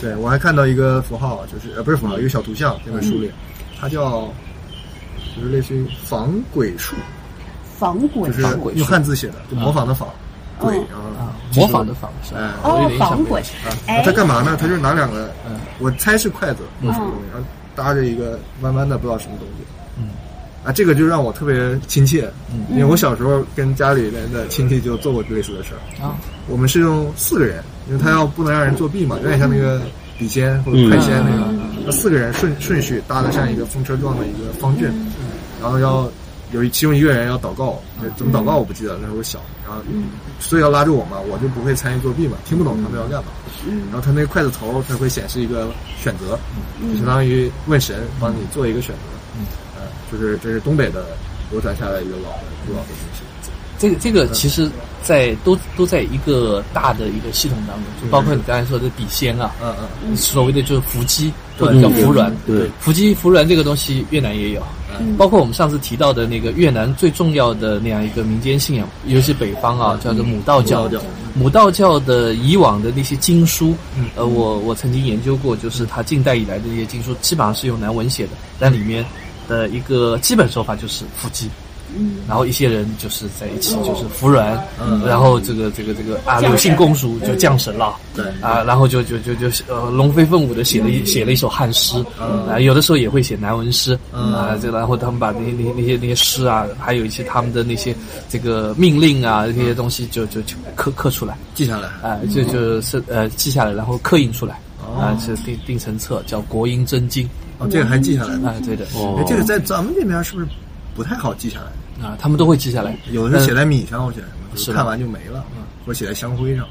Speaker 4: 对我还看到一个符号，就是呃不是符号，一个小图像，那本书
Speaker 6: 嗯
Speaker 4: 里，它叫就是类似于仿鬼术，
Speaker 6: 防鬼
Speaker 4: 就是
Speaker 6: 术
Speaker 4: 用汉字写的，就模仿的仿，鬼啊，
Speaker 5: 模仿的仿是吧，
Speaker 4: 哎。啊
Speaker 5: 我有
Speaker 6: 哦
Speaker 5: 点，印象
Speaker 6: 防
Speaker 5: 不
Speaker 6: 鬼
Speaker 5: 太深，
Speaker 6: 哎，嗯
Speaker 4: 他干嘛呢？他就是拿两个
Speaker 5: 嗯，
Speaker 4: 我猜是筷子，什么东西，然后搭着一个弯弯的不知道什么东西。
Speaker 5: 嗯，
Speaker 4: 啊，这个就让我特别亲切，因为我小时候跟家里人的亲戚就做过类似的事儿。
Speaker 5: 啊，
Speaker 4: 我们是用四个人，因为他要不能让人作弊嘛，有点像那个笔尖或者快仙那个，那四个人顺顺序搭的像一个风车状的一个方阵，然后要有一其中一个人要祷告，呃怎么祷告我不记得了，那时候我小，然后所以要拉住我嘛，我就不会参与作弊嘛，听不懂他们要干嘛，然后他那个筷子头它会显示一个选择，就相当于问神帮你做一个选择，呃，就是这是东北的流传下来一个老的古老的东西。
Speaker 5: 这个这个其实嗯在都都在一个大的一个系统当中，就包括你刚才说的笔仙啊，
Speaker 4: 嗯嗯，
Speaker 5: 所谓的就是伏击或者叫伏鸾
Speaker 3: 嗯，对
Speaker 5: 伏击伏鸾这个东西越南也有，包括我们上次提到的那个越南最重要的那样一个民间信仰，尤其北方啊，叫做母道教
Speaker 3: 母道教。
Speaker 5: 母道教的以往的那些经书，呃，我我曾经研究过，就是它近代以来的那些经书，基本上是用南文写的，但里面的一个基本手法就是伏击。嗯，然后一些人就是在一起，就是服软，嗯，然后这个这个这个啊，
Speaker 6: 神
Speaker 5: 柳姓公主就降神了，对，嗯啊，然后就就就就呃龙飞凤舞的写了一写了一首汉诗，啊，有的时候也会写南文诗，
Speaker 4: 嗯
Speaker 5: 啊，这然后他们把那些那些那些那些诗啊，还有一些他们的那些这个命令啊这些东西就就就刻刻出来，
Speaker 4: 记下来。
Speaker 5: 啊，就就是呃记下来，然后刻印出来，啊，是定定成册，叫《国音真经
Speaker 4: 哦，这个还记下来》呢。
Speaker 5: 啊，对的，
Speaker 4: 哎，这个在咱们这边是不是不太好记下来？
Speaker 5: 啊，他们都会记下来，
Speaker 4: 有的是写在米上，或写什么，就是是
Speaker 5: 的嗯
Speaker 4: 看完就没了，嗯或者写在香灰上，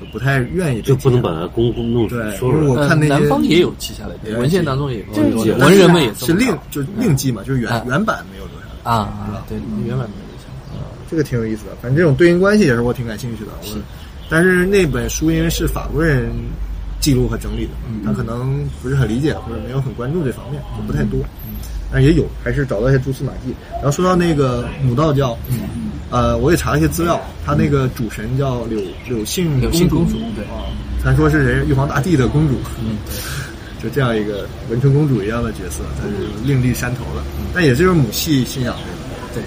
Speaker 4: 就不太愿意被
Speaker 3: 就不能
Speaker 4: 记下
Speaker 3: 把
Speaker 4: 来
Speaker 3: 它公公弄
Speaker 4: 对，
Speaker 3: 说
Speaker 4: 因为
Speaker 3: 出
Speaker 4: 我
Speaker 3: 来。
Speaker 5: 呃
Speaker 4: 看那些
Speaker 5: 南方也有记下来
Speaker 4: 也
Speaker 5: 的，
Speaker 4: 有
Speaker 5: 文献当中也
Speaker 6: 这
Speaker 5: 有，
Speaker 6: 有
Speaker 5: 文人们也这么
Speaker 4: 是另
Speaker 5: 干
Speaker 4: 就是另记嘛，就是原
Speaker 5: 嗯
Speaker 4: 原版没有多少。
Speaker 5: 啊啊，对，原版没有记下来
Speaker 4: 这个挺有意思的。反正这种对应关系也是我挺感兴趣的。我，但是那本书因为是法国人记录和整理的，
Speaker 5: 嗯
Speaker 4: 他可能不是很理解或者没有很关注这方面，就不太多。
Speaker 5: 嗯
Speaker 4: 但也有，还是找到一些蛛丝马迹。然后说到那个母道教，
Speaker 5: 嗯
Speaker 4: 呃，我也查了一些资料，他那个主神叫柳柳姓
Speaker 5: 柳姓公主对
Speaker 4: 啊，传说是人玉皇大帝的公主，嗯，就这样一个文成公主一样的角色，她是另立山头的，
Speaker 5: 嗯
Speaker 4: 但也就是母系信仰这个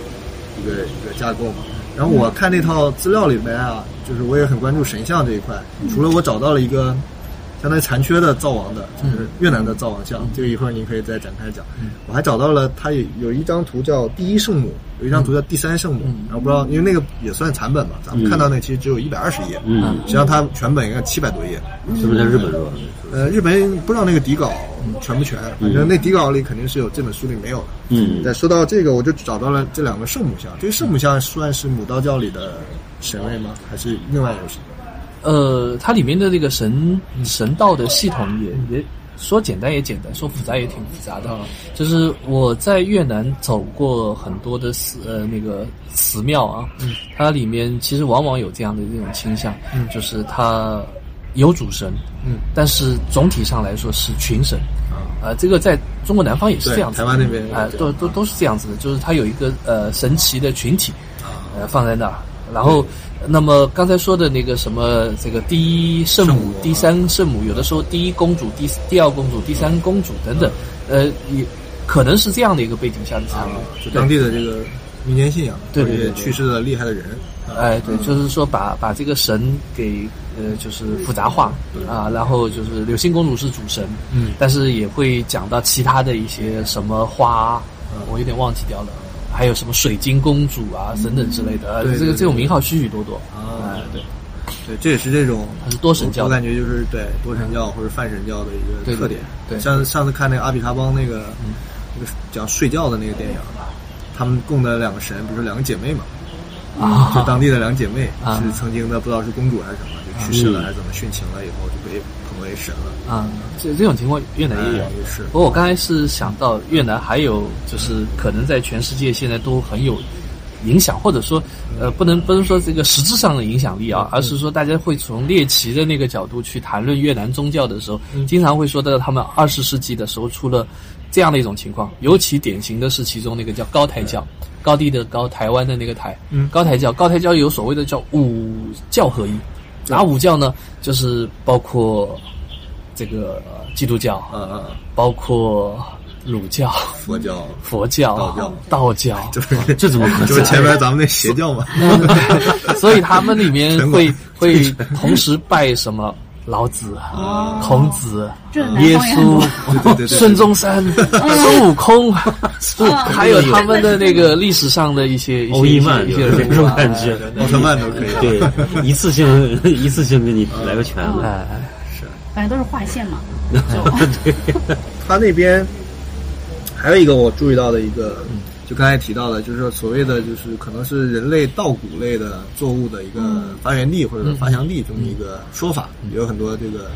Speaker 4: 一个一个架构嘛。然后我看那套资料里面啊，就是我也很关注神像这一块，除了我找到了一个相当于残缺的灶王的，就是越南的灶王像，这个一会儿您可以再展开讲。我还找到了它有有一张图叫第一圣母，有一张图叫第三圣母，然后不知道因为那个也算残本嘛，咱们看到那其实只有一百二十页，
Speaker 3: 嗯
Speaker 4: 实际上它全本应该七百多页。
Speaker 5: 嗯
Speaker 3: 是不是在日本是吧？
Speaker 4: 呃，日本不知道那个底稿全不全，反正那底稿里肯定是有这本书里没有的。
Speaker 3: 嗯
Speaker 4: 对，说到这个，我就找到了这两个圣母像。这个圣母像算是母道教里的神位吗？还是另外有神？
Speaker 5: 呃，它里面的这个神神道的系统也也说简单也简单，说复杂也挺复杂的。啊就是我在越南走过很多的寺呃那个寺庙啊，它里面其实往往有这样的这种倾向，就是它有主神，
Speaker 4: 嗯，
Speaker 5: 但是总体上来说是群神。
Speaker 4: 啊，
Speaker 5: 啊，这个在中国南方也是
Speaker 4: 对
Speaker 5: 这样子的，
Speaker 4: 台湾那边也是
Speaker 5: 啊，
Speaker 4: 这样
Speaker 5: 都都都是这样子的，就是它有一个呃神奇的群体，
Speaker 4: 啊
Speaker 5: 呃放在那儿，然后那么刚才说的那个什么这个第一圣
Speaker 4: 圣
Speaker 5: 母
Speaker 4: 母、啊
Speaker 5: 第三圣母，有的时候第一公主、第第二公主、第三公主等等，
Speaker 4: 嗯
Speaker 5: 呃，也可能是这样的一个背景下的产物，
Speaker 4: 就
Speaker 5: 对
Speaker 4: 当地的这个民间信仰，
Speaker 5: 对对
Speaker 4: 或者
Speaker 5: 对对
Speaker 4: 去世的厉害的人。啊
Speaker 5: 哎，对，就是说把把这个神给呃，就是复杂化啊，然后就是柳星公主是主神，
Speaker 4: 嗯，
Speaker 5: 但是也会讲到其他的一些什么花，呃我有点忘记掉了，还有什么水晶公主啊等等之类的，呃
Speaker 4: 对对
Speaker 5: 这个
Speaker 4: 对
Speaker 5: 这种名号许许多多，
Speaker 4: 啊
Speaker 5: 哎，对，
Speaker 4: 对，这也是这种
Speaker 5: 它是多神教
Speaker 4: 我
Speaker 5: 的
Speaker 4: 感觉就是对多神教或者泛神教的一个
Speaker 5: 对对
Speaker 4: 特点。
Speaker 5: 对对嗯
Speaker 4: 像上次看那个阿比卡邦那个那个讲睡觉的那个电影，他们供的两个神不是两个姐妹嘛？
Speaker 5: 啊
Speaker 4: 就当地的两姐妹
Speaker 5: 啊
Speaker 4: 是曾经的不知道是公主还是什么，就去世了还是怎么殉情了以后就被捧为神了。
Speaker 5: 啊，这这种情况越南也有
Speaker 4: 哎。是
Speaker 5: 不过我刚才是想到越南还有就是可能在全世界现在都很有影响，或者说呃不能不能说这个实质上的影响力啊，而是说大家会从猎奇的那个角度去谈论越南宗教的时候，经常会说到他们二十世纪的时候出了这样的一种情况，尤其典型的是其中那个叫高台教。高地的高，台湾的那个台，
Speaker 4: 嗯
Speaker 5: 高台教，高台教有所谓的叫五教合一，哪五教呢？就是包括这个呃基督教，
Speaker 4: 啊啊，啊
Speaker 5: 包括儒 教、
Speaker 4: 佛教
Speaker 5: 佛教、
Speaker 4: 道教
Speaker 5: 道 教
Speaker 4: 就是
Speaker 3: 这怎么可能
Speaker 4: 就是前面咱们那邪教嘛？
Speaker 5: 所以他们里面
Speaker 4: 全国
Speaker 5: 会会同时拜什么老子、
Speaker 4: 哦
Speaker 5: 孔子、
Speaker 6: 这南方
Speaker 5: 耶
Speaker 6: 也很多
Speaker 4: 对对对对哦
Speaker 5: 稣、孙中山、孙悟 空，还有他们的那个历史上的 一些一些
Speaker 3: 欧
Speaker 5: 一
Speaker 3: 伊
Speaker 5: 些
Speaker 3: 曼
Speaker 5: 一
Speaker 3: 就
Speaker 5: 些
Speaker 3: 是这
Speaker 5: 人物
Speaker 3: 种
Speaker 5: 啊。
Speaker 3: 感觉，
Speaker 4: 奥特曼都可以。
Speaker 3: 对，一次性一次性给你来个全了，
Speaker 5: 哎，
Speaker 6: 反正都是划线 嘛。
Speaker 4: 他那边还有一个我注意到的一个，
Speaker 5: 嗯
Speaker 4: 就刚才提到的，就是说所谓的就是可能是人类稻谷类的作物的一个
Speaker 5: 嗯
Speaker 4: 发源地或者发祥地这么一个说法，也有很多这个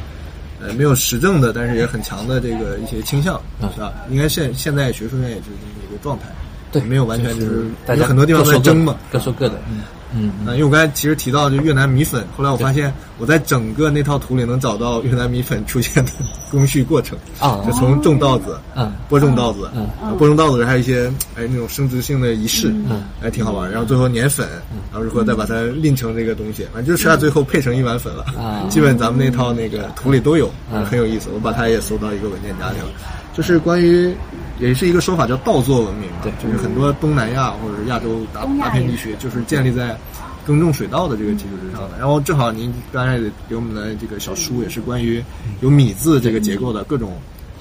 Speaker 4: 呃没有实证的，但是也很强的这个一些倾向，
Speaker 5: 嗯
Speaker 4: 是吧？应该现现在学术院也是这么一个状态，
Speaker 5: 对
Speaker 4: 没有完全
Speaker 5: 就
Speaker 4: 就是
Speaker 5: 大
Speaker 4: 有
Speaker 5: 家
Speaker 4: 很多地方
Speaker 5: 各
Speaker 4: 在
Speaker 5: 说各
Speaker 4: 争嘛，
Speaker 5: 各说各的。嗯
Speaker 8: 嗯
Speaker 4: 嗯，因为我刚才其实提到就越南米粉，后来我发现我在整个那套图里能找到越南米粉出现的 工序过程，
Speaker 5: 啊
Speaker 4: 就从种稻子，
Speaker 5: 嗯，
Speaker 4: 播种稻子，
Speaker 5: 嗯
Speaker 4: 啊播种稻子还有一些哎那种生殖性的仪式，
Speaker 5: 嗯，
Speaker 4: 哎挺好玩。然后最后碾粉，然后如何再把它淋成这个东西，反正就是吃到最后配成一碗粉了。
Speaker 5: 嗯啊
Speaker 4: 基本咱们那套那个图里都有
Speaker 5: 嗯，
Speaker 4: 很有意思。我把它也搜到一个文件夹去了，就是关于也是一个说法叫稻作文明嘛，
Speaker 5: 对
Speaker 4: 就是很多东南亚或者是亚洲大
Speaker 6: 东亚
Speaker 4: 大片
Speaker 6: 也
Speaker 4: 地区，就是建立在耕种水稻的这个基础之上
Speaker 5: 嗯
Speaker 4: 的。然后正好您刚才也给我们的这个小书也是关于
Speaker 5: 嗯
Speaker 4: 有米字这个结构的各种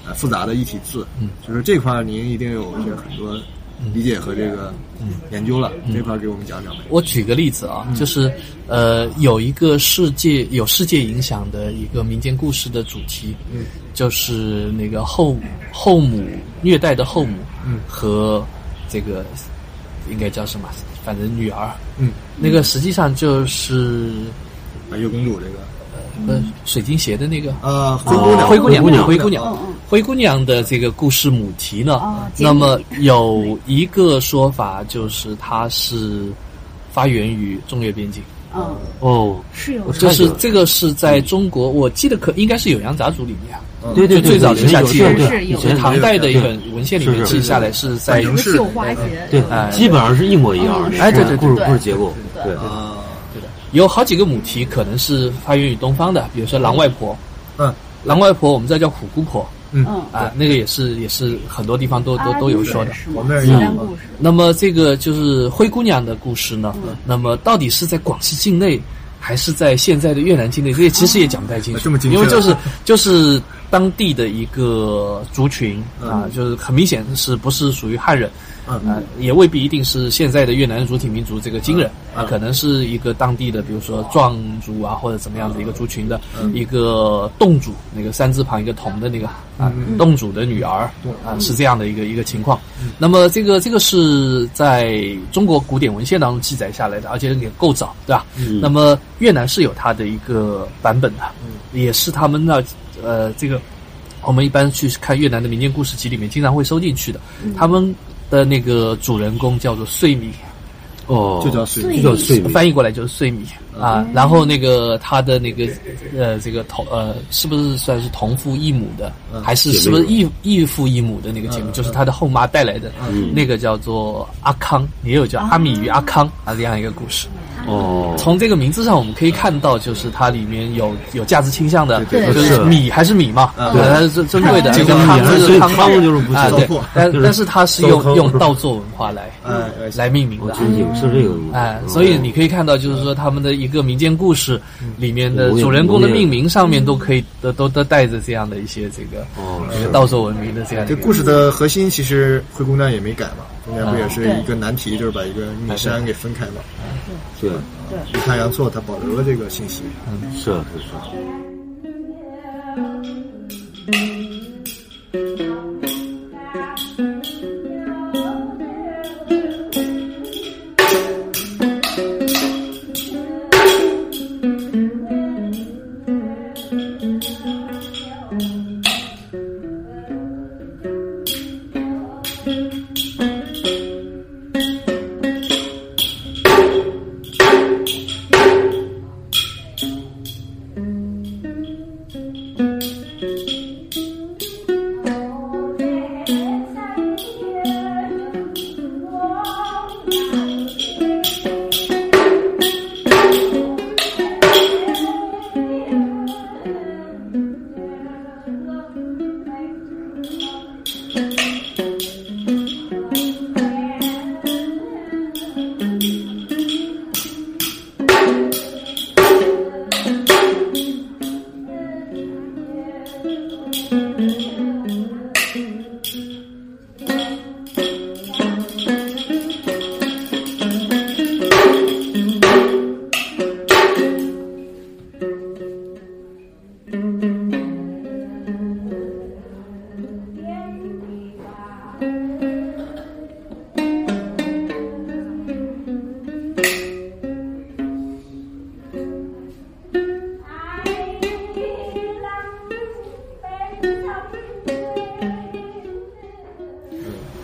Speaker 4: 呃复杂的一体字，嗯，就是这块儿您一定有这个很多理解和这个
Speaker 5: 嗯
Speaker 4: 研究了，这块儿给我们讲讲呗。
Speaker 5: 我举个例子啊，
Speaker 4: 嗯
Speaker 5: 就是呃，有一个世界有世界影响的一个民间故事的主题，
Speaker 4: 嗯，
Speaker 5: 就是那个后后母虐待的后母，
Speaker 4: 嗯
Speaker 5: 和这个应该叫什么，反正女儿，
Speaker 4: 嗯，
Speaker 5: 那个实际上就是
Speaker 4: 白雪啊公主这个
Speaker 5: 呃水晶鞋的那个
Speaker 4: 呃灰
Speaker 5: 哦
Speaker 4: 姑娘，
Speaker 5: 灰姑娘，
Speaker 3: 灰
Speaker 5: 灰
Speaker 4: 姑
Speaker 5: 姑
Speaker 4: 娘
Speaker 5: 娘
Speaker 6: 嗯嗯，
Speaker 5: 灰姑娘的这个故事母题呢
Speaker 6: 哦，
Speaker 5: 那么有一个说法就是它是发源于中越边境。
Speaker 6: 嗯，
Speaker 3: 哦，
Speaker 6: 是有
Speaker 3: 我
Speaker 6: 的。
Speaker 5: 就是
Speaker 3: 看着
Speaker 5: 这个是在中国，我记得可应该是《酉阳杂俎》里面啊，
Speaker 3: 对对
Speaker 5: 就
Speaker 3: 对，
Speaker 5: 最早
Speaker 3: 以前
Speaker 5: 留下
Speaker 3: 有
Speaker 5: 记录
Speaker 3: 对
Speaker 6: 是
Speaker 3: 对
Speaker 6: 有
Speaker 3: 以
Speaker 5: 就
Speaker 3: 前
Speaker 5: 唐代的一
Speaker 3: 对
Speaker 5: 本文献里
Speaker 3: 嗯
Speaker 5: 面
Speaker 3: 是是
Speaker 5: 记下来是
Speaker 4: 反
Speaker 5: 在
Speaker 6: 什
Speaker 4: 正
Speaker 6: 么
Speaker 4: 是
Speaker 6: 绣花节，
Speaker 3: 对
Speaker 5: 哎，
Speaker 3: 基本上是一模一样的，
Speaker 5: 哎对对对嗯
Speaker 3: 故事
Speaker 6: 对
Speaker 3: 故事结构，
Speaker 6: 对
Speaker 3: 对，
Speaker 4: 啊，
Speaker 5: 有好几个母题可能是发源于东方的，比如说狼外婆，
Speaker 4: 嗯
Speaker 5: 狼外婆我们这叫虎姑婆
Speaker 6: 嗯，
Speaker 5: 啊，那个也是也是很多地方
Speaker 4: 啊
Speaker 5: 都都都有说的。
Speaker 4: 我们那儿
Speaker 6: 西
Speaker 4: 有啊
Speaker 6: 安故事，
Speaker 5: 那么这个就是灰姑娘的故事呢，
Speaker 4: 嗯
Speaker 5: 那么到底是在广西境内，还是在现在的越南境内？这个其实也讲不太清
Speaker 4: 啊
Speaker 5: 楚，
Speaker 4: 这么精确
Speaker 5: 因为就是就是当地的一个族群啊，就是很明显是不是属于汉人。
Speaker 4: 嗯
Speaker 5: 啊，也未必一定是现在的越南主体民族这个金人啊，可能是一个当地的，比如说壮族啊，或者怎么样的一个族群的一个侗主，那个三字旁一个同的那个啊，侗主的女儿啊，是这样的一个一个情况。那么这个这个是在中国古典文献当中记载下来的，而且也够早，对吧？
Speaker 3: 嗯
Speaker 5: 那么越南是有它的一个版本的，也是他们那呃这个我们一般去看越南的民间故事集里面经常会收进去的，他们的那个主人公叫做穗米，
Speaker 3: 哦，
Speaker 4: 就叫水
Speaker 3: 就叫睡眠，
Speaker 5: 翻译过来就是穗米啊。然后那个他的那个呃这个同呃是不是算是同父异母的，还是是不是异异父异母的那个节目，就是他的后妈带来的那个叫做阿康，也有叫阿米与阿康啊这样一个故事。
Speaker 3: 哦，
Speaker 5: 从这个名字上我们可以看到，就是它里面有有价值倾向的，
Speaker 4: 对
Speaker 6: 对
Speaker 5: 就是
Speaker 3: 是
Speaker 5: 米还是米嘛，
Speaker 4: 嗯
Speaker 5: 对它是珍珍贵的，
Speaker 3: 这个
Speaker 5: 汤
Speaker 3: 米还
Speaker 5: 就是
Speaker 3: 所以
Speaker 5: 汤
Speaker 3: 汤就是不
Speaker 5: 啊，
Speaker 3: 糟
Speaker 5: 对
Speaker 4: 粕，
Speaker 5: 但
Speaker 3: 就是
Speaker 5: 但是它是
Speaker 3: 糟粕
Speaker 5: 用用稻作文化来
Speaker 4: 哎，
Speaker 5: 来命名
Speaker 3: 我
Speaker 5: 的
Speaker 3: 觉，得影视这个东西，
Speaker 5: 哎，
Speaker 3: 嗯
Speaker 5: 所以你可以看到，就是说他们的一个民间故事里面的
Speaker 3: 农业
Speaker 5: 主人公的
Speaker 3: 农业
Speaker 5: 命名上面都可
Speaker 3: 嗯
Speaker 5: 以都都都带着这样的一些这个
Speaker 3: 哦
Speaker 5: 这个稻作文明的这样的
Speaker 4: 这
Speaker 5: 一个
Speaker 4: 故事的核心其实灰姑娘也没改嘛，
Speaker 5: 啊
Speaker 4: 中间不也是
Speaker 6: 嗯
Speaker 4: 一个难题，就是把一个
Speaker 5: 哎
Speaker 4: 女山给分开嘛。
Speaker 3: 对，
Speaker 4: 阴差阳错，它保留了这个信息。
Speaker 3: 是是是，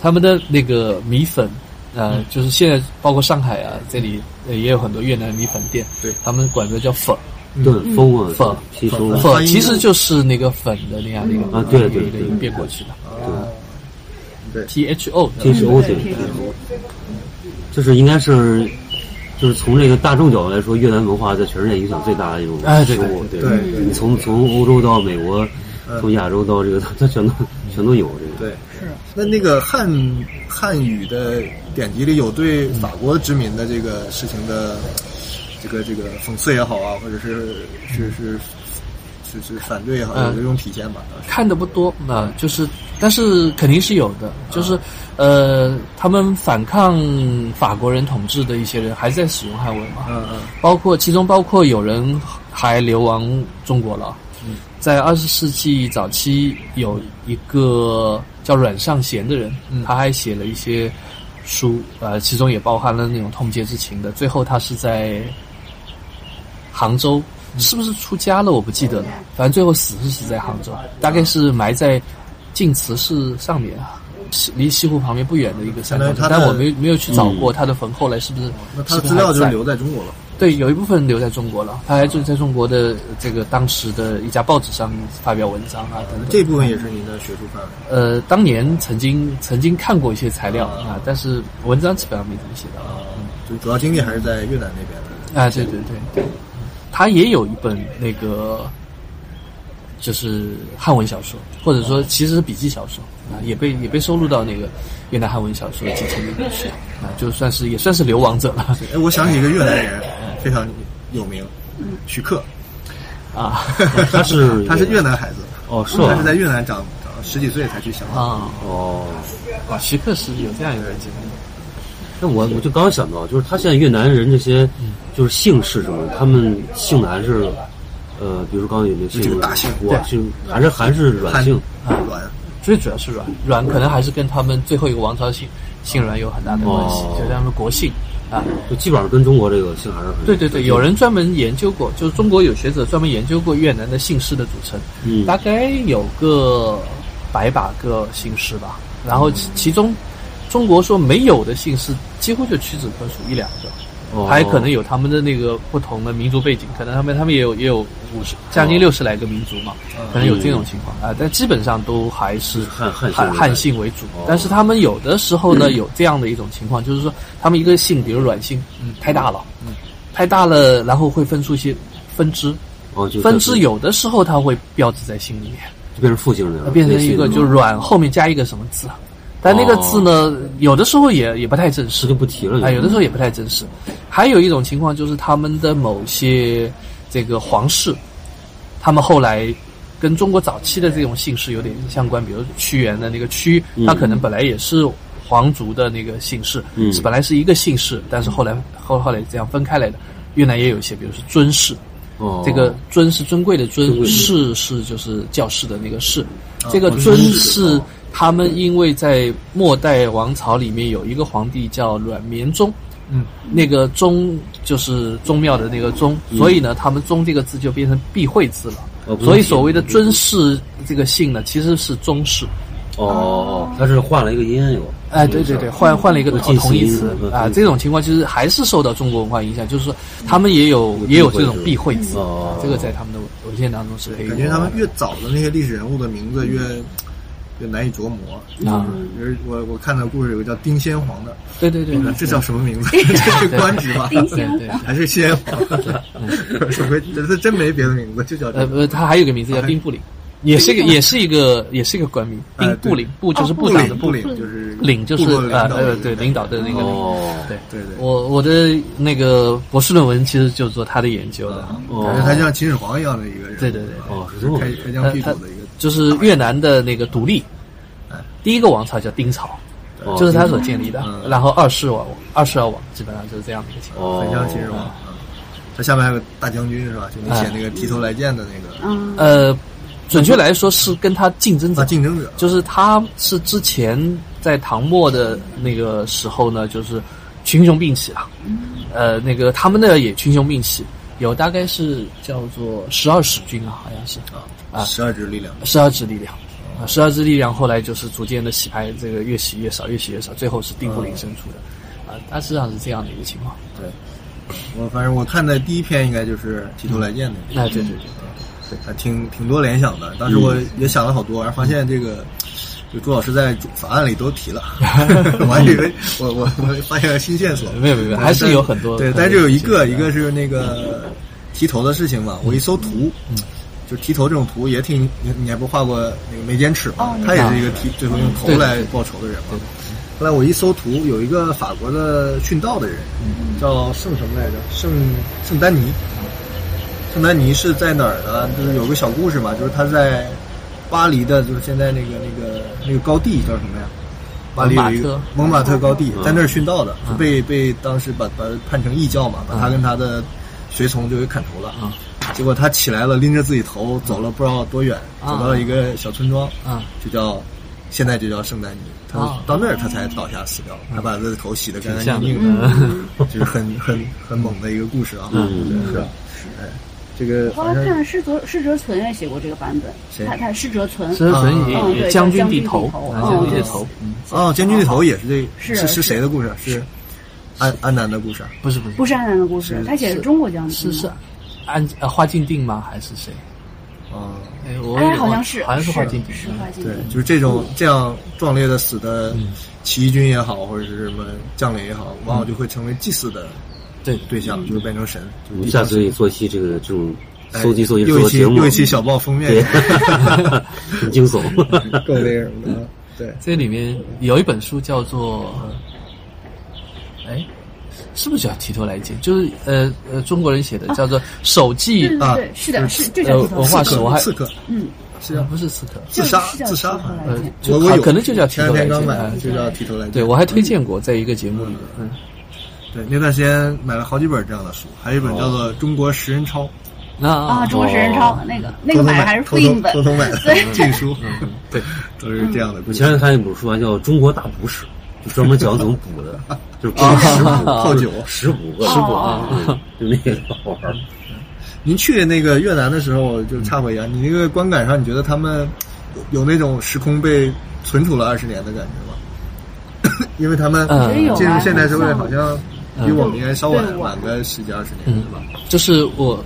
Speaker 5: 他们的那个米粉呃，
Speaker 3: 嗯
Speaker 5: 就是现在包括上海啊，这里呃也有很多越南米粉店，
Speaker 4: 对
Speaker 5: 他们管这叫粉儿
Speaker 3: 对，风啊，
Speaker 5: 嗯粉
Speaker 3: 吸收
Speaker 5: 粉
Speaker 3: 了，
Speaker 5: 儿，其实就是那个粉的那样的一个
Speaker 3: 啊对对
Speaker 5: 一个
Speaker 3: 对
Speaker 5: 音变过去的
Speaker 4: 哦对
Speaker 5: T H O
Speaker 3: 这是欧对，就是应该是，就是从这个大众角度来说，越南文化在全世界影响最大的一种
Speaker 5: 哎对
Speaker 3: 食
Speaker 5: 对
Speaker 3: 物，对
Speaker 4: 对对嗯
Speaker 3: 你从从欧洲到美国，从亚洲到这个，它全都全都有这个。
Speaker 4: 对，是。那那个汉汉语的典籍里有对法国殖民的这个事情的这个这个讽刺也好啊，或者是是是是是反对也好，
Speaker 5: 嗯
Speaker 4: 有这种体现吧？当时
Speaker 5: 看的不多啊、就是，但是肯定是有的，就是，呃，他们反抗法国人统治的一些人还在使用汉文嘛，
Speaker 4: 嗯嗯
Speaker 5: 包括其中包括有人还流亡中国了，在二十世纪早期有一个叫阮尚贤的人，
Speaker 4: 嗯
Speaker 5: 他还写了一些书，呃，其中也包含了那种痛切之情的。最后他是在杭州，
Speaker 4: 嗯
Speaker 5: 是不是出家了？我不记得
Speaker 4: 哦
Speaker 5: 了，反正最后死是死在杭州，
Speaker 4: 嗯
Speaker 5: 大概是埋在晋祠寺上面啊。西离西湖旁边不远的一个山头
Speaker 4: 嗯相当于他，的嗯哦
Speaker 5: 但我没没有去找过他的坟，后来是不是？
Speaker 4: 那他的资
Speaker 5: 是不是
Speaker 4: 料
Speaker 5: 还
Speaker 4: 就是
Speaker 5: 在
Speaker 4: 留在中国了。
Speaker 5: 对，有一部分留在中国了，他还就在中国的呃这个当时的一家报纸上发表文章啊等等。
Speaker 4: 这部分也是您的学术范围。
Speaker 5: 呃，当年曾经曾经看过一些材料啊，但是文章基本上没怎么写到。
Speaker 4: 就主要精力还是在越南那边的。
Speaker 5: 啊，对对对对，他也有一本那个就是汉文小说，或者说其实是笔记小说啊，也被也被收录到那个越南汉文小说集里面去啊，就算是也算是流亡者了
Speaker 4: 哎，我想起一个越南人，非常有名，徐克，
Speaker 5: 啊
Speaker 3: 它哦是
Speaker 4: 他是越南孩子，
Speaker 3: 哦，是
Speaker 4: 他
Speaker 3: 吧
Speaker 4: 是？在越南长长十几岁才去香港。
Speaker 5: 嗯啊
Speaker 3: 哦，
Speaker 5: 啊，徐克是有这样一个经历。
Speaker 3: 那我我就刚想到，就是他现在越南人这些，就是姓氏什么，他们姓的还是，呃，比如说刚刚有那个
Speaker 4: 这
Speaker 3: 姓
Speaker 4: 个大姓
Speaker 3: 我姓还是还是
Speaker 4: 韩
Speaker 3: 软姓，
Speaker 4: 阮，
Speaker 5: 啊最主要是阮，阮可能还是跟他们最后一个王朝姓姓阮有很大的关系，
Speaker 3: 哦
Speaker 5: 就是他们国姓啊。
Speaker 3: 就基本上跟中国这个姓还是很
Speaker 5: 对对对，有人专门研究过，就是中国有学者专门研究过越南的姓氏的组成，
Speaker 3: 嗯
Speaker 5: 大概有个百把个姓氏吧。然后其其中，中国说没有的姓氏几乎就屈指可数一两个。
Speaker 3: 哦
Speaker 5: 还可能有他们的那个不同的民族背景，可能他们他们也有也有五十将近六
Speaker 3: 哦
Speaker 5: 十来个民族嘛，可能有这种情况啊、但基本上都还是
Speaker 3: 嗯汉汉姓为
Speaker 5: 汉
Speaker 3: 主
Speaker 5: 汉姓为主
Speaker 3: 哦。
Speaker 5: 但是他们有的时候呢，有这样的一种情况，就是说他们一个姓，比如阮姓，
Speaker 3: 嗯
Speaker 5: 太大了，太大了，然后会分出一些分支，
Speaker 3: 哦，就
Speaker 5: 分支有的时候它会标志在姓里面。
Speaker 3: 就变成复姓人了，
Speaker 5: 变成一个
Speaker 3: 类似于
Speaker 5: 就是软后面加一个什么字，但那个字呢，
Speaker 3: 哦
Speaker 5: 有的时候也也不太正式，
Speaker 3: 就不提了就
Speaker 5: 啊，有的时候也不太正式。还有一种情况就是他们的某些这个皇室，他们后来跟中国早期的这种姓氏有点相关，比如屈原的那个屈，他可能本来也是。皇族的那个姓氏，
Speaker 3: 嗯
Speaker 5: 是本来是一个姓氏，但是后来后后来这样分开来的。越南也有一些，比如说尊氏，
Speaker 3: 哦
Speaker 5: 这个尊是尊贵的
Speaker 3: 尊贵
Speaker 5: 尊，
Speaker 3: 的
Speaker 5: 士是就是教士的那个士，这个尊是他们因为在末代王朝里面有一个皇帝叫阮绵宗，
Speaker 4: 嗯，
Speaker 5: 那个宗就是宗庙的那个宗，所以呢，他们宗这个字就变成避讳字
Speaker 3: 哦
Speaker 5: 了，
Speaker 3: 不是
Speaker 5: 所以所谓的尊氏这个姓呢，其实是宗氏。
Speaker 3: 哦哦，哦，他是换了一个音有，
Speaker 5: 哎，对对对，换换了一个
Speaker 3: 不
Speaker 5: 同
Speaker 3: 进
Speaker 5: 同义
Speaker 3: 行
Speaker 5: 词
Speaker 3: 不
Speaker 5: 啊，
Speaker 3: 进
Speaker 5: 这种情况其实还是受到中国文化影响，就是说他们也有也有这种避讳词
Speaker 3: 哦，
Speaker 5: 这个在他们的文献当中是可以
Speaker 4: 感觉他们越早的那些历史人物的名字越越难以琢磨。
Speaker 5: 啊，
Speaker 4: 就是我我看到故事有个叫丁先皇的，
Speaker 5: 对对 对，
Speaker 4: 这叫什么名字？这是官职吧？
Speaker 5: 对对对。
Speaker 4: 还是先 皇？ 我回他真没别的名字，就叫
Speaker 5: 嗯呃
Speaker 4: 这个。
Speaker 5: 不，他还有一个名字叫
Speaker 4: 哎
Speaker 5: 丁布林，也是一个也是一个也是一个官名，
Speaker 4: 哎
Speaker 5: 丁布林，布就是
Speaker 4: 布
Speaker 5: 部长的
Speaker 4: 领，
Speaker 5: 部
Speaker 4: 布，领就是
Speaker 5: 领就是
Speaker 4: 部落领
Speaker 5: 呃
Speaker 4: 导
Speaker 5: 呃
Speaker 4: 的
Speaker 5: 对领导的那个领。
Speaker 3: 哦，
Speaker 5: 对
Speaker 4: 对对
Speaker 5: 我我的那个博士论文其实就是做他的研究
Speaker 4: 啊
Speaker 5: 的，
Speaker 4: 感觉他像秦始皇一样的一个人。
Speaker 5: 哦对对对，
Speaker 3: 哦，是这么
Speaker 4: 开
Speaker 3: 回事
Speaker 4: 开
Speaker 5: 他
Speaker 4: 疆辟
Speaker 5: 他
Speaker 4: 土的一个。
Speaker 5: 就是越南的那个独立
Speaker 4: 哎，
Speaker 5: 第一个王朝叫丁朝，
Speaker 3: 哦
Speaker 5: 就是他所建立的，
Speaker 4: 嗯
Speaker 5: 然后二世王二世王基本上就是这样的一个情况。
Speaker 3: 哦，
Speaker 4: 很像秦始皇。嗯他下面还有个大将军是吧？就你写
Speaker 5: 哎
Speaker 4: 那个提头来见的那个
Speaker 6: 嗯，
Speaker 5: 呃，准确来说是跟他竞争者
Speaker 4: 啊，竞争者，
Speaker 5: 就是他是之前在唐末的那个时候呢，就是群雄并起啊，呃，那个他们那也群雄并起，有大概是叫做十二使军啊，好像是啊
Speaker 4: 十二支力量。
Speaker 5: 十二支力量。啊，十二支力量后来就是逐渐的洗牌，这个越洗越少，越洗越少，最后是丁布林胜出的。大致上是这样的一个情况。
Speaker 4: 对，我反正我看的第一篇应该就是提头来见的，
Speaker 5: 哎，对对对，
Speaker 4: 还挺挺多联想的。当时
Speaker 5: 嗯
Speaker 4: 我也想了好多，然后发现这个。就朱老师在主法案里都 提了，我还以为我我我发现了新线索，
Speaker 5: 没有没有没有还是有很多
Speaker 4: 对，
Speaker 5: 很多
Speaker 4: 但是有一个
Speaker 5: 新
Speaker 4: 一
Speaker 5: 线索
Speaker 4: 个是那个提头的事情嘛，我一搜图，
Speaker 5: 嗯
Speaker 4: 就提头这种图也挺，你你还不是画过那个眉间尺嘛？他也
Speaker 5: 啊
Speaker 4: 是一个提最后用头来报仇的人嘛。后来我一搜图，有一个法国的殉道的人，
Speaker 5: 嗯
Speaker 4: 叫圣什么来着？圣圣丹尼。圣丹尼是在哪儿呢？就是有个小故事嘛，就是他在巴黎的，就是现在那个那个那个高地叫什么呀？巴黎有一个蒙马特高嗯地，在那儿殉道的，就被被当时把把他判成异教嘛，把他跟他的随从就给砍头了。结果他起来了，拎着自己头走了不知道多远，走到了一个小村庄，
Speaker 5: 啊
Speaker 4: 就叫现在就叫圣丹尼。他
Speaker 5: 啊
Speaker 4: 到那儿他才倒下死掉，他把他的头洗得干干
Speaker 5: 像
Speaker 4: 净净嗯的，
Speaker 5: 嗯
Speaker 4: 就是很很很猛的一个故事啊。
Speaker 3: 嗯
Speaker 4: 是啊，哎，这个
Speaker 6: 后
Speaker 4: 好
Speaker 6: 来
Speaker 4: 像
Speaker 6: 看施哲施哲存也写过这个版
Speaker 4: 谁
Speaker 6: 本，他他施哲存，
Speaker 5: 施哲存
Speaker 6: 嗯
Speaker 5: 也
Speaker 6: 对
Speaker 5: 哦将军
Speaker 6: 将
Speaker 5: 地
Speaker 6: 地
Speaker 5: 头，
Speaker 6: 头
Speaker 5: 啊
Speaker 6: 哦
Speaker 5: 将军
Speaker 4: 对
Speaker 5: 地头，嗯，
Speaker 4: 哦，监军的头也是这个，
Speaker 6: 是
Speaker 4: 是
Speaker 6: 是
Speaker 4: 谁的故事啊？是安安南的故事啊。
Speaker 5: 不是不是
Speaker 6: 不是安南的故事，他写的中国将军
Speaker 5: 是
Speaker 6: 嘛，
Speaker 5: 是安呃花敬定吗？还是谁？
Speaker 4: 哦，
Speaker 5: 哎，我
Speaker 6: 哎，好像是
Speaker 5: 好像是
Speaker 6: 是
Speaker 5: 花敬定，
Speaker 6: 是花敬
Speaker 4: 对
Speaker 6: 定，，
Speaker 4: 就是这种这样壮烈的死的
Speaker 3: 嗯
Speaker 4: 起义军也好，或者是什么将领也好，往往就会成为祭祀的
Speaker 5: 对
Speaker 4: 对
Speaker 6: 嗯
Speaker 4: 象，就会变成神。
Speaker 3: 我
Speaker 4: 就
Speaker 3: 们
Speaker 4: 是
Speaker 3: 下次可以做一期这个这种
Speaker 4: 哎
Speaker 3: 嗯搜集搜集
Speaker 4: 又一
Speaker 3: 做
Speaker 4: 期
Speaker 3: 节目，
Speaker 4: 又 一期小报封
Speaker 3: 对，
Speaker 4: 面，
Speaker 3: 很惊悚。
Speaker 4: 够那什么的。对，
Speaker 5: 这里面有一本书叫做，呃哎，是不是叫提头来见？就是呃呃，中国人写的，叫做《手记
Speaker 6: 对对》
Speaker 4: 啊
Speaker 6: 嗯对，是的，是就
Speaker 5: 呃
Speaker 6: 叫地头
Speaker 5: 文化
Speaker 6: 刺
Speaker 5: 史
Speaker 6: 客
Speaker 5: 我还
Speaker 4: 刺客
Speaker 6: 嗯，
Speaker 4: 是啊，
Speaker 5: 不是刺客，
Speaker 4: 自杀
Speaker 6: 是叫
Speaker 4: 自杀
Speaker 6: 刺客
Speaker 4: 好像
Speaker 6: 来
Speaker 5: 呃
Speaker 6: 见，
Speaker 5: 就
Speaker 4: 我我有
Speaker 5: 可能就叫提
Speaker 4: 前
Speaker 5: 头
Speaker 4: 两
Speaker 5: 来
Speaker 4: 天刚
Speaker 5: 见
Speaker 4: 买
Speaker 5: 啊
Speaker 4: 的，就叫提头来见。
Speaker 5: 对我还推荐过，在一个节目里，嗯，
Speaker 4: 对那段时间买了好几本这样的书，还有一本叫
Speaker 5: 哦
Speaker 4: 做《中国十人抄》，
Speaker 5: 那
Speaker 6: 啊，中国十人抄那个那
Speaker 4: 偷哦偷
Speaker 6: 个买的
Speaker 4: 买
Speaker 6: 还是
Speaker 4: 偷
Speaker 6: 复
Speaker 4: 偷
Speaker 6: 印本
Speaker 4: 偷，偷 买的禁书，
Speaker 5: 嗯
Speaker 4: 对，都是这样的故
Speaker 3: 我
Speaker 4: 事
Speaker 3: 前。两天看一本书啊，叫《中国大补史》，就专门讲怎么补的，就是
Speaker 5: 嗯
Speaker 4: 啊
Speaker 3: 食补
Speaker 4: 泡酒
Speaker 3: 食补各
Speaker 6: 食补啊
Speaker 3: 嗯就那个好玩儿。
Speaker 4: 您去那个越南的时候，就插播一下，你那个观感上，你觉得他们有有那种时空被存储了二十年的感觉吗？ 因为他们
Speaker 5: 嗯
Speaker 6: 也有啊
Speaker 4: 进入现代社会，
Speaker 6: 很像
Speaker 4: 好像比我们应该稍晚
Speaker 6: 对
Speaker 4: 晚个十几二十年，
Speaker 5: 嗯
Speaker 4: 对吧？
Speaker 5: 就是我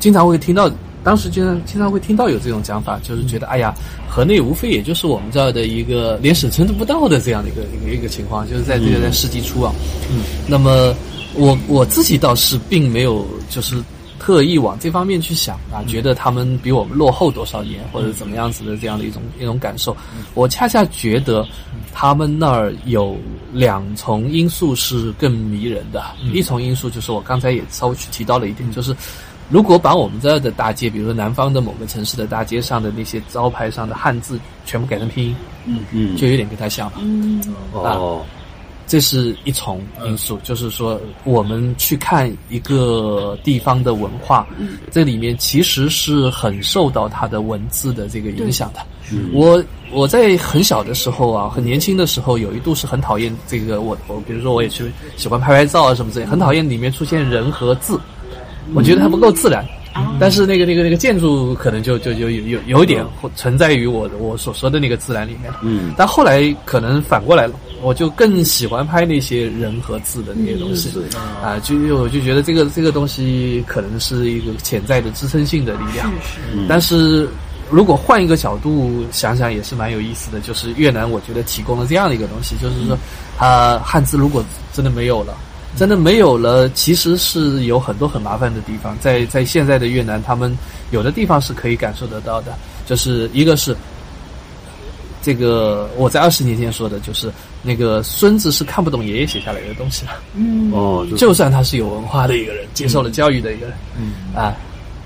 Speaker 5: 经常会听到，当时经常经常会听到有这种讲法，就是觉得哎呀，河内无非也就是我们这儿的一个连省城都不到的这样的一个一个一个情况，就是在这个在世纪初啊。嗯，那么我我自己倒是并没有就是。特意往这方面去想啊，觉得他们比我们落后多少年，或者怎么样子的这样的一种一种感受。我恰恰觉得他们那儿有两重因素是更迷人的，啊一重因素就是我刚才也稍微去提到了一点，就是。如果把我们这儿的大街，比如说南方的某个城市的大街上的那些招牌上的汉字全部改成拼音，
Speaker 3: 嗯，
Speaker 5: 就有点跟他像了。
Speaker 3: 哦，
Speaker 5: 这是一重因素，就是说我们去看一个地方的文化，这里面其实是很受到它的文字的这个影响的。我我在很小的时候啊，很年轻的时候，有一度是很讨厌这个我我，比如说我也去喜欢拍拍照啊什么之类，很讨厌里面出现人和字，我觉得它不够自然。但是那个那个那个建筑可能就就就有有有一点存在于我我所说的那个自然里面。
Speaker 3: 嗯，
Speaker 5: 但后来可能反过来了，我就更喜欢拍那些人和字的那些东西
Speaker 3: 嗯是
Speaker 5: 啊，就我就觉得这个这个东西可能是一个潜在的支撑性的力量。
Speaker 3: 嗯
Speaker 5: 但是如果换一个角度想想，也是蛮有意思的。就是越南，我觉得提供了这样的一个东西，就是
Speaker 3: 嗯
Speaker 5: 说，啊、汉字如果真的没有了。真的没有了，其实是有很多很麻烦的地方。在在现在的越南，他们有的地方是可以感受得到的，就是一个是这个我在二十年前说的，就是那个孙子是看不懂爷爷写下来的东西的，
Speaker 3: 哦，就
Speaker 5: 嗯就算他是有文化的一个人，接受了教育的一个人，啊，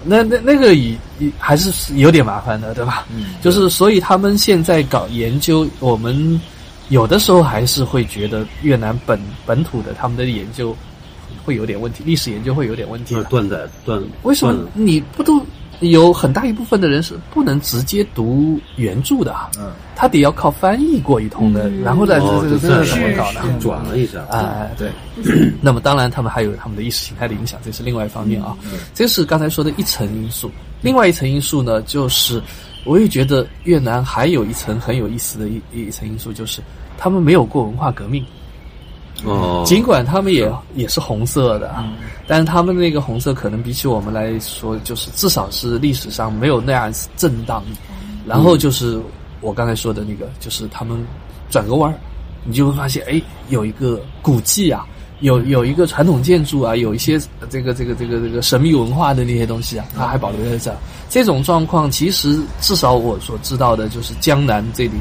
Speaker 5: 那那那个也也还是有点麻烦的，对吧？嗯，就是所以他们现在搞研究，我们有的时候还是会觉得越南本本土的他们的研究会有点问题，历史研究会有点问题
Speaker 3: 就
Speaker 5: 的
Speaker 3: 是。断载断，
Speaker 5: 为什么
Speaker 3: 断
Speaker 5: 你不都有很大一部分的人是不能直接读原著的啊？
Speaker 4: 嗯，
Speaker 5: 他得要靠翻译过一通的，然后再
Speaker 3: 哦
Speaker 5: 这这
Speaker 3: 就
Speaker 5: 这这
Speaker 3: 是嗯
Speaker 5: 怎么搞呢？
Speaker 3: 转了一下？
Speaker 5: 啊，对。那么当然，他们还有他们的意识形态的影响，这是另外一方面啊。
Speaker 3: 嗯
Speaker 5: 这是刚才说的一层因素，另外一层因素呢，就是我也觉得越南还有一层很有意思的一一一层因素，就是他们没有过文化革命。
Speaker 3: 哦，
Speaker 5: 尽管他们也也是红色的，但是他们那个红色可能比起我们来说，就是至少是历史上没有那样震荡。然后就是我刚才说的那个，就是他们转个弯儿，你就会发现，哎，有一个古迹啊，有有一个传统建筑啊，有一些呃这个这个这个这个神秘文化的那些东西啊，它还保留在这儿。这种状况，其实至少我所知道的，就是江南这里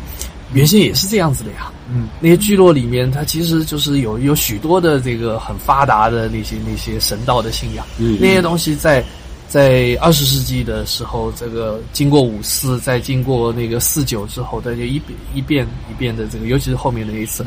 Speaker 5: 原先也是这样子的呀。
Speaker 4: 嗯，
Speaker 5: 那些聚落里面，它其实就是有有许多的这个很发达的那些那些神道的信仰，
Speaker 3: 嗯
Speaker 5: 那些东西在在二十世纪的时候，这个经过五四，再经过那个四九之后，它就一遍一遍一遍的这个，尤其是后面那一次，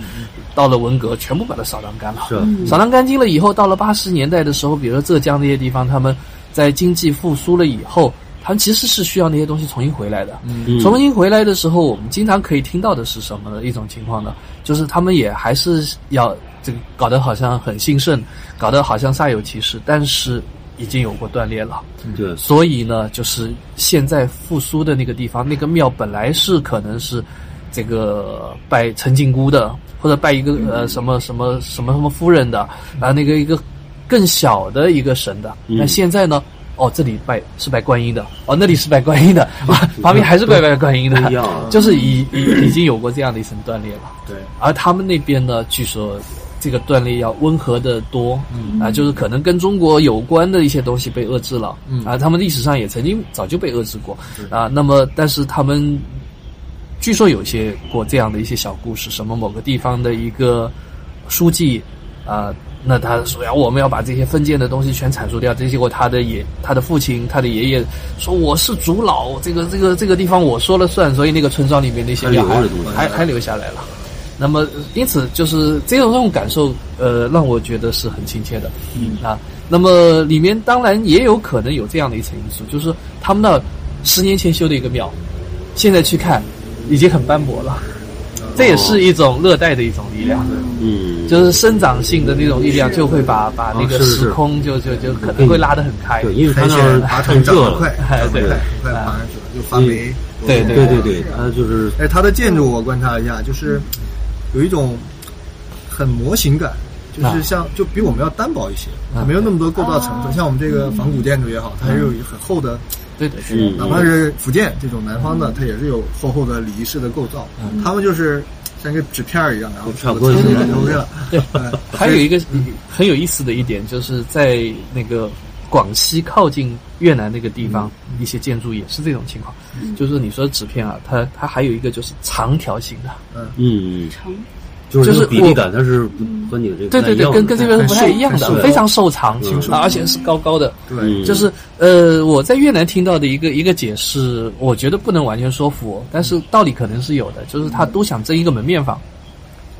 Speaker 5: 到了文革，全部把它扫荡干了。
Speaker 3: 嗯是
Speaker 5: 扫荡干净了以后，到了八十年代的时候，比如说浙江那些地方，他们在经济复苏了以后，他们其实是需要那些东西重新回来的。
Speaker 3: 嗯
Speaker 5: 重新回来的时候，我们经常可以听到的是什么呢？一种情况呢，就是他们也还是要这个搞得好像很兴盛，搞得好像煞有其事，但是已经有过断裂了。
Speaker 3: 对，
Speaker 5: 所以呢，就是现在复苏的那个地方，那个庙本来是可能是这个拜陈靖姑的，或者拜一
Speaker 3: 嗯
Speaker 5: 个呃什么什么什么什么夫人的，啊那个一个更小的一个神的。
Speaker 3: 嗯
Speaker 5: 那现在呢？哦，这里拜是拜观音的，哦，那里是拜观音的， 啊，旁边还是拜拜观音
Speaker 3: 不
Speaker 5: 的
Speaker 3: 一样啊，
Speaker 5: 就是已已已经有过这样的一层断裂了。
Speaker 4: 对，
Speaker 5: 而他们那边呢，据说这个断裂要温和的多，嗯啊，就是可能跟中国有关的一些东西被遏制了，
Speaker 4: 嗯
Speaker 5: 啊，他们历史上也曾经早就被遏制过，啊，那么但是他们据说有一些过这样的一些小故事，什么某个地方的一个书记啊、那他说呀，我们要把这些封建的东西全铲除掉。这结果他的爷、他的父亲、他的爷爷说我是主老，这个这个这个地方我说了算，所以那个村庄里面那些
Speaker 3: 还
Speaker 5: 料
Speaker 3: 留
Speaker 5: 还
Speaker 3: 着东西
Speaker 5: 还还留下来了。那么，因此就是这种这种感受，呃，让我觉得是很亲切的。嗯啊，那么里面当然也有可能有这样的一层因素，就是他们那十年前修的一个庙，现在去看已经很斑驳了。这也是一种热带的一种力量，
Speaker 3: 哦嗯，
Speaker 5: 就是生长性的那种力量，就会把把那
Speaker 3: 啊
Speaker 5: 个
Speaker 3: 是是
Speaker 5: 时空就就就可能会拉得很开。
Speaker 3: 对，因为他
Speaker 4: 苔
Speaker 3: 那
Speaker 4: 藓
Speaker 3: 儿
Speaker 4: 爬
Speaker 3: 太
Speaker 4: 虫长
Speaker 3: 热
Speaker 4: 得
Speaker 3: 了， 嗯
Speaker 4: 快，
Speaker 5: 哎对
Speaker 4: 快快爬上去了，就发霉。
Speaker 5: 对
Speaker 3: 对对对，他就是
Speaker 4: 哎，它的建筑我观察一下，就是有一种很模型感，
Speaker 3: 啊
Speaker 4: 就是像就比我们要单薄一些，它没有那么多构造成分。像我们这个仿古建筑也好，它也有一个很厚的，
Speaker 5: 对对对，
Speaker 3: 嗯
Speaker 4: 哪怕是福建这种南方的，它也是有厚厚的礼仪式的构造。他们就是像一个纸片儿一样，然后
Speaker 3: 嗯差不多
Speaker 4: 就
Speaker 3: 就是
Speaker 4: 来揉着了。哎对，
Speaker 5: 还有一个很有意思的一点，就是在那个广西靠近越南那个地方，一些建筑也是这种情况。就是你说纸片啊，它它还有一个就是长条形的，
Speaker 3: 嗯，
Speaker 6: 成
Speaker 3: 就是这
Speaker 5: 就
Speaker 3: 个
Speaker 5: 是
Speaker 3: 比
Speaker 5: 我
Speaker 3: 例感，它是不
Speaker 4: 嗯
Speaker 3: 和你的这个
Speaker 5: 对对对，跟跟这
Speaker 3: 个
Speaker 5: 边是不太一样
Speaker 3: 很瘦
Speaker 5: 的，非常瘦长
Speaker 3: 很瘦，
Speaker 5: 啊而且是高高的。
Speaker 4: 对，
Speaker 5: 就是呃，我在越南听到的一个一个解释，我觉得不能完全说服我，但是道理可能是有的，就是他都想争一个门面房，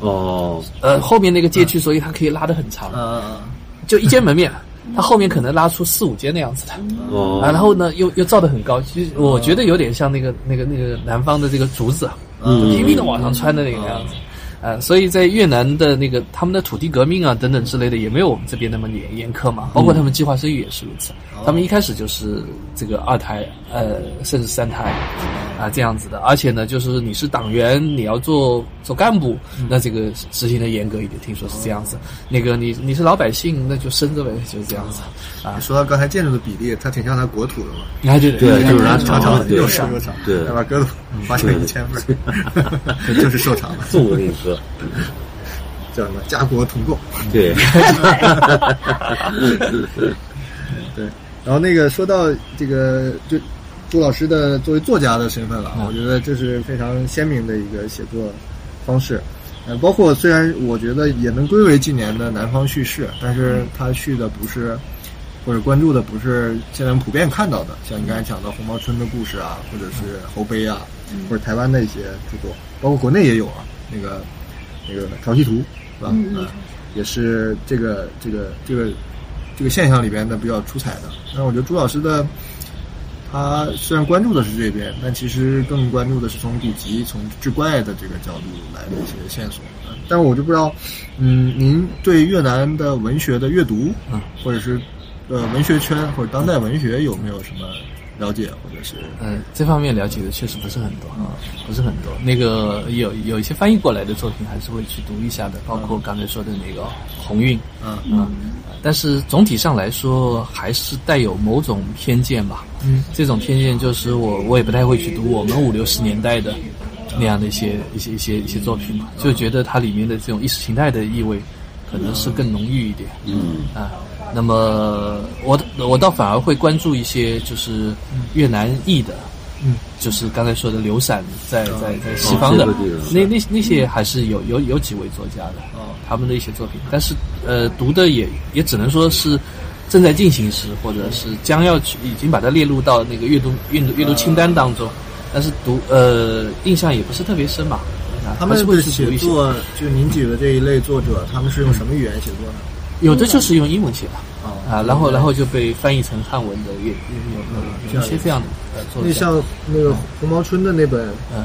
Speaker 3: 哦，
Speaker 5: 呃，后面那个街区，所以它可以拉得很
Speaker 3: 嗯
Speaker 5: 长，
Speaker 4: 呃，
Speaker 5: 就一间门面，它后面可能拉出四五间那样子的。
Speaker 3: 哦，
Speaker 5: 啊，然后呢，又又造得很高，其实我觉得有点像那个那个那个南方的这个竹子啊，
Speaker 3: 嗯
Speaker 5: 拼命的往上穿的那个样子。啊，所以在越南的那个他们的土地革命啊等等之类的，也没有我们这边那么严严苛
Speaker 3: 嗯
Speaker 5: 嘛。包括他们计划生育也是如此，
Speaker 3: 哦
Speaker 5: 他们一开始就是这个二胎，呃，甚至三胎，啊这样子的。而且呢，就是你是党员，你要做做干部，
Speaker 3: 嗯
Speaker 5: 那这个执行的严格一点，听说是这样子。那个你你是老百姓，那就生着呗，就是这样子。啊，
Speaker 4: 说到刚才建筑的比例，它挺像它国土的嘛，
Speaker 5: 你看对
Speaker 3: 对就是
Speaker 4: 它
Speaker 3: 它
Speaker 4: 长
Speaker 3: 长
Speaker 4: 长
Speaker 3: 对
Speaker 4: 嗯又瘦又长，
Speaker 3: 对
Speaker 4: 要把胳膊挖成一千份 儿，就是瘦长的，
Speaker 3: 纵我跟你说，
Speaker 4: 叫什么家国同构。
Speaker 3: 对，
Speaker 4: 对，然后那个说到这个，就朱老师的作为作家的身份了，啊
Speaker 3: 嗯
Speaker 4: 我觉得这是非常鲜明的一个写作方式。呃，包括虽然我觉得也能归为近年的南方叙事，但是
Speaker 3: 嗯
Speaker 4: 他叙的不是或者关注的不是现在普遍看到的，像你刚才讲的红毛村的故事啊，或者是侯碑啊，或者台湾的一些著作，包括国内也有啊，那个那个《潮汐图》是吧？嗯、也是这个这个这个这个现象里边的比较出彩的。但是我觉得朱老师的他虽然关注的是这边，但其实更关注的是从古籍、从志怪的这个角度来的一些线索。啊但我就不知道，嗯，您对越南的文学的阅读，或者是呃文学圈或者当代文学有没有什么了解，或者是
Speaker 5: 嗯，这方面了解的确实不是很多，啊，不是很多。那个有有一些翻译过来的作品，还是会去读一下的，包括刚才说的那个《鸿运》
Speaker 4: 嗯
Speaker 5: 啊，但是总体上来说，还是带有某种偏见吧。嗯，这种偏见就是我我也不太会去读我们五六十年代的那样的一些一些一些一些作品嘛，就觉得它里面的这种意识形态的意味，可能是更浓郁一点。
Speaker 3: 嗯，
Speaker 5: 啊。那么我我倒反而会关注一些就是越南裔的，
Speaker 4: 嗯，
Speaker 5: 就是刚才说的流散在在在西方的、
Speaker 3: 哦这个地方
Speaker 5: 那那那些还是有有有几位作家的，
Speaker 4: 哦
Speaker 5: 他们的一些作品，但是呃读的也也只能说是正在进行时，或者是将要去已经把它列入到那个阅读阅读阅读清单当中，但是读呃印象也不是特别深吧。啊
Speaker 4: 他
Speaker 5: 还是
Speaker 4: 们
Speaker 5: 会
Speaker 4: 的
Speaker 5: 去读
Speaker 4: 写
Speaker 5: 一些，嗯
Speaker 4: 作，就您举的这一类作者，他们是用什么语言写作呢？
Speaker 5: 有的就是用英文写的，
Speaker 4: 哦
Speaker 5: 啊，然后然后就被翻译成汉文的粤有有有有一些这样的呃作
Speaker 4: 那
Speaker 5: 家，
Speaker 4: 像那个红毛春的那本，
Speaker 5: 嗯，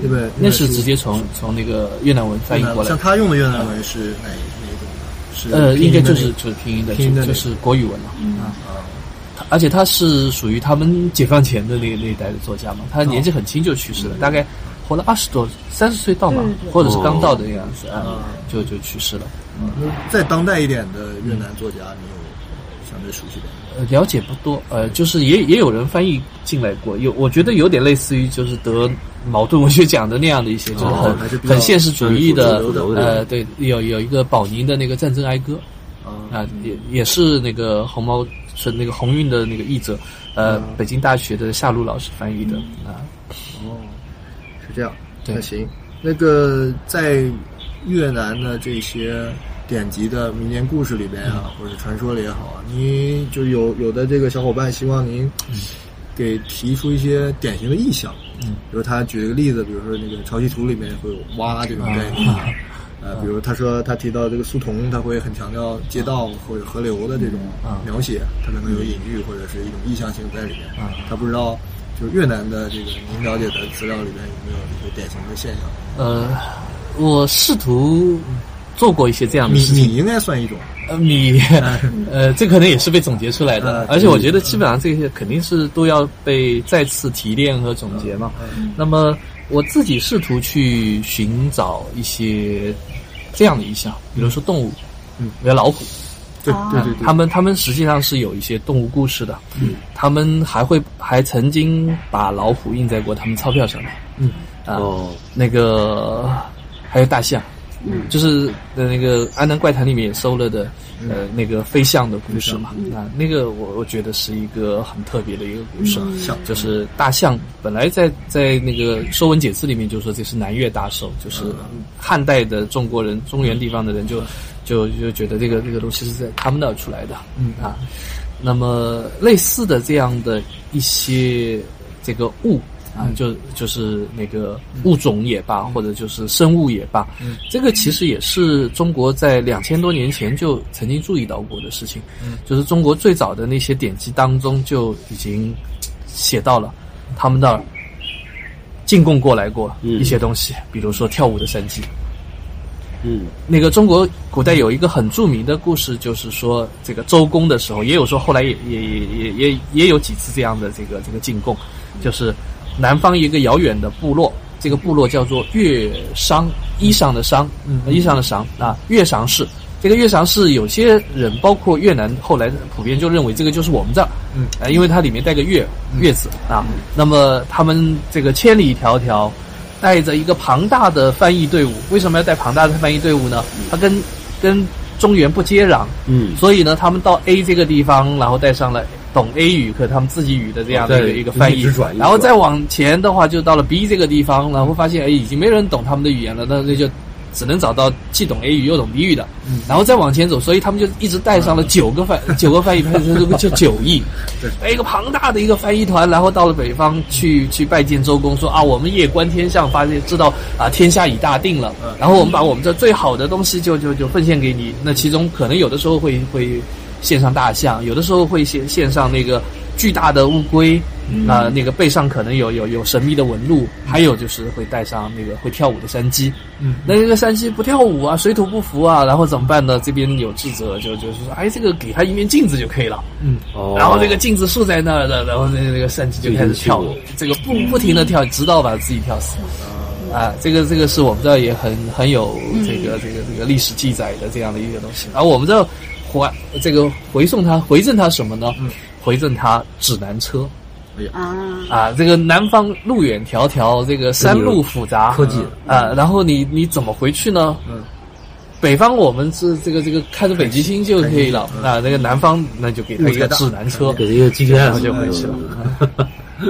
Speaker 4: 那本
Speaker 5: 那是
Speaker 4: 书
Speaker 5: 直接从从那个越南文翻译过来
Speaker 4: 像
Speaker 5: 的，嗯
Speaker 4: 他用的越南文是哪哪一种呢？是
Speaker 5: 呃，
Speaker 4: 拼
Speaker 5: 应
Speaker 4: 音的
Speaker 5: 该就是
Speaker 4: 那
Speaker 5: 就是拼音的，
Speaker 4: 拼音的那
Speaker 5: 就就
Speaker 4: 个
Speaker 5: 是国语文了，啊，他而且他是属于他们解放前的那那一代的作
Speaker 4: 哦
Speaker 5: 家嘛，他年纪很轻就去世了，大概活了二十多三十岁到嘛，
Speaker 4: 嗯
Speaker 5: 或者是
Speaker 4: 哦
Speaker 5: 刚到的样子啊，就就去世了。
Speaker 4: 个那再当代一点的越南作家，你有相对熟悉的？
Speaker 5: 呃，了解不多，呃，就是也也有人翻译进来过，有我觉得有点类似于就是得茅盾文学奖哦的那样的一些，就是很、
Speaker 4: 还是比较
Speaker 5: 很现实主义的
Speaker 3: 主流，的
Speaker 5: 呃，对，有有一个保宁的那个战争哀歌，
Speaker 4: 啊，
Speaker 5: 啊、也也是那个红毛是那个鸿运的那个译者，呃，北京大学的夏露老师翻译的啊、
Speaker 4: 哦，是这样。
Speaker 5: 对
Speaker 4: 那行，那个在越南的这些典籍的民间故事里边啊，或者传说里也好啊，你就有有的这个小伙伴希望您给提出一些典型的意象，嗯，比如他举了个例子，比如说那个《潮汐图》里面会有蛙这种概念。呃，比如他说他提到这个苏童，他会很强调街道或者河流的这种描写，他可能有隐喻或者是一种意象性在里面。他不知道，就是越南的这个您了解的资料里面有没有一些典型的现象？
Speaker 5: 呃，我试图做过一些这样的
Speaker 4: 米
Speaker 5: 事情，
Speaker 4: 米应该算一种，
Speaker 5: 呃，米，呃，这可能也是被总结出来的
Speaker 4: 嗯，
Speaker 5: 而且我觉得基本上这些肯定是都要被再次提炼和总结嘛。那么我自己试图去寻找一些这样的意象，比如说动物，
Speaker 4: 嗯，
Speaker 5: 比如老虎，
Speaker 4: 对对对对，
Speaker 5: 他们他们实际上是有一些动物故事的，嗯，他们还会还曾经把老虎印在过他们钞票上面，
Speaker 4: 嗯，
Speaker 5: 啊，
Speaker 3: 哦，
Speaker 5: 那个还有大象，嗯，就是呃那个《安南怪谈》里面也收了的，呃，那个飞象的故事嘛，啊，那个我我觉得是一个很特别的一个故事，啊
Speaker 4: 象
Speaker 5: 就是大象本来在在那个《说文解字》里面就说这是南越大兽，就是汉代的中国人中原地方的人就就就觉得这个这个东西是在他们那儿出来的，嗯啊，那么类似的这样的一些这个物啊，就就是那个物种也罢，或者就是生物也罢，这个其实也是中国在两千多年前就曾经注意到过的事情，就是中国最早的那些典籍当中就已经写到了他们那儿进贡过来过
Speaker 3: 嗯
Speaker 5: 一些东西，比如说跳舞的神迹，
Speaker 3: 嗯，
Speaker 5: 那个中国古代有一个很著名的故事，就是说这个周公的时候，也有说后来也也也也也也有几次这样的这个这个进贡，就是南方一个遥远的部落，这个部落叫做乐商，衣裳的商，嗯，衣裳的裳啊，乐裳氏。这个乐裳氏，有些人包括越南后来普遍就认为这个就是我们这儿，
Speaker 4: 嗯
Speaker 5: 呃，因为它里面带个月月字啊。那么他们这个千里迢迢，带着一个庞大的翻译队伍。为什么要带庞大的翻译队伍呢？它跟跟中原不接壤，
Speaker 3: 嗯
Speaker 5: 所以呢，他们到 A 这个地方，然后带上了懂 A 语和他们自己语的这样的
Speaker 3: 哦
Speaker 5: 一个
Speaker 3: 对
Speaker 5: 一个翻
Speaker 3: 一
Speaker 5: 译
Speaker 3: 直转一直转，
Speaker 5: 然后再往前的话，就到了 B 这个地方，然后发现哎，已经没人懂他们的语言了，那那就。只能找到既懂 A 语又懂 B 语的，
Speaker 3: 嗯
Speaker 5: 然后再往前走，所以他们就一直带上了九个翻九个翻译团，这个叫九 译，哎一个庞大的一个翻译团，然后到了北方去去拜见周公，说啊，我们夜观天象，发现知道啊天下已大定了，
Speaker 3: 嗯
Speaker 5: 然后我们把我们这最好的东西就就就奉献给你。那其中可能有的时候会会献上大象，有的时候会献献上那个巨大的乌龟，那那个背上可能有有有神秘的纹路，还有就是会带上那个会跳舞的山鸡。
Speaker 4: 嗯
Speaker 5: 那这个山鸡不跳舞啊，水土不服啊，然后怎么办呢？这边有智者就就说，哎，这个给他一面镜子就可以了。
Speaker 4: 嗯，
Speaker 3: 哦，
Speaker 5: 然后这个镜子竖在那儿的，然后那那个山鸡就开始跳
Speaker 3: 就
Speaker 5: 舞
Speaker 3: 已经，
Speaker 5: 这个不不停的跳，直到把自己跳死。啊，这个这个是我们这儿也很很有这个
Speaker 3: 嗯
Speaker 5: 这个这个历史记载的这样的一个东西。而我们这儿还这个回送他回赠他什么
Speaker 3: 嗯
Speaker 5: 呢？回赠他指南车
Speaker 4: 哎
Speaker 6: 啊，
Speaker 5: 啊！这个南方路远迢迢，这个山路复杂，
Speaker 3: 科技
Speaker 5: 啊，然后你你怎么回去呢？
Speaker 4: 嗯，
Speaker 5: 北方我们是这个这个开着北极星就可以了，
Speaker 3: 嗯
Speaker 5: 啊，那个南方那就给他一个指南车，
Speaker 3: 给这个 GPS
Speaker 5: 就回去了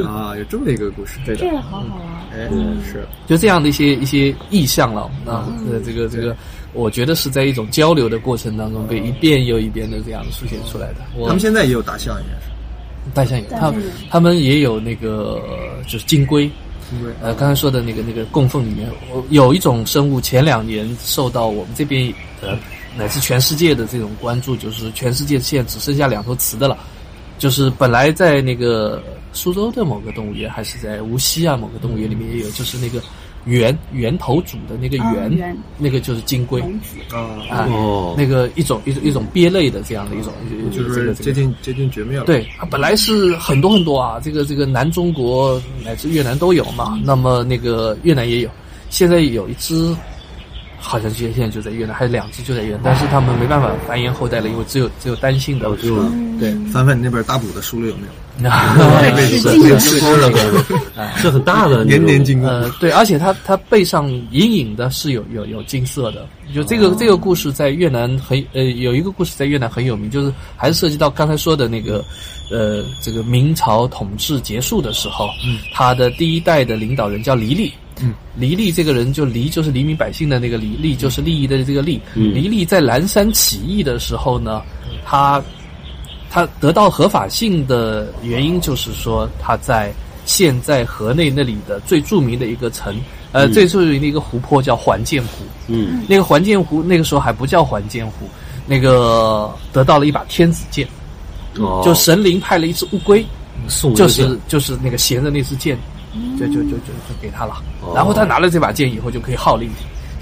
Speaker 4: 啊，有这么一个故事，对的
Speaker 6: 这，个好好玩。
Speaker 4: 哎，是，
Speaker 5: 就这样的一些一些意象了啊，呃，这个这个，我觉得是在一种交流的过程当中被一遍又一遍的这样出现出来的。
Speaker 4: 他
Speaker 5: 我
Speaker 4: 们现在也有大象，应该是，
Speaker 5: 大象有，他们他们也有那个呃就是金龟，
Speaker 4: 因为
Speaker 5: 呃，刚才说的那个那个供奉里面，我有一种生物，前两年受到我们这边呃乃至全世界的这种关注，就是全世界现在只剩下两头雌的了，就是本来在那个苏州的某个动物园，还是在无锡啊某个动物园里面也有，就是那个圆圆头主的那个
Speaker 6: 啊
Speaker 5: 圆，
Speaker 6: 圆
Speaker 5: 那个就是金龟
Speaker 4: 啊，
Speaker 5: 啊，
Speaker 3: 哦
Speaker 5: 那个一种一种一种鳖类的这样的一种，
Speaker 4: 哦就
Speaker 5: 这
Speaker 4: 是
Speaker 5: 个这个
Speaker 4: 接近接近绝灭了，，
Speaker 5: 对，啊本来是很多很多啊，这个这个南中国乃至越南都有嘛，那么那个越南也有，现在有一只。好像现现在就在越南，还有两只就在越南，但是他们没办法繁衍后代了，因为只有只有单性的
Speaker 3: 我。哦就
Speaker 5: 对，
Speaker 4: 翻翻你那本大补的书里有没有？
Speaker 6: 对
Speaker 3: 是
Speaker 6: 是
Speaker 3: 是
Speaker 6: 金
Speaker 3: 是
Speaker 6: 龟
Speaker 3: 是很大的那
Speaker 4: 年
Speaker 3: 种，
Speaker 4: 年进
Speaker 5: 呃
Speaker 4: 攻，，
Speaker 5: 对，而且它它背上隐隐的是有有有金色的，就这个、这个故事在越南很呃有一个故事在越南很有名，就是还是涉及到刚才说的那个呃这个明朝统治结束的时候，他的第一代的领导人叫黎利。
Speaker 4: 嗯，
Speaker 5: 黎利这个人就黎就是黎民百姓的那个黎，利就是利益的这个利。
Speaker 3: 嗯
Speaker 5: 黎利在蓝山起义的时候呢，他他得到合法性的原因就是说他在现在河内那里的最著名的一个城，呃，
Speaker 3: 嗯
Speaker 5: 最著名的一个湖泊叫环建湖。
Speaker 3: 嗯，
Speaker 5: 那个环建湖那个时候还不叫环建湖，那个得到了一把天子剑，
Speaker 3: 哦，
Speaker 5: 就神灵派了一只乌龟，
Speaker 3: 送
Speaker 5: 就
Speaker 3: 一件
Speaker 5: 是就是那个衔着那支剑，就就就就就给他了
Speaker 3: 哦。
Speaker 5: 然后他拿了这把剑以后就可以号令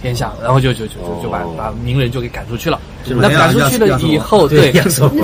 Speaker 5: 天下，然后就就就就就把
Speaker 3: 哦
Speaker 5: 把名人就给赶出去了。
Speaker 4: 这
Speaker 5: 那
Speaker 4: 人啊
Speaker 5: 赶出
Speaker 4: 要
Speaker 5: 去
Speaker 4: 要
Speaker 5: 了
Speaker 4: 什么
Speaker 5: 以后，对
Speaker 3: 对，亚瑟王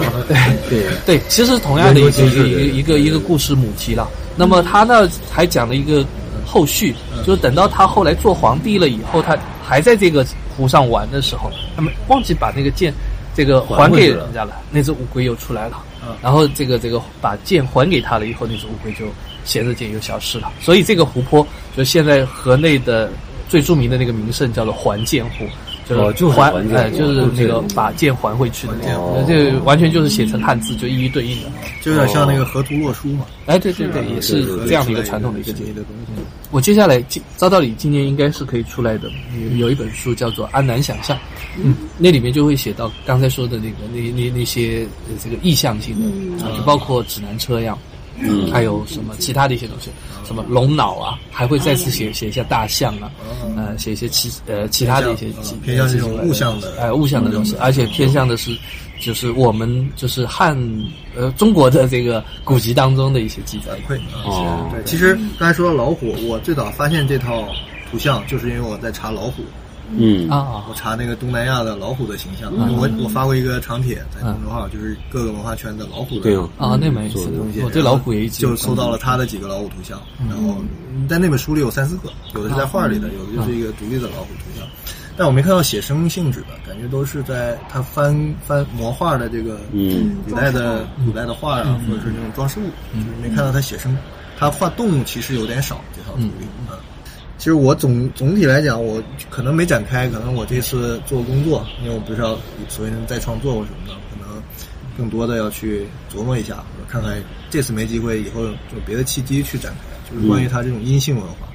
Speaker 3: 对，
Speaker 5: 对，其实同样的一个
Speaker 3: 人格
Speaker 5: 一
Speaker 3: 机制
Speaker 5: 个一个一个一个故事母题了。那么他呢还讲了一个后续，
Speaker 3: 嗯
Speaker 5: 就是等到他后来做皇帝了以后，他还在这个湖上玩的时候，他们忘记把那个剑这个还给人家了，那只乌龟又出来了
Speaker 4: 嗯。
Speaker 5: 然后这个这个把剑还给他了以后，那只乌龟就衔着剑又消失了。所以这个湖泊就现在河内的最著名的那个名胜叫做环剑湖。
Speaker 3: 哦就
Speaker 5: 就
Speaker 3: 是是
Speaker 5: 还
Speaker 3: 环剑
Speaker 5: 哎，
Speaker 3: 湖
Speaker 5: 就是那个
Speaker 3: 对
Speaker 5: 把剑还回去的那样
Speaker 3: 哦，
Speaker 5: 呃这完全就是写成汉字，就一一对应的。
Speaker 4: 就有点像那个河图洛书嘛，
Speaker 5: 哎，对
Speaker 4: 啊
Speaker 5: 对对，也是
Speaker 3: 对对对
Speaker 5: 这样的一个传统的一个节
Speaker 4: 神
Speaker 5: 日
Speaker 4: 秘。的东西，
Speaker 5: 我接下来今照道理今年应该是可以出来的，有有一本书叫做《安南想象》，嗯，那里面就会写到刚才说的那个那那那些呃这个意向性
Speaker 4: 嗯
Speaker 5: 的啊，就包括指南车呀，
Speaker 3: 嗯
Speaker 5: 还有什么其他的一些东西，
Speaker 4: 嗯
Speaker 5: 什么龙脑啊，还会再次写写一下大象啊，呃，写一些其呃其他的一些
Speaker 4: 嗯偏向
Speaker 5: 奇
Speaker 4: 嗯偏向这种物象的
Speaker 5: 哎物象的东西，而且偏向的是就是我们就是汉呃中国的这个古籍当中的一些记载
Speaker 4: 反。馈啊。
Speaker 3: 哦
Speaker 4: 对，其实刚才说到老虎，我最早发现这套图像，就是因为我在查老虎，
Speaker 3: 嗯
Speaker 5: 啊
Speaker 4: 我查那个东南亚的老虎的形象。
Speaker 5: 嗯
Speaker 4: 我我发过一个长帖在公众号，就是各个文化圈的老虎的
Speaker 3: 对啊
Speaker 4: 嗯
Speaker 5: 啊，那蛮有意思
Speaker 3: 做
Speaker 5: 的
Speaker 3: 的
Speaker 4: 东西。。
Speaker 5: 嗯我对老虎也一直
Speaker 4: 就搜到了他的几个老虎图像，
Speaker 5: 嗯
Speaker 4: 然后在那本书里有三四个，有的是在画里的，有的就是一个独立的老虎图像。但我没看到写生性质的，感觉都是在他翻翻魔画的这个
Speaker 3: 嗯
Speaker 4: 古代的古代的画啊，或者是那种装饰物，就是没看到他写生。他画动物其实有点少，这套图里啊。其实我总总体来讲，我可能没展开，可能我这次做工作，因为我不知道所谓的再创作或什么的，可能更多的要去琢磨一下，或者看看这次没机会，以后有别的契机去展开，就是关于它这种阴性文化，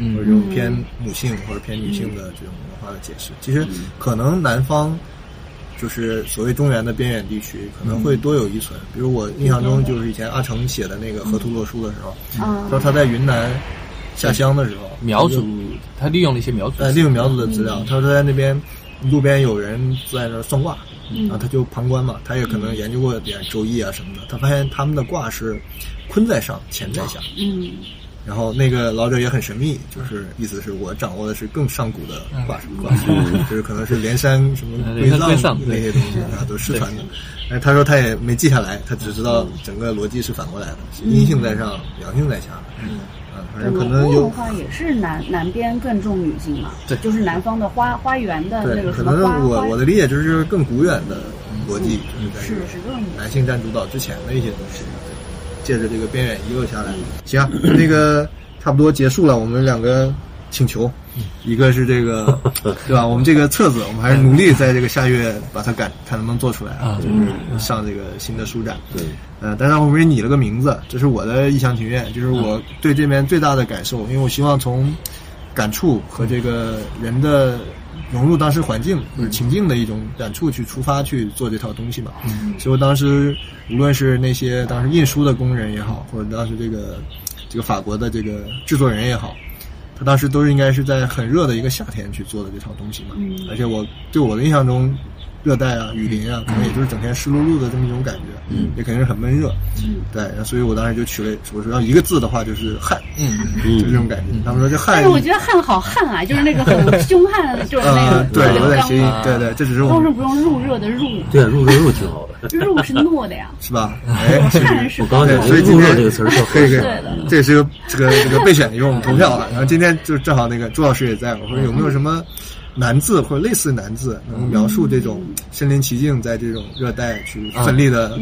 Speaker 5: 嗯
Speaker 4: 或者这种偏母性或者偏女性的这种文化的解释。其实可能南方就是所谓中原的边远地区，可能会多有遗存。比如我印象中，就是以前阿城写的那个《河图洛书》的时候，
Speaker 6: 嗯
Speaker 4: 说他在云南下乡的时候，呃
Speaker 5: 苗族，他利用了一些苗族
Speaker 4: 呃，利用苗族的资料，他说在那边路边有人在那儿算卦，然后他就旁观嘛，他也可能研究过点《周易》啊什么的，他发现他们的卦是坤在上，乾在下。
Speaker 6: 嗯
Speaker 4: 然后那个老者也很神秘，就是意思是我掌握的是更上古的卦什么卦，就是可能是连山什么
Speaker 5: 嗯
Speaker 4: 归
Speaker 5: 连山归
Speaker 4: 藏
Speaker 5: 藏
Speaker 4: 那
Speaker 5: 对
Speaker 4: 些东西啊，都是失传的。哎，他说他也没记下来，他只知道整个逻辑是反过来的，是阴性在上，阳性在下。嗯，反正可能
Speaker 6: 农
Speaker 4: 有
Speaker 6: 文化也是南南边更重女性嘛，
Speaker 5: 对
Speaker 6: 就是南方的花花园的那
Speaker 4: 对，
Speaker 6: 个
Speaker 4: 可
Speaker 6: 什么
Speaker 4: 能
Speaker 6: 花
Speaker 4: 我
Speaker 6: 花
Speaker 4: 我的理解就是更古远的逻辑，嗯就是在
Speaker 6: 是是这种
Speaker 4: 男性占主导之前的一些东西，借着这个边缘遗留下来。行啊，那个差不多结束了，我们两个请求，一个是这个，对吧？我们这个册子，我们还是努力在这个下月把它赶，看能不能做出来
Speaker 5: 啊
Speaker 4: 就是上这个新的书展。
Speaker 3: 对，
Speaker 4: 呃，但是我们也拟了个名字，这是我的一厢情愿，就是我对这边最大的感受，因为我希望从感触和这个人的融入当时环境、或者情境的一种感触去出发去做这套东西嘛。
Speaker 6: 嗯
Speaker 4: 所以我当时无论是那些当时印书的工人也好，或者当时这个这个法国的这个制作人也好，他当时都是应该是在很热的一个夏天去做的这套东西嘛。
Speaker 6: 嗯
Speaker 4: 而且我对我的印象中，热带啊、雨林啊，可能也就是整天湿漉漉的这么一种感觉，嗯，也肯定是很闷热。嗯，对，然后所以我当时就取了，我说要一个字的话就是旱，嗯， 就这种感觉。他们说这
Speaker 6: 但
Speaker 4: 旱
Speaker 6: 是。我觉得汉好汉 啊，就是那个很凶悍的，就是那
Speaker 4: 呃
Speaker 6: 个，
Speaker 4: 对，有点
Speaker 6: 刚
Speaker 4: 谐音，对对，这只是我
Speaker 6: 都是
Speaker 4: 们
Speaker 6: 不用入热的入，
Speaker 3: 对，啊入热入挺好的。
Speaker 6: 入是糯的呀，
Speaker 4: 是吧？哎，是
Speaker 6: 汉是
Speaker 3: 我刚
Speaker 4: 对
Speaker 3: 才，
Speaker 4: 所以今
Speaker 3: 入
Speaker 4: 天
Speaker 3: 热这个词儿特
Speaker 4: 可以可以
Speaker 6: 合适的，
Speaker 4: 这也是个这个这个备选的用投票啊。然后今天就正好那个朱老师也在，我说有没有什么难字或者类似难字能够描述这种身临其境在这种热带去奋力的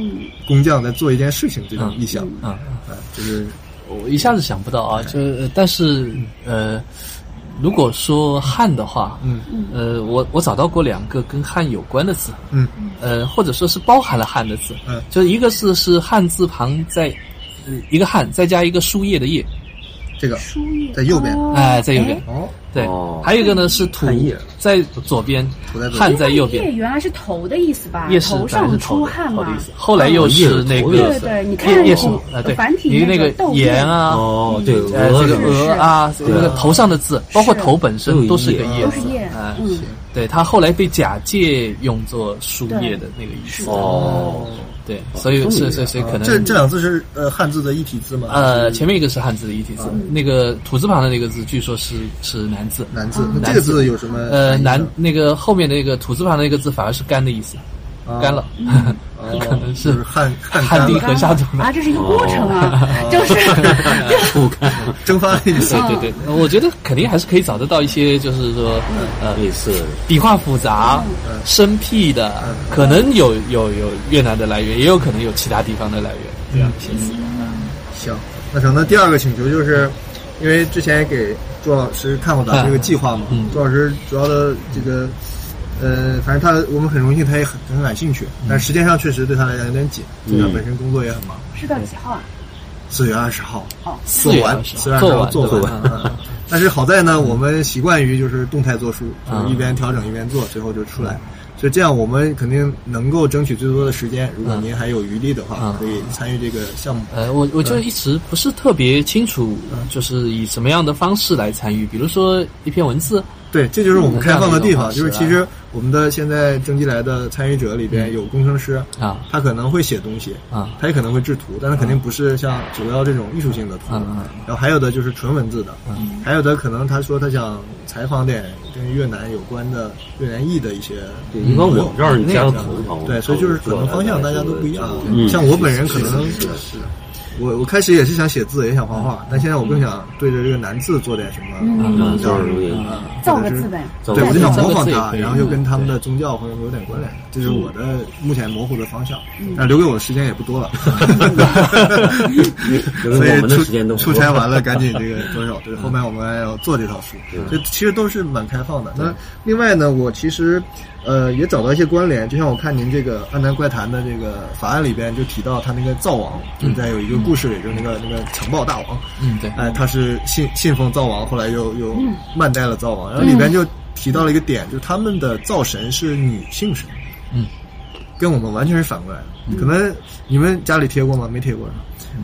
Speaker 4: 工匠在做一件事情这种意象
Speaker 5: 啊，
Speaker 4: 啊，就是
Speaker 5: 我一下子想不到啊，就
Speaker 4: 嗯
Speaker 5: 呃但是呃，如果说汉的话，
Speaker 4: 嗯
Speaker 5: 呃，我我找到过两个跟汉有关的字，
Speaker 4: 嗯
Speaker 5: 呃，或者说是包含了汉的字，
Speaker 4: 嗯
Speaker 5: 就是一个是是汉字旁再、呃一个汉，再加一个书页的页，
Speaker 4: 这个
Speaker 6: 书叶
Speaker 4: 在右边
Speaker 6: 哦
Speaker 5: 哎、在右边，
Speaker 4: 哦，
Speaker 5: 对，
Speaker 3: 哦
Speaker 5: 还有一个呢是土
Speaker 3: 汉页
Speaker 5: 在左边
Speaker 4: 土在左，边
Speaker 5: 汉在右边
Speaker 6: 叶，原来是头的意思吧？
Speaker 5: 夜是
Speaker 6: 头
Speaker 5: 本来
Speaker 6: 上
Speaker 5: 是
Speaker 6: 出
Speaker 5: 头
Speaker 6: 汗
Speaker 5: 头
Speaker 6: 嘛
Speaker 5: 的意。思，后来又是那
Speaker 3: 夜
Speaker 5: 个
Speaker 6: 对对，你看
Speaker 5: 夜夜是
Speaker 6: 古
Speaker 5: 啊，对，
Speaker 6: 繁体
Speaker 5: 因为那
Speaker 6: 个
Speaker 5: 个
Speaker 6: 豆
Speaker 5: 盐啊，
Speaker 3: 哦，对，
Speaker 5: 呃，
Speaker 3: 鹅
Speaker 5: 这个
Speaker 3: 这个
Speaker 5: 鹅啊，这个头上的字，包括头本身都是个叶
Speaker 6: 啊都
Speaker 5: 字
Speaker 6: 是，叶，
Speaker 5: 哎，
Speaker 6: 嗯，
Speaker 5: 对，它后来被假借用作书叶的那个意思，
Speaker 3: 哦，
Speaker 5: 对，所以所以所以所以可
Speaker 4: 哦这
Speaker 5: 能
Speaker 4: 这两字是呃汉字的一体字吗？
Speaker 5: 呃，前面一个是汉字的一体字，
Speaker 6: 嗯
Speaker 5: 那个土字旁的那个字，据说是是男字，
Speaker 4: 难字，那这个字有什么
Speaker 5: 呃，
Speaker 4: 含义呢
Speaker 5: 男那个后面的那个土字旁的那个字反而是干的意思，
Speaker 4: 啊
Speaker 5: 干了，
Speaker 4: 哦
Speaker 5: 可能
Speaker 4: 就是是旱旱
Speaker 5: 旱
Speaker 4: 干
Speaker 5: 地
Speaker 4: 了
Speaker 5: 和下土
Speaker 6: 啊，这是一个过程啊，
Speaker 5: 哦
Speaker 6: 就是
Speaker 3: 不看
Speaker 4: 蒸发的意思
Speaker 5: 对。对对，我觉得肯定还是可以找得到一些，就是说，
Speaker 4: 嗯
Speaker 5: 呃，
Speaker 3: 类似的。
Speaker 5: 笔画复杂、生僻的，
Speaker 4: 嗯
Speaker 5: 可能有有有越南的来源，也有可能有其他地方的来源。
Speaker 4: 嗯
Speaker 5: 啊这样写词，
Speaker 4: 行，那成。那第二个请求就是，因为之前也给朱老师看过咱们这个计划嘛，
Speaker 5: 嗯
Speaker 4: 朱老师主要的这个，呃，反正他我们很荣幸，他也很很感兴趣，但是时间上确实对他来讲有点紧，
Speaker 3: 嗯
Speaker 4: 他本身工作也很忙。
Speaker 6: 是到几号啊？
Speaker 4: 四月二十号
Speaker 5: 四
Speaker 4: 做
Speaker 5: 月
Speaker 4: 完
Speaker 5: 二，十
Speaker 4: 四月
Speaker 5: 号
Speaker 4: 二
Speaker 5: 做
Speaker 4: 十号做
Speaker 5: 完对
Speaker 4: 完
Speaker 5: 啊吧。
Speaker 4: 嗯 但是好在呢，我们习惯于就是动态做书，就
Speaker 5: 嗯
Speaker 4: 是一边调整一边做，最后就出来。所以这样我们肯定能够争取最多的时间。如果
Speaker 5: 嗯
Speaker 4: 您还有余力的话
Speaker 5: 嗯，
Speaker 4: 可以参与这个项目。
Speaker 5: 呃，我我就一直不是特别清楚，
Speaker 4: 嗯
Speaker 5: 就是以什么样的方式来参与，比如说一篇文字，
Speaker 4: 对，这就是我们开放的地方，
Speaker 5: 嗯
Speaker 4: 就是其实我们的现在征集来的参与者里边
Speaker 5: 嗯
Speaker 4: 有工程师
Speaker 5: 啊
Speaker 4: 他可能会写东西
Speaker 5: 啊
Speaker 4: 他也可能会制图，但他肯定不是像九幺这种艺术性的图。
Speaker 5: 嗯嗯
Speaker 4: 然后还有的就是纯文字的，还有的可能他说他想采访点跟越南有关的越南裔的一些。
Speaker 5: 嗯
Speaker 3: 对，一般我们这儿你加个头旁，
Speaker 4: 对，所以就是可能方向大家都不一样。
Speaker 3: 嗯
Speaker 4: 像我本人可能
Speaker 3: 是的
Speaker 4: 是，我我开始也是想写字，也想画画，但现在我更想对着这个男字做点什么。啊
Speaker 3: 嗯，就是容易。
Speaker 6: 造个字呗。
Speaker 3: 走
Speaker 4: 对，我就想
Speaker 5: 造
Speaker 4: 模
Speaker 5: 个
Speaker 4: 仿
Speaker 5: 自己
Speaker 4: 他，
Speaker 5: 可以
Speaker 4: 然后就跟他们的宗教或者有点关联，这是
Speaker 3: 嗯
Speaker 4: 我的目前模糊的方向。那留给我的时间也不多了，
Speaker 3: 留
Speaker 4: 所
Speaker 3: 给我
Speaker 4: 以
Speaker 3: 们的时间都
Speaker 4: 出
Speaker 3: 不多
Speaker 4: 出差完了赶紧这个着手，对，后面我们还要做这套书，
Speaker 3: 嗯
Speaker 4: 这其实都是蛮开放的。那另外呢，我其实呃也找到一些关联，就像我看您这个《安南怪谈》的这个法案里边就提到他那个灶王，
Speaker 3: 嗯
Speaker 4: 就是在有一个故事里，就是那个那个强暴大王，
Speaker 5: 嗯，对，
Speaker 4: 哎，他是信信奉灶王，后来又又慢待了灶王，然后里边就提到了一个点，就是他们的灶神是女性神，
Speaker 5: 嗯，
Speaker 4: 跟我们完全是反过来的。可能你们家里贴过吗？没贴过。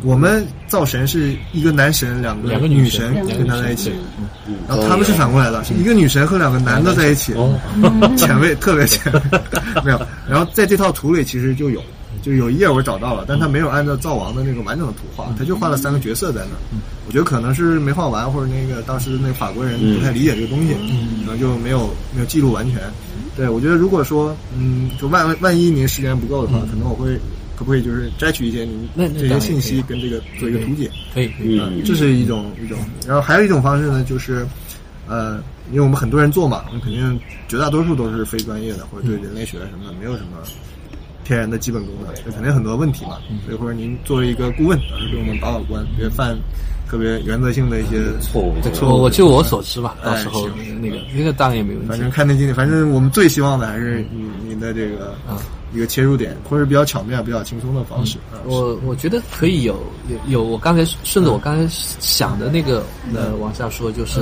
Speaker 4: 我们造神是一个男神，两个
Speaker 8: 两个
Speaker 4: 女
Speaker 8: 女
Speaker 4: 神
Speaker 8: 神
Speaker 4: 跟他在一起
Speaker 8: 两个女，
Speaker 4: 然后他们是反过来的，是一个女神和两个男的在一起，前卫特别前卫，没有。然后在这套图里其实就有，就有一页我找到了，但他没有按照灶王的那个完整的图画，他就画了三个角色在那儿。我觉得可能是没画完，或者那个当时那法国人不太理解这个东西，
Speaker 5: 嗯
Speaker 4: 可能就没有没有记录完全。对，我觉得如果说，嗯，就万万一您时间不够的话，可能我会可不可以就是摘取一些您
Speaker 5: 那那
Speaker 4: 这
Speaker 5: 嗯当
Speaker 4: 些
Speaker 5: 然
Speaker 4: 信
Speaker 5: 可
Speaker 4: 息
Speaker 5: 以
Speaker 4: 跟这个做一个图解。
Speaker 5: 可以，
Speaker 3: 嗯，
Speaker 4: 这是一种一种。然后还有一种方式呢，就是，呃，因为我们很多人做嘛，我们肯定绝大多数都是非专业的，或者
Speaker 5: 嗯
Speaker 4: 对人类学什么的没有什么天然的基本功的，就肯定很多问题嘛。
Speaker 5: 嗯
Speaker 4: 所以或者您作为一个顾问，啊老师给我们把把关，别犯特别原则性的一些
Speaker 3: 错误
Speaker 4: 对
Speaker 5: 我我就我所知吧，
Speaker 4: 哎
Speaker 5: 到时候
Speaker 4: 行
Speaker 5: 那个那个当然也没问
Speaker 4: 反
Speaker 5: 题
Speaker 4: 正。看那经理，反正我们最希望的还是你你的这个
Speaker 5: 嗯啊
Speaker 4: 一个切入点，或者比较巧妙、比较轻松的方式。啊
Speaker 5: 我我觉得可以有有有，我刚才顺着我刚才想的那个呃往下说，就是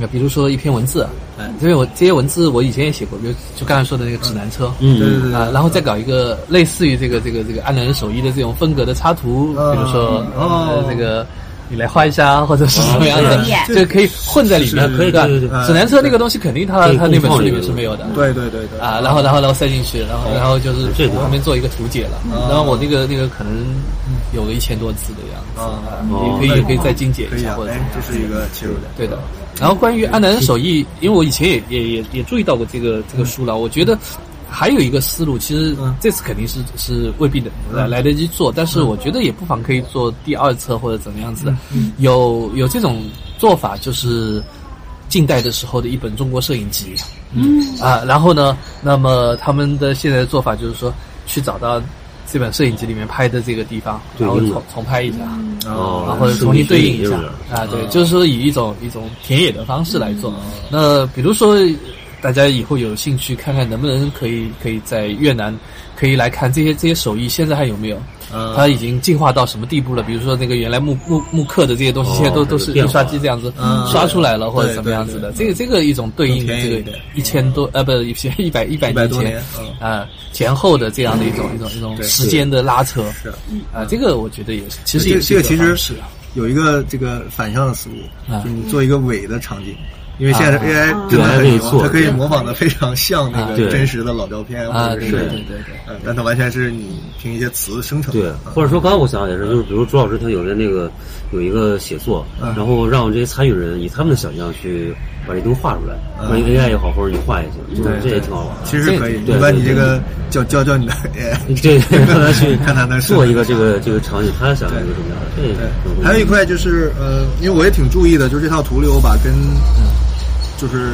Speaker 5: 呃比如说一篇文字，嗯，因为我这些文字我以前也写过，比如就刚才说的那个指南车，
Speaker 3: 嗯
Speaker 4: 对对对，
Speaker 5: 啊，然后再搞一个类似于这个这个这个安南人手艺的这种风格的插图，
Speaker 4: 啊
Speaker 5: 比如说
Speaker 4: 哦
Speaker 5: 呃这个。你来画一下，或者是什么样
Speaker 6: 啊
Speaker 5: 的这
Speaker 6: 对，
Speaker 5: 个可以混在里面，
Speaker 3: 是是是
Speaker 5: 吧
Speaker 3: 对对对
Speaker 4: 对
Speaker 5: 指南车那个东西肯定它
Speaker 3: 对
Speaker 5: 它那本书里
Speaker 3: 共创
Speaker 5: 面
Speaker 3: 有
Speaker 5: 是没有的，
Speaker 4: 对对对对
Speaker 5: 啊，然后然后然后塞进去，然后然后就是
Speaker 3: 这个
Speaker 5: 旁边做一个图解了，然后我那个那个可能有个一千多字的样子，
Speaker 4: 啊，
Speaker 5: 也可以也可以再精简
Speaker 4: 可
Speaker 5: 一
Speaker 4: 以
Speaker 5: 下
Speaker 4: 啊
Speaker 5: 或，者
Speaker 4: 哎
Speaker 5: 怎么样，
Speaker 4: 这是一个切入点。
Speaker 5: 对的。然后关于安南的手艺，因为我以前也也也也注意到过这个这个书了，我觉得还有一个思路，其实
Speaker 4: 嗯
Speaker 5: 这次肯定是是未必的来来得及做，但是我觉得也不妨可以做第二册或者怎么样子的，有有这种做法就是。近代的时候的一本中国摄影集，嗯啊，然后呢，那么他们的现在的做法就是说，去找到这本摄影集里面拍的这个地方，
Speaker 3: 对
Speaker 5: 然后
Speaker 3: 嗯
Speaker 5: 重重拍一下，
Speaker 3: 哦
Speaker 5: 然后重新对应一下啊，对，
Speaker 4: 嗯
Speaker 5: 就是说以一种一种田野的方式来做。那比如说，大家以后有兴趣看看能不能可以可以在越南可以来看这些这些手艺现在还有没有？
Speaker 4: 嗯
Speaker 5: 它已经进化到什么地步了？比如说那个原来木木木刻的这些东西，
Speaker 3: 哦
Speaker 5: 现在都
Speaker 3: 这个
Speaker 5: 都是
Speaker 3: 变
Speaker 5: 印
Speaker 3: 化
Speaker 5: 刷机这样子
Speaker 4: 嗯
Speaker 5: 刷出来了，或者
Speaker 4: 对
Speaker 5: 怎么样子
Speaker 4: 对
Speaker 5: 的。
Speaker 4: 嗯
Speaker 5: 这个这个一种对应
Speaker 4: 更
Speaker 5: 这
Speaker 4: 便宜一
Speaker 5: 个
Speaker 4: 点
Speaker 5: 一千多呃不一千一百一百
Speaker 4: 100
Speaker 5: 年
Speaker 4: 多
Speaker 5: 前
Speaker 4: 年嗯
Speaker 5: 啊前后的这样的一种一种一种
Speaker 4: 对
Speaker 5: 时间的拉扯
Speaker 4: 是
Speaker 5: 啊，这个我觉得也是，其实
Speaker 4: 这
Speaker 5: 也
Speaker 4: 个
Speaker 5: 是
Speaker 4: 这个其实
Speaker 5: 是啊。
Speaker 4: 有一个这个反向的思路，
Speaker 5: 啊
Speaker 4: 就你做一个伪的场景，因为现在的
Speaker 5: 啊
Speaker 4: AI
Speaker 3: 对
Speaker 4: 真的很
Speaker 3: 还可以
Speaker 4: 牛
Speaker 3: 做
Speaker 4: 它可以模仿的非常像那
Speaker 5: 啊
Speaker 4: 个
Speaker 3: 对
Speaker 4: 真实的老照片
Speaker 5: 啊，
Speaker 4: 或者
Speaker 5: 对
Speaker 4: 是
Speaker 5: 对对对，
Speaker 4: 呃但它完全是你凭一些词生 成
Speaker 3: 对
Speaker 4: 的，，啊
Speaker 3: 或者说刚才我想的也是，就是比如朱老师他有的那个有一个写作，
Speaker 4: 嗯
Speaker 3: 然后让这些参与人以他们的想象去把这东西画出来，
Speaker 4: 嗯
Speaker 3: 让一个 AI 也好，或者你画也行，就是
Speaker 4: 对
Speaker 3: 这也挺好玩的。
Speaker 4: 其实可以，
Speaker 3: 对
Speaker 4: 你把
Speaker 3: 对
Speaker 4: 你
Speaker 3: 对
Speaker 4: 这个教教教你的 AI。
Speaker 3: 对，让他去
Speaker 4: 看他能
Speaker 3: 做一个这个这个场景，他想一个什么样的，这
Speaker 5: 嗯
Speaker 3: 也挺有
Speaker 4: 还有一块就是呃，因为我也挺注意的，就是这套图里我把跟就是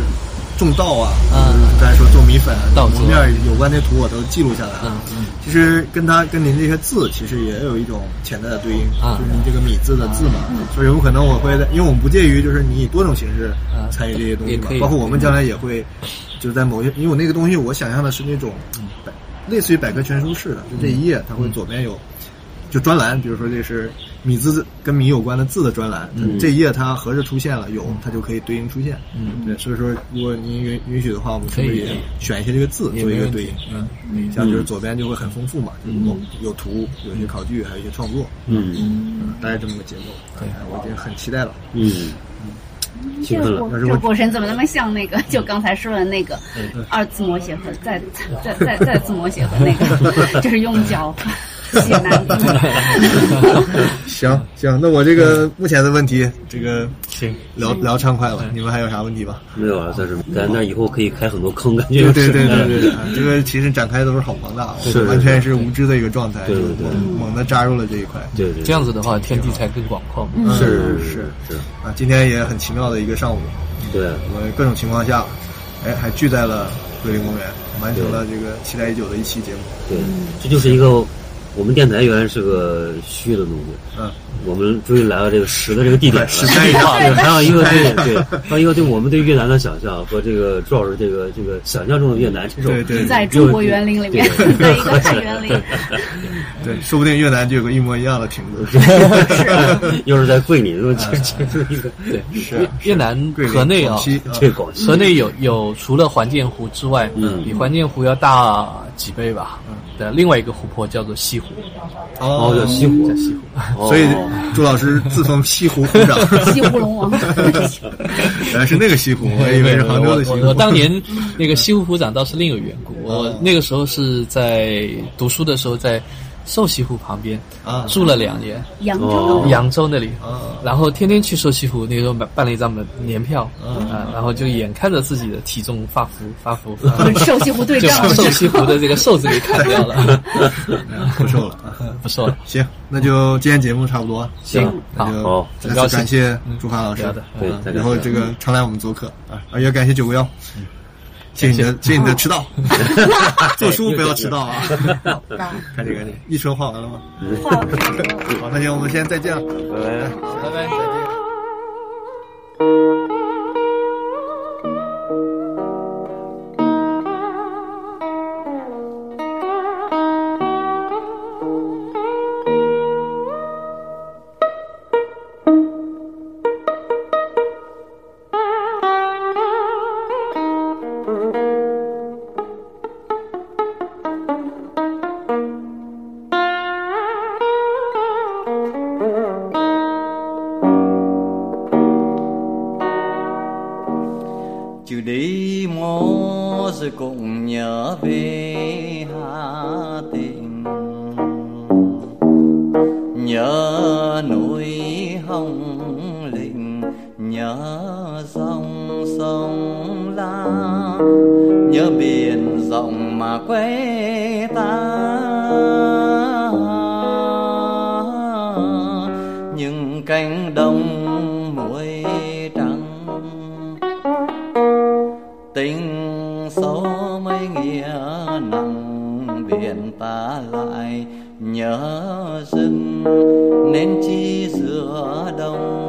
Speaker 4: 种稻啊，
Speaker 5: 嗯
Speaker 4: 就是刚才说做米粉、
Speaker 5: 稻
Speaker 4: 啊、
Speaker 5: 作
Speaker 4: 磨面有关的图我都记录下来了
Speaker 5: 嗯。嗯
Speaker 4: 其实跟它跟您这些字其实也有一种潜在的对应，
Speaker 5: 啊
Speaker 4: 就是你这个米字的字嘛，所以有可能我会在，因为我们不介于就是你以多种形式
Speaker 5: 啊
Speaker 4: 参与这些东西
Speaker 5: 也
Speaker 4: 嘛
Speaker 5: 可以，嗯
Speaker 4: 包括我们将来也会就在某些，因为我那个东西我想象的是那种
Speaker 5: 嗯
Speaker 4: 百类似于百科全书式的，就这一页它会左边有。就专栏，比如说这是米字跟米有关的字的专栏，这一页它合着出现了有，它就可以对应出现。
Speaker 5: 嗯
Speaker 4: 对，所以说如果您允允许的话，我们是不
Speaker 5: 可
Speaker 4: 是
Speaker 5: 以
Speaker 4: 也选一些这个字
Speaker 5: 也
Speaker 4: 做一
Speaker 5: 没
Speaker 4: 个
Speaker 5: 问
Speaker 4: 对
Speaker 5: 题
Speaker 4: 应？
Speaker 5: 嗯，
Speaker 4: 嗯，像就是左边就会很丰富嘛，就是有有图，有一些考据，还有一些创作，
Speaker 3: 嗯
Speaker 4: 嗯，大概这么个结构。
Speaker 5: 对
Speaker 4: 哎我已经很期待了。
Speaker 3: 嗯嗯，兴奋了。
Speaker 6: 这这过程怎么那么像那个？就刚才说的那个
Speaker 5: 嗯
Speaker 6: 二次模写和再再再再次模写和那 个，就是用脚写难字。
Speaker 4: 行行，那我这个目前的问题，这个
Speaker 5: 行，
Speaker 4: 聊聊畅快了，你们还有啥问题吗？
Speaker 3: 没有啊，但是咱那以后可以开很多坑，感觉
Speaker 4: 对对对对对对，啊这个其实展开都是好庞大，我
Speaker 3: 是
Speaker 4: 们完全是无知的一个状态，
Speaker 3: 对对
Speaker 4: 就是
Speaker 3: 对
Speaker 4: 猛猛地扎入了这一块。
Speaker 3: 对对，
Speaker 5: 这样子的话，天地才更广阔嘛。
Speaker 4: 嗯
Speaker 3: 是
Speaker 4: 是
Speaker 3: 是，
Speaker 4: 啊，今天也很奇妙的一个上午，
Speaker 3: 对，
Speaker 4: 我们各种情况下，哎，还聚在了桂林公园，完成了这个期待已久的一期节目。
Speaker 3: 对，这就是一个我们电台原来是个虚的东西，
Speaker 4: 嗯，
Speaker 3: 我们终于来到这个实的这个地点 了。
Speaker 4: 实在一
Speaker 3: 啊
Speaker 4: 个
Speaker 3: 对，还有一个对对，还有一个对我们对越南的想象和这个朱老师这个这个想象中的越南这种
Speaker 4: 对对
Speaker 6: 在中国园林里面， 在一个菜园里，
Speaker 4: 对，说不定越南就有个一模一样的亭 子。
Speaker 3: 又是在桂林，这这是一个
Speaker 5: 对，越越南
Speaker 4: 啊桂林
Speaker 5: 河内啊
Speaker 4: 广，西
Speaker 3: 这广西
Speaker 5: 河内有有除了环建湖之外，
Speaker 3: 嗯
Speaker 4: 嗯
Speaker 5: 比环建湖要大几倍吧？的另外一个湖泊叫做西湖，
Speaker 3: 哦，叫西湖
Speaker 5: 叫，西湖。
Speaker 3: 哦
Speaker 4: 所以朱老师自封西湖湖长，
Speaker 6: 西湖龙 王，
Speaker 4: 原来是那个西湖，哎我以为是杭州的西
Speaker 5: 我
Speaker 4: 湖。啊
Speaker 5: 我我当年那个西湖湖长倒是另有缘故，我那个时候是在读书的时候在瘦西湖旁边
Speaker 4: 啊
Speaker 5: 住了两年，
Speaker 6: 扬
Speaker 3: 哦
Speaker 6: 州
Speaker 5: 扬州那里
Speaker 4: 啊，
Speaker 5: 然后天天去瘦西湖，那个时候买办了一张门年票啊，然后就眼看着自己的体重发福发福，发 福
Speaker 6: 瘦西湖对
Speaker 5: 就把
Speaker 6: 仗，
Speaker 5: 瘦西湖的这个瘦字给砍掉 了，
Speaker 4: 不瘦了。啊
Speaker 5: 不瘦了。
Speaker 4: 行，那就今天节目差不多，
Speaker 3: 行
Speaker 4: 那就
Speaker 3: 好
Speaker 4: 再次感谢朱凡老师
Speaker 5: 好的，
Speaker 3: 对
Speaker 4: 嗯
Speaker 3: 再见
Speaker 4: 然后这个常来我们做客啊，啊也感谢九五幺，谢谢你的，谢谢你的迟到，做书不要迟到啊， 赶紧赶紧，一车画完了吗？ 好，那行，我们先再见了。
Speaker 3: 拜拜。
Speaker 5: 拜拜，再见。
Speaker 9: chiều đi mô rồi cũng nhớ về Hà Tĩnh nhớ núi hồng lĩnh nhớ dòng sông la nhớ biển rộng mà quê ta những cánh đồng muối trắng tình số mấy nghĩa nặng biển ta lại nhớ rừng nên chi giữa đông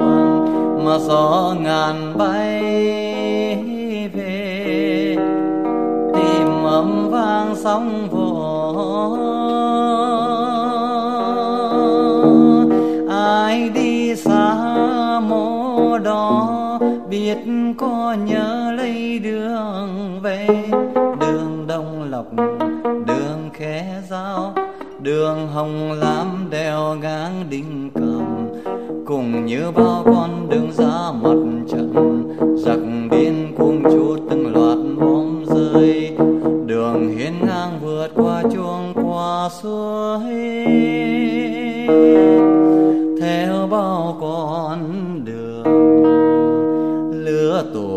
Speaker 9: băng mà gió ngàn bay về tìm ấm vang sóng vỗ ai đi xa mô đó biết có nhớ lấy đường về đường đông lộc đường khé giao đường hồng lam đèo ngang đỉnh cầm cùng như bao con đường ra mặt trận giặc biên cuồng chú từng loạt bom rơi đường hiên ngang vượt qua chuông qua suối theo bao con đường lứa tuổi